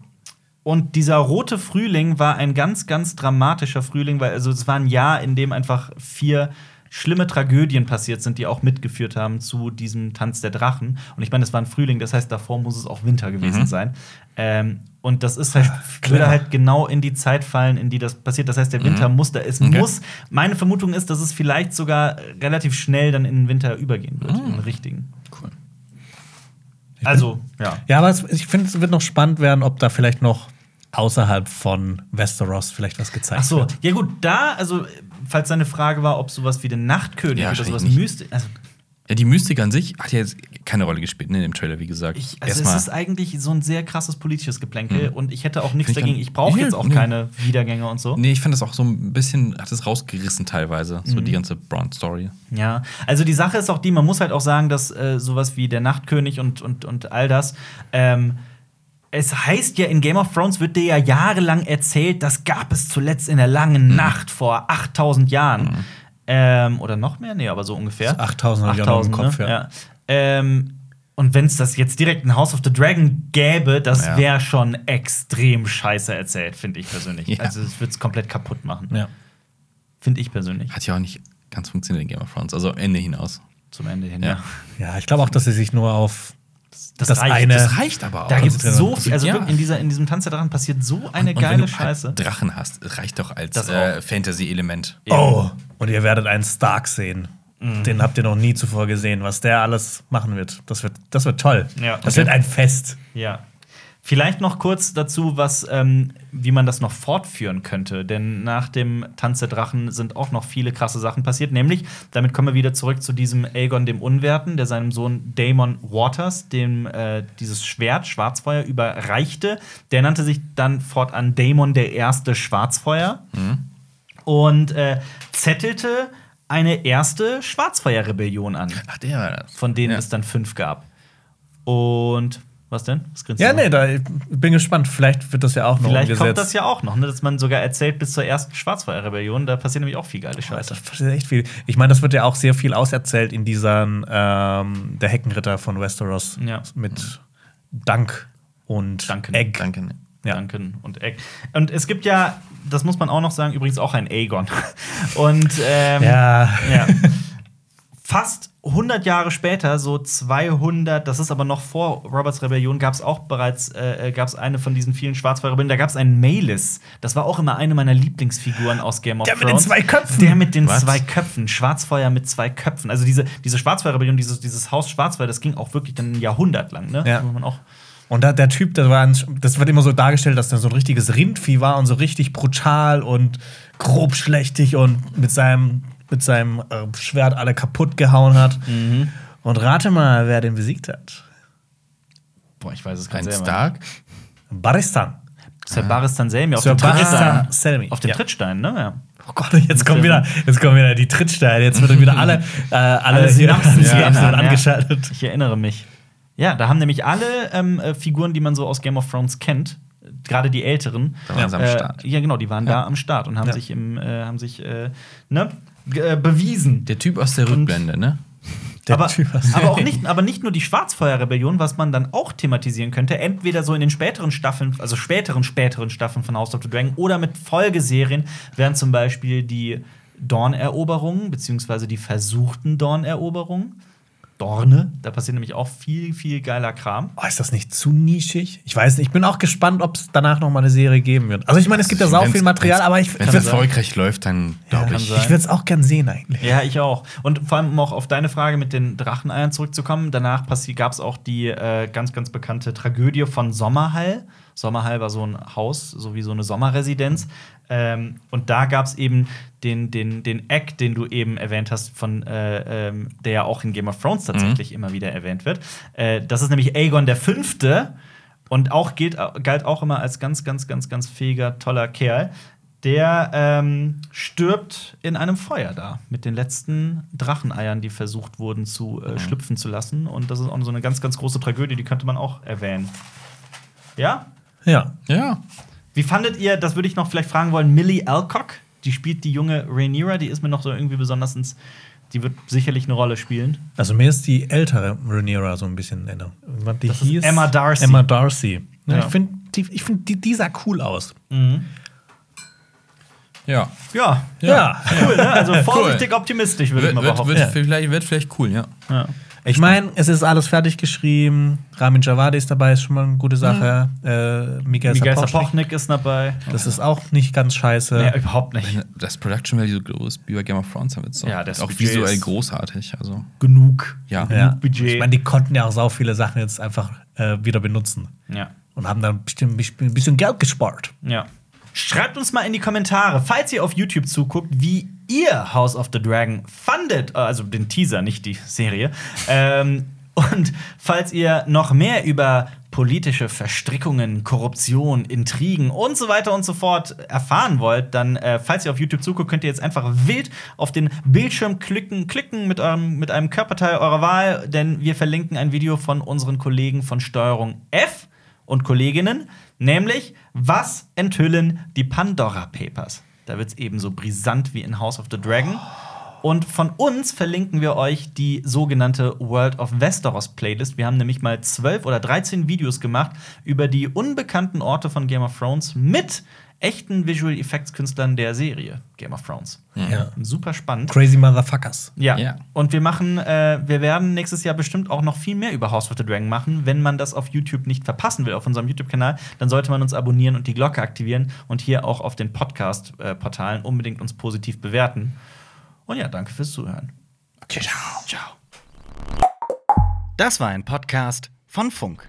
[SPEAKER 1] Und dieser rote Frühling war ein ganz, ganz dramatischer Frühling, weil also es war ein Jahr, in dem einfach vier schlimme Tragödien passiert sind, die auch mitgeführt haben zu diesem Tanz der Drachen. Und ich meine, das war ein Frühling, das heißt, davor muss es auch Winter gewesen
[SPEAKER 3] Mhm.
[SPEAKER 1] sein. Ähm, und das ist halt,
[SPEAKER 3] Ah,
[SPEAKER 1] würde halt genau in die Zeit fallen, in die das passiert. Das heißt, der Winter muss da. Es
[SPEAKER 3] Mhm. Okay.
[SPEAKER 1] muss. Meine Vermutung ist, dass es vielleicht sogar relativ schnell dann in den Winter übergehen wird, in den richtigen.
[SPEAKER 3] Ah. Cool.
[SPEAKER 1] Also, ja.
[SPEAKER 2] Ja, aber es, ich finde, es wird noch spannend werden, ob da vielleicht noch außerhalb von Westeros vielleicht was gezeigt
[SPEAKER 1] Ach so,
[SPEAKER 2] wird.
[SPEAKER 1] ja gut, da, also, falls deine Frage war, ob sowas wie den Nachtkönig
[SPEAKER 3] Ja,
[SPEAKER 1] oder sowas
[SPEAKER 3] wahrscheinlich
[SPEAKER 1] mystisch. Also,
[SPEAKER 3] Ja, die Mystik an sich hat ja jetzt keine Rolle gespielt, ne, im Trailer, wie gesagt.
[SPEAKER 1] ich, also es ist eigentlich so ein sehr krasses politisches Geplänkel und ich hätte auch nichts
[SPEAKER 3] Mhm. Find ich
[SPEAKER 1] dagegen.
[SPEAKER 3] dann-
[SPEAKER 1] Ich brauche
[SPEAKER 3] Ja,
[SPEAKER 1] jetzt auch
[SPEAKER 3] nee.
[SPEAKER 1] keine Wiedergänge und so.
[SPEAKER 3] nee, ich fand das auch so ein bisschen, hat es rausgerissen teilweise, so
[SPEAKER 1] Mhm.
[SPEAKER 3] die ganze Brown-Story.
[SPEAKER 1] Ja, also die Sache ist auch die, man muss halt auch sagen, dass äh, sowas wie der Nachtkönig und, und, und all das, ähm, es heißt ja, in Game of Thrones wird dir ja jahrelang erzählt, das gab es zuletzt in der langen
[SPEAKER 2] Mhm.
[SPEAKER 1] Nacht vor 8000 Jahren. Ähm, oder noch mehr? Nee, aber so ungefähr. ne?
[SPEAKER 2] So 8000 Mhm. hab ich auch noch im Kopf, ja.
[SPEAKER 1] Ähm, und wenn es das jetzt direkt in House of the Dragon gäbe, das
[SPEAKER 3] Ja.
[SPEAKER 1] wäre schon extrem scheiße erzählt, finde ich persönlich.
[SPEAKER 3] Ja.
[SPEAKER 1] Also es würde es komplett kaputt machen,
[SPEAKER 2] Ja.
[SPEAKER 1] finde ich persönlich.
[SPEAKER 3] Hat ja auch nicht ganz funktioniert in Game of Thrones, also Ende hinaus.
[SPEAKER 1] Zum Ende hin.
[SPEAKER 3] Ja.
[SPEAKER 1] Ja.
[SPEAKER 2] ja, ich glaube auch, dass sie sich nur auf Das
[SPEAKER 1] reicht.
[SPEAKER 2] eine-
[SPEAKER 3] Das reicht aber auch.
[SPEAKER 1] Da gibt es
[SPEAKER 2] Konzentrieren.
[SPEAKER 1] so viel, also
[SPEAKER 3] Ja.
[SPEAKER 1] wirklich in, dieser, in diesem Tanz der Drachen passiert so eine
[SPEAKER 3] Und wenn
[SPEAKER 1] geile
[SPEAKER 3] du
[SPEAKER 1] Scheiße.
[SPEAKER 3] Halt Drachen hast, reicht doch als
[SPEAKER 1] Das auch.
[SPEAKER 3] äh, Fantasy-Element.
[SPEAKER 2] Oh, und ihr werdet einen Stark sehen.
[SPEAKER 1] Mhm.
[SPEAKER 2] Den habt ihr noch nie zuvor gesehen, was der alles machen wird. Das wird, das wird toll.
[SPEAKER 1] Ja.
[SPEAKER 2] Das
[SPEAKER 1] Okay.
[SPEAKER 2] wird ein Fest.
[SPEAKER 1] Ja. Vielleicht noch kurz dazu, was, ähm, wie man das noch fortführen könnte. Denn nach dem Tanz der Drachen sind auch noch viele krasse Sachen passiert. Nämlich, damit kommen wir wieder zurück zu diesem Aegon dem Unwerten, der seinem Sohn Daemon Waters dem äh, dieses Schwert Schwarzfeuer überreichte. Der nannte sich dann fortan Daemon der erste Schwarzfeuer.
[SPEAKER 3] Mhm.
[SPEAKER 1] Und äh, zettelte eine erste Schwarzfeuer-Rebellion an.
[SPEAKER 3] Ach, der war das.
[SPEAKER 1] von denen
[SPEAKER 3] ja.
[SPEAKER 1] es dann fünf gab. Und was denn? Was grinst du
[SPEAKER 2] Ja,
[SPEAKER 1] so?
[SPEAKER 2] nee, da ich bin gespannt. Vielleicht wird das ja auch noch
[SPEAKER 1] Vielleicht kommt
[SPEAKER 2] umgesetzt.
[SPEAKER 1] das ja auch noch, ne? dass man sogar erzählt bis zur ersten Schwarzfeuer-Rebellion. Da passiert nämlich auch viel geile Scheiße.
[SPEAKER 2] Das passiert echt viel. Ich meine, das wird ja auch sehr viel auserzählt in diesen ähm, der Heckenritter von Westeros
[SPEAKER 1] Ja.
[SPEAKER 2] mit Dank und
[SPEAKER 1] Duncan.
[SPEAKER 2] Egg.
[SPEAKER 3] Danke. ne.
[SPEAKER 2] Ja.
[SPEAKER 1] Duncan und Egg. Und es gibt ja, das muss man auch noch sagen, übrigens auch ein Aegon. [laughs] Und ähm,
[SPEAKER 2] Ja.
[SPEAKER 1] ja. [laughs] Fast 100 Jahre später, so 200, das ist aber noch vor Roberts Rebellion, gab es auch bereits äh, gab's eine von diesen vielen Schwarzfeuerrebellen. Da gab es einen Malis. Das war auch immer eine meiner Lieblingsfiguren aus Game of
[SPEAKER 2] Der mit den
[SPEAKER 1] Thrones.
[SPEAKER 2] zwei Köpfen.
[SPEAKER 1] Der mit den
[SPEAKER 3] Was?
[SPEAKER 1] zwei Köpfen. Schwarzfeuer mit zwei Köpfen. Also diese, diese Schwarzfeuerrebellion, dieses, dieses Haus Schwarzfeuer, das ging auch wirklich dann ein Jahrhundert lang. Ne?
[SPEAKER 2] Ja.
[SPEAKER 1] Das muss man auch
[SPEAKER 2] Und da, der Typ, der war ein, das wird immer so dargestellt, dass der so ein richtiges Rindvieh war und so richtig brutal und grobschlächtig und mit seinem, mit seinem äh, Schwert alle kaputt gehauen hat.
[SPEAKER 1] Mhm.
[SPEAKER 2] Und rate mal, wer den besiegt hat.
[SPEAKER 1] Boah, ich weiß es
[SPEAKER 3] Ein
[SPEAKER 1] selber.
[SPEAKER 3] Stark.
[SPEAKER 2] Baristan.
[SPEAKER 1] Sir Baristan Selmy auf
[SPEAKER 2] Ah. Sir
[SPEAKER 1] dem Trittstein.
[SPEAKER 2] Baristan Selmy.
[SPEAKER 1] Auf dem
[SPEAKER 2] Ja.
[SPEAKER 1] Trittstein, ne? Ja.
[SPEAKER 2] Oh Gott, jetzt kommen wieder, jetzt kommen wieder die Trittsteine. Jetzt werden wieder alle, äh, alle
[SPEAKER 1] Alle Synapsen
[SPEAKER 2] hier-
[SPEAKER 1] sind
[SPEAKER 2] [laughs] Synapsen
[SPEAKER 1] an,
[SPEAKER 2] sind
[SPEAKER 1] [laughs] ja.
[SPEAKER 2] angeschaltet.
[SPEAKER 1] Ich erinnere mich. Ja, da haben nämlich alle ähm, äh, Figuren, die man so aus Game of Thrones kennt, äh, gerade die Älteren,
[SPEAKER 3] Da waren sie am
[SPEAKER 1] äh,
[SPEAKER 3] Start.
[SPEAKER 1] Ja, genau, die waren da am Start und haben
[SPEAKER 2] Ja.
[SPEAKER 1] sich im, äh, haben sich äh, ne, g- äh, bewiesen.
[SPEAKER 3] Der Typ aus der Rückblende, ne?
[SPEAKER 2] Der
[SPEAKER 1] aber,
[SPEAKER 2] Typ aus-
[SPEAKER 1] aber auch nicht, aber nicht nur die Schwarzfeuerrebellion, was man dann auch thematisieren könnte, entweder so in den späteren Staffeln, also späteren späteren Staffeln von House of the Dragon oder mit Folgeserien wären zum Beispiel die Dorneroberungen beziehungsweise die versuchten Dorneroberungen. Dorne, da passiert nämlich auch viel viel geiler Kram.
[SPEAKER 2] Oh, ist das nicht zu nischig? Ich weiß nicht. Ich bin auch gespannt, ob es danach noch mal eine Serie geben wird. Also ich meine, es gibt ja sau viel
[SPEAKER 3] Wenn's-
[SPEAKER 2] Material,
[SPEAKER 3] wenn's-
[SPEAKER 2] aber ich,
[SPEAKER 3] Wenn es
[SPEAKER 1] Kann sein.
[SPEAKER 3] erfolgreich läuft, dann glaube
[SPEAKER 1] kann
[SPEAKER 3] ich.
[SPEAKER 1] sein.
[SPEAKER 2] ich würde es auch gern sehen [laughs] eigentlich.
[SPEAKER 1] Ja, ich auch. Und vor allem, um auch auf deine Frage mit den Dracheneiern zurückzukommen, danach gab es auch die äh, ganz, ganz bekannte Tragödie von Sommerhall. Sommerhall war so ein Haus, so wie so eine Sommerresidenz. Ähm, und da gab es eben den, den, den Act, den du eben erwähnt hast, von, äh, ähm, der ja auch in Game of Thrones tatsächlich immer wieder erwähnt wird. Äh, das ist nämlich Aegon der Fünfte. Und auch gilt, galt auch immer als ganz, ganz, ganz, ganz fähiger, toller Kerl. Der ähm, stirbt in einem Feuer da mit den letzten Dracheneiern, die versucht wurden zu
[SPEAKER 3] Mhm.
[SPEAKER 1] äh, schlüpfen zu lassen. Und das ist auch so eine ganz, ganz große Tragödie, die könnte man auch erwähnen. Ja?
[SPEAKER 2] Ja.
[SPEAKER 3] Ja.
[SPEAKER 1] Wie fandet ihr, das würde ich noch vielleicht fragen wollen, Millie Alcock? Die spielt die junge Rhaenyra, die ist mir noch so irgendwie besonders ins. Die wird sicherlich eine Rolle spielen.
[SPEAKER 2] Also mir ist die ältere Rhaenyra so ein bisschen in Erinnerung. Die
[SPEAKER 1] Das ist Emma Darcy.
[SPEAKER 2] Emma Darcy. Ja,
[SPEAKER 1] Ja.
[SPEAKER 3] Mhm.
[SPEAKER 2] Ich finde, die, ich find, die, die sah cool aus.
[SPEAKER 3] Ja.
[SPEAKER 1] Ja,
[SPEAKER 2] Ja.
[SPEAKER 1] cool, ne?
[SPEAKER 3] [laughs]
[SPEAKER 1] Also vorsichtig optimistisch, würde ich
[SPEAKER 3] Wird,
[SPEAKER 1] mal
[SPEAKER 3] wird,
[SPEAKER 1] behaupten.
[SPEAKER 3] wird,
[SPEAKER 2] Ja.
[SPEAKER 3] vielleicht, wird vielleicht cool, ja.
[SPEAKER 1] Ja.
[SPEAKER 2] Ich
[SPEAKER 1] ne?
[SPEAKER 2] meine, es ist alles fertig geschrieben. Ramin Javadi ist dabei, ist schon mal eine gute Sache. Äh, Miguel,
[SPEAKER 1] Miguel
[SPEAKER 2] Sapochnik.
[SPEAKER 1] Sapochnik ist dabei.
[SPEAKER 2] Das ist auch nicht ganz scheiße.
[SPEAKER 1] Nee, überhaupt nicht.
[SPEAKER 3] Das Production Value so groß wie bei Game of Thrones haben wir jetzt auch.
[SPEAKER 1] Ja, das
[SPEAKER 3] auch
[SPEAKER 1] Budget
[SPEAKER 3] visuell
[SPEAKER 1] ist-
[SPEAKER 3] großartig. Also,
[SPEAKER 1] Genug.
[SPEAKER 3] ja.
[SPEAKER 2] Ja.
[SPEAKER 1] Genug Budget.
[SPEAKER 2] Ich meine, die konnten ja auch sau viele Sachen jetzt einfach äh, wieder benutzen
[SPEAKER 1] Ja.
[SPEAKER 2] und haben dann bestimmt ein bisschen Geld gespart.
[SPEAKER 1] Ja. Schreibt uns mal in die Kommentare, falls ihr auf YouTube zuguckt, wie ihr House of the Dragon fandet, also den Teaser, nicht die Serie. ähm, und falls ihr noch mehr über politische Verstrickungen, Korruption, Intrigen und so weiter und so fort erfahren wollt, dann, äh, falls ihr auf YouTube zuguckt, könnt ihr jetzt einfach wild auf den Bildschirm klicken, klicken mit, eurem, mit einem Körperteil eurer Wahl, denn wir verlinken ein Video von unseren Kollegen von Steuerung F und Kolleginnen, nämlich was enthüllen die Pandora Papers? Da wird es ebenso brisant wie in House of the Dragon. Und von uns verlinken wir euch die sogenannte World of Westeros Playlist. Wir haben nämlich mal 12 oder 13 Videos gemacht über die unbekannten Orte von Game of Thrones mit echten Visual Effects Künstlern der Serie Game of Thrones.
[SPEAKER 2] Ja.
[SPEAKER 1] Super spannend.
[SPEAKER 2] Crazy Motherfuckers.
[SPEAKER 1] Ja.
[SPEAKER 3] Ja.
[SPEAKER 1] Und wir machen, äh, wir werden nächstes Jahr bestimmt auch noch viel mehr über House of the Dragon machen. Wenn man das auf YouTube nicht verpassen will, auf unserem YouTube-Kanal, dann sollte man uns abonnieren und die Glocke aktivieren und hier auch auf den Podcast-Portalen unbedingt uns positiv bewerten. Und ja, danke fürs Zuhören.
[SPEAKER 3] Okay, ciao.
[SPEAKER 1] Ciao. Das war ein Podcast von Funk.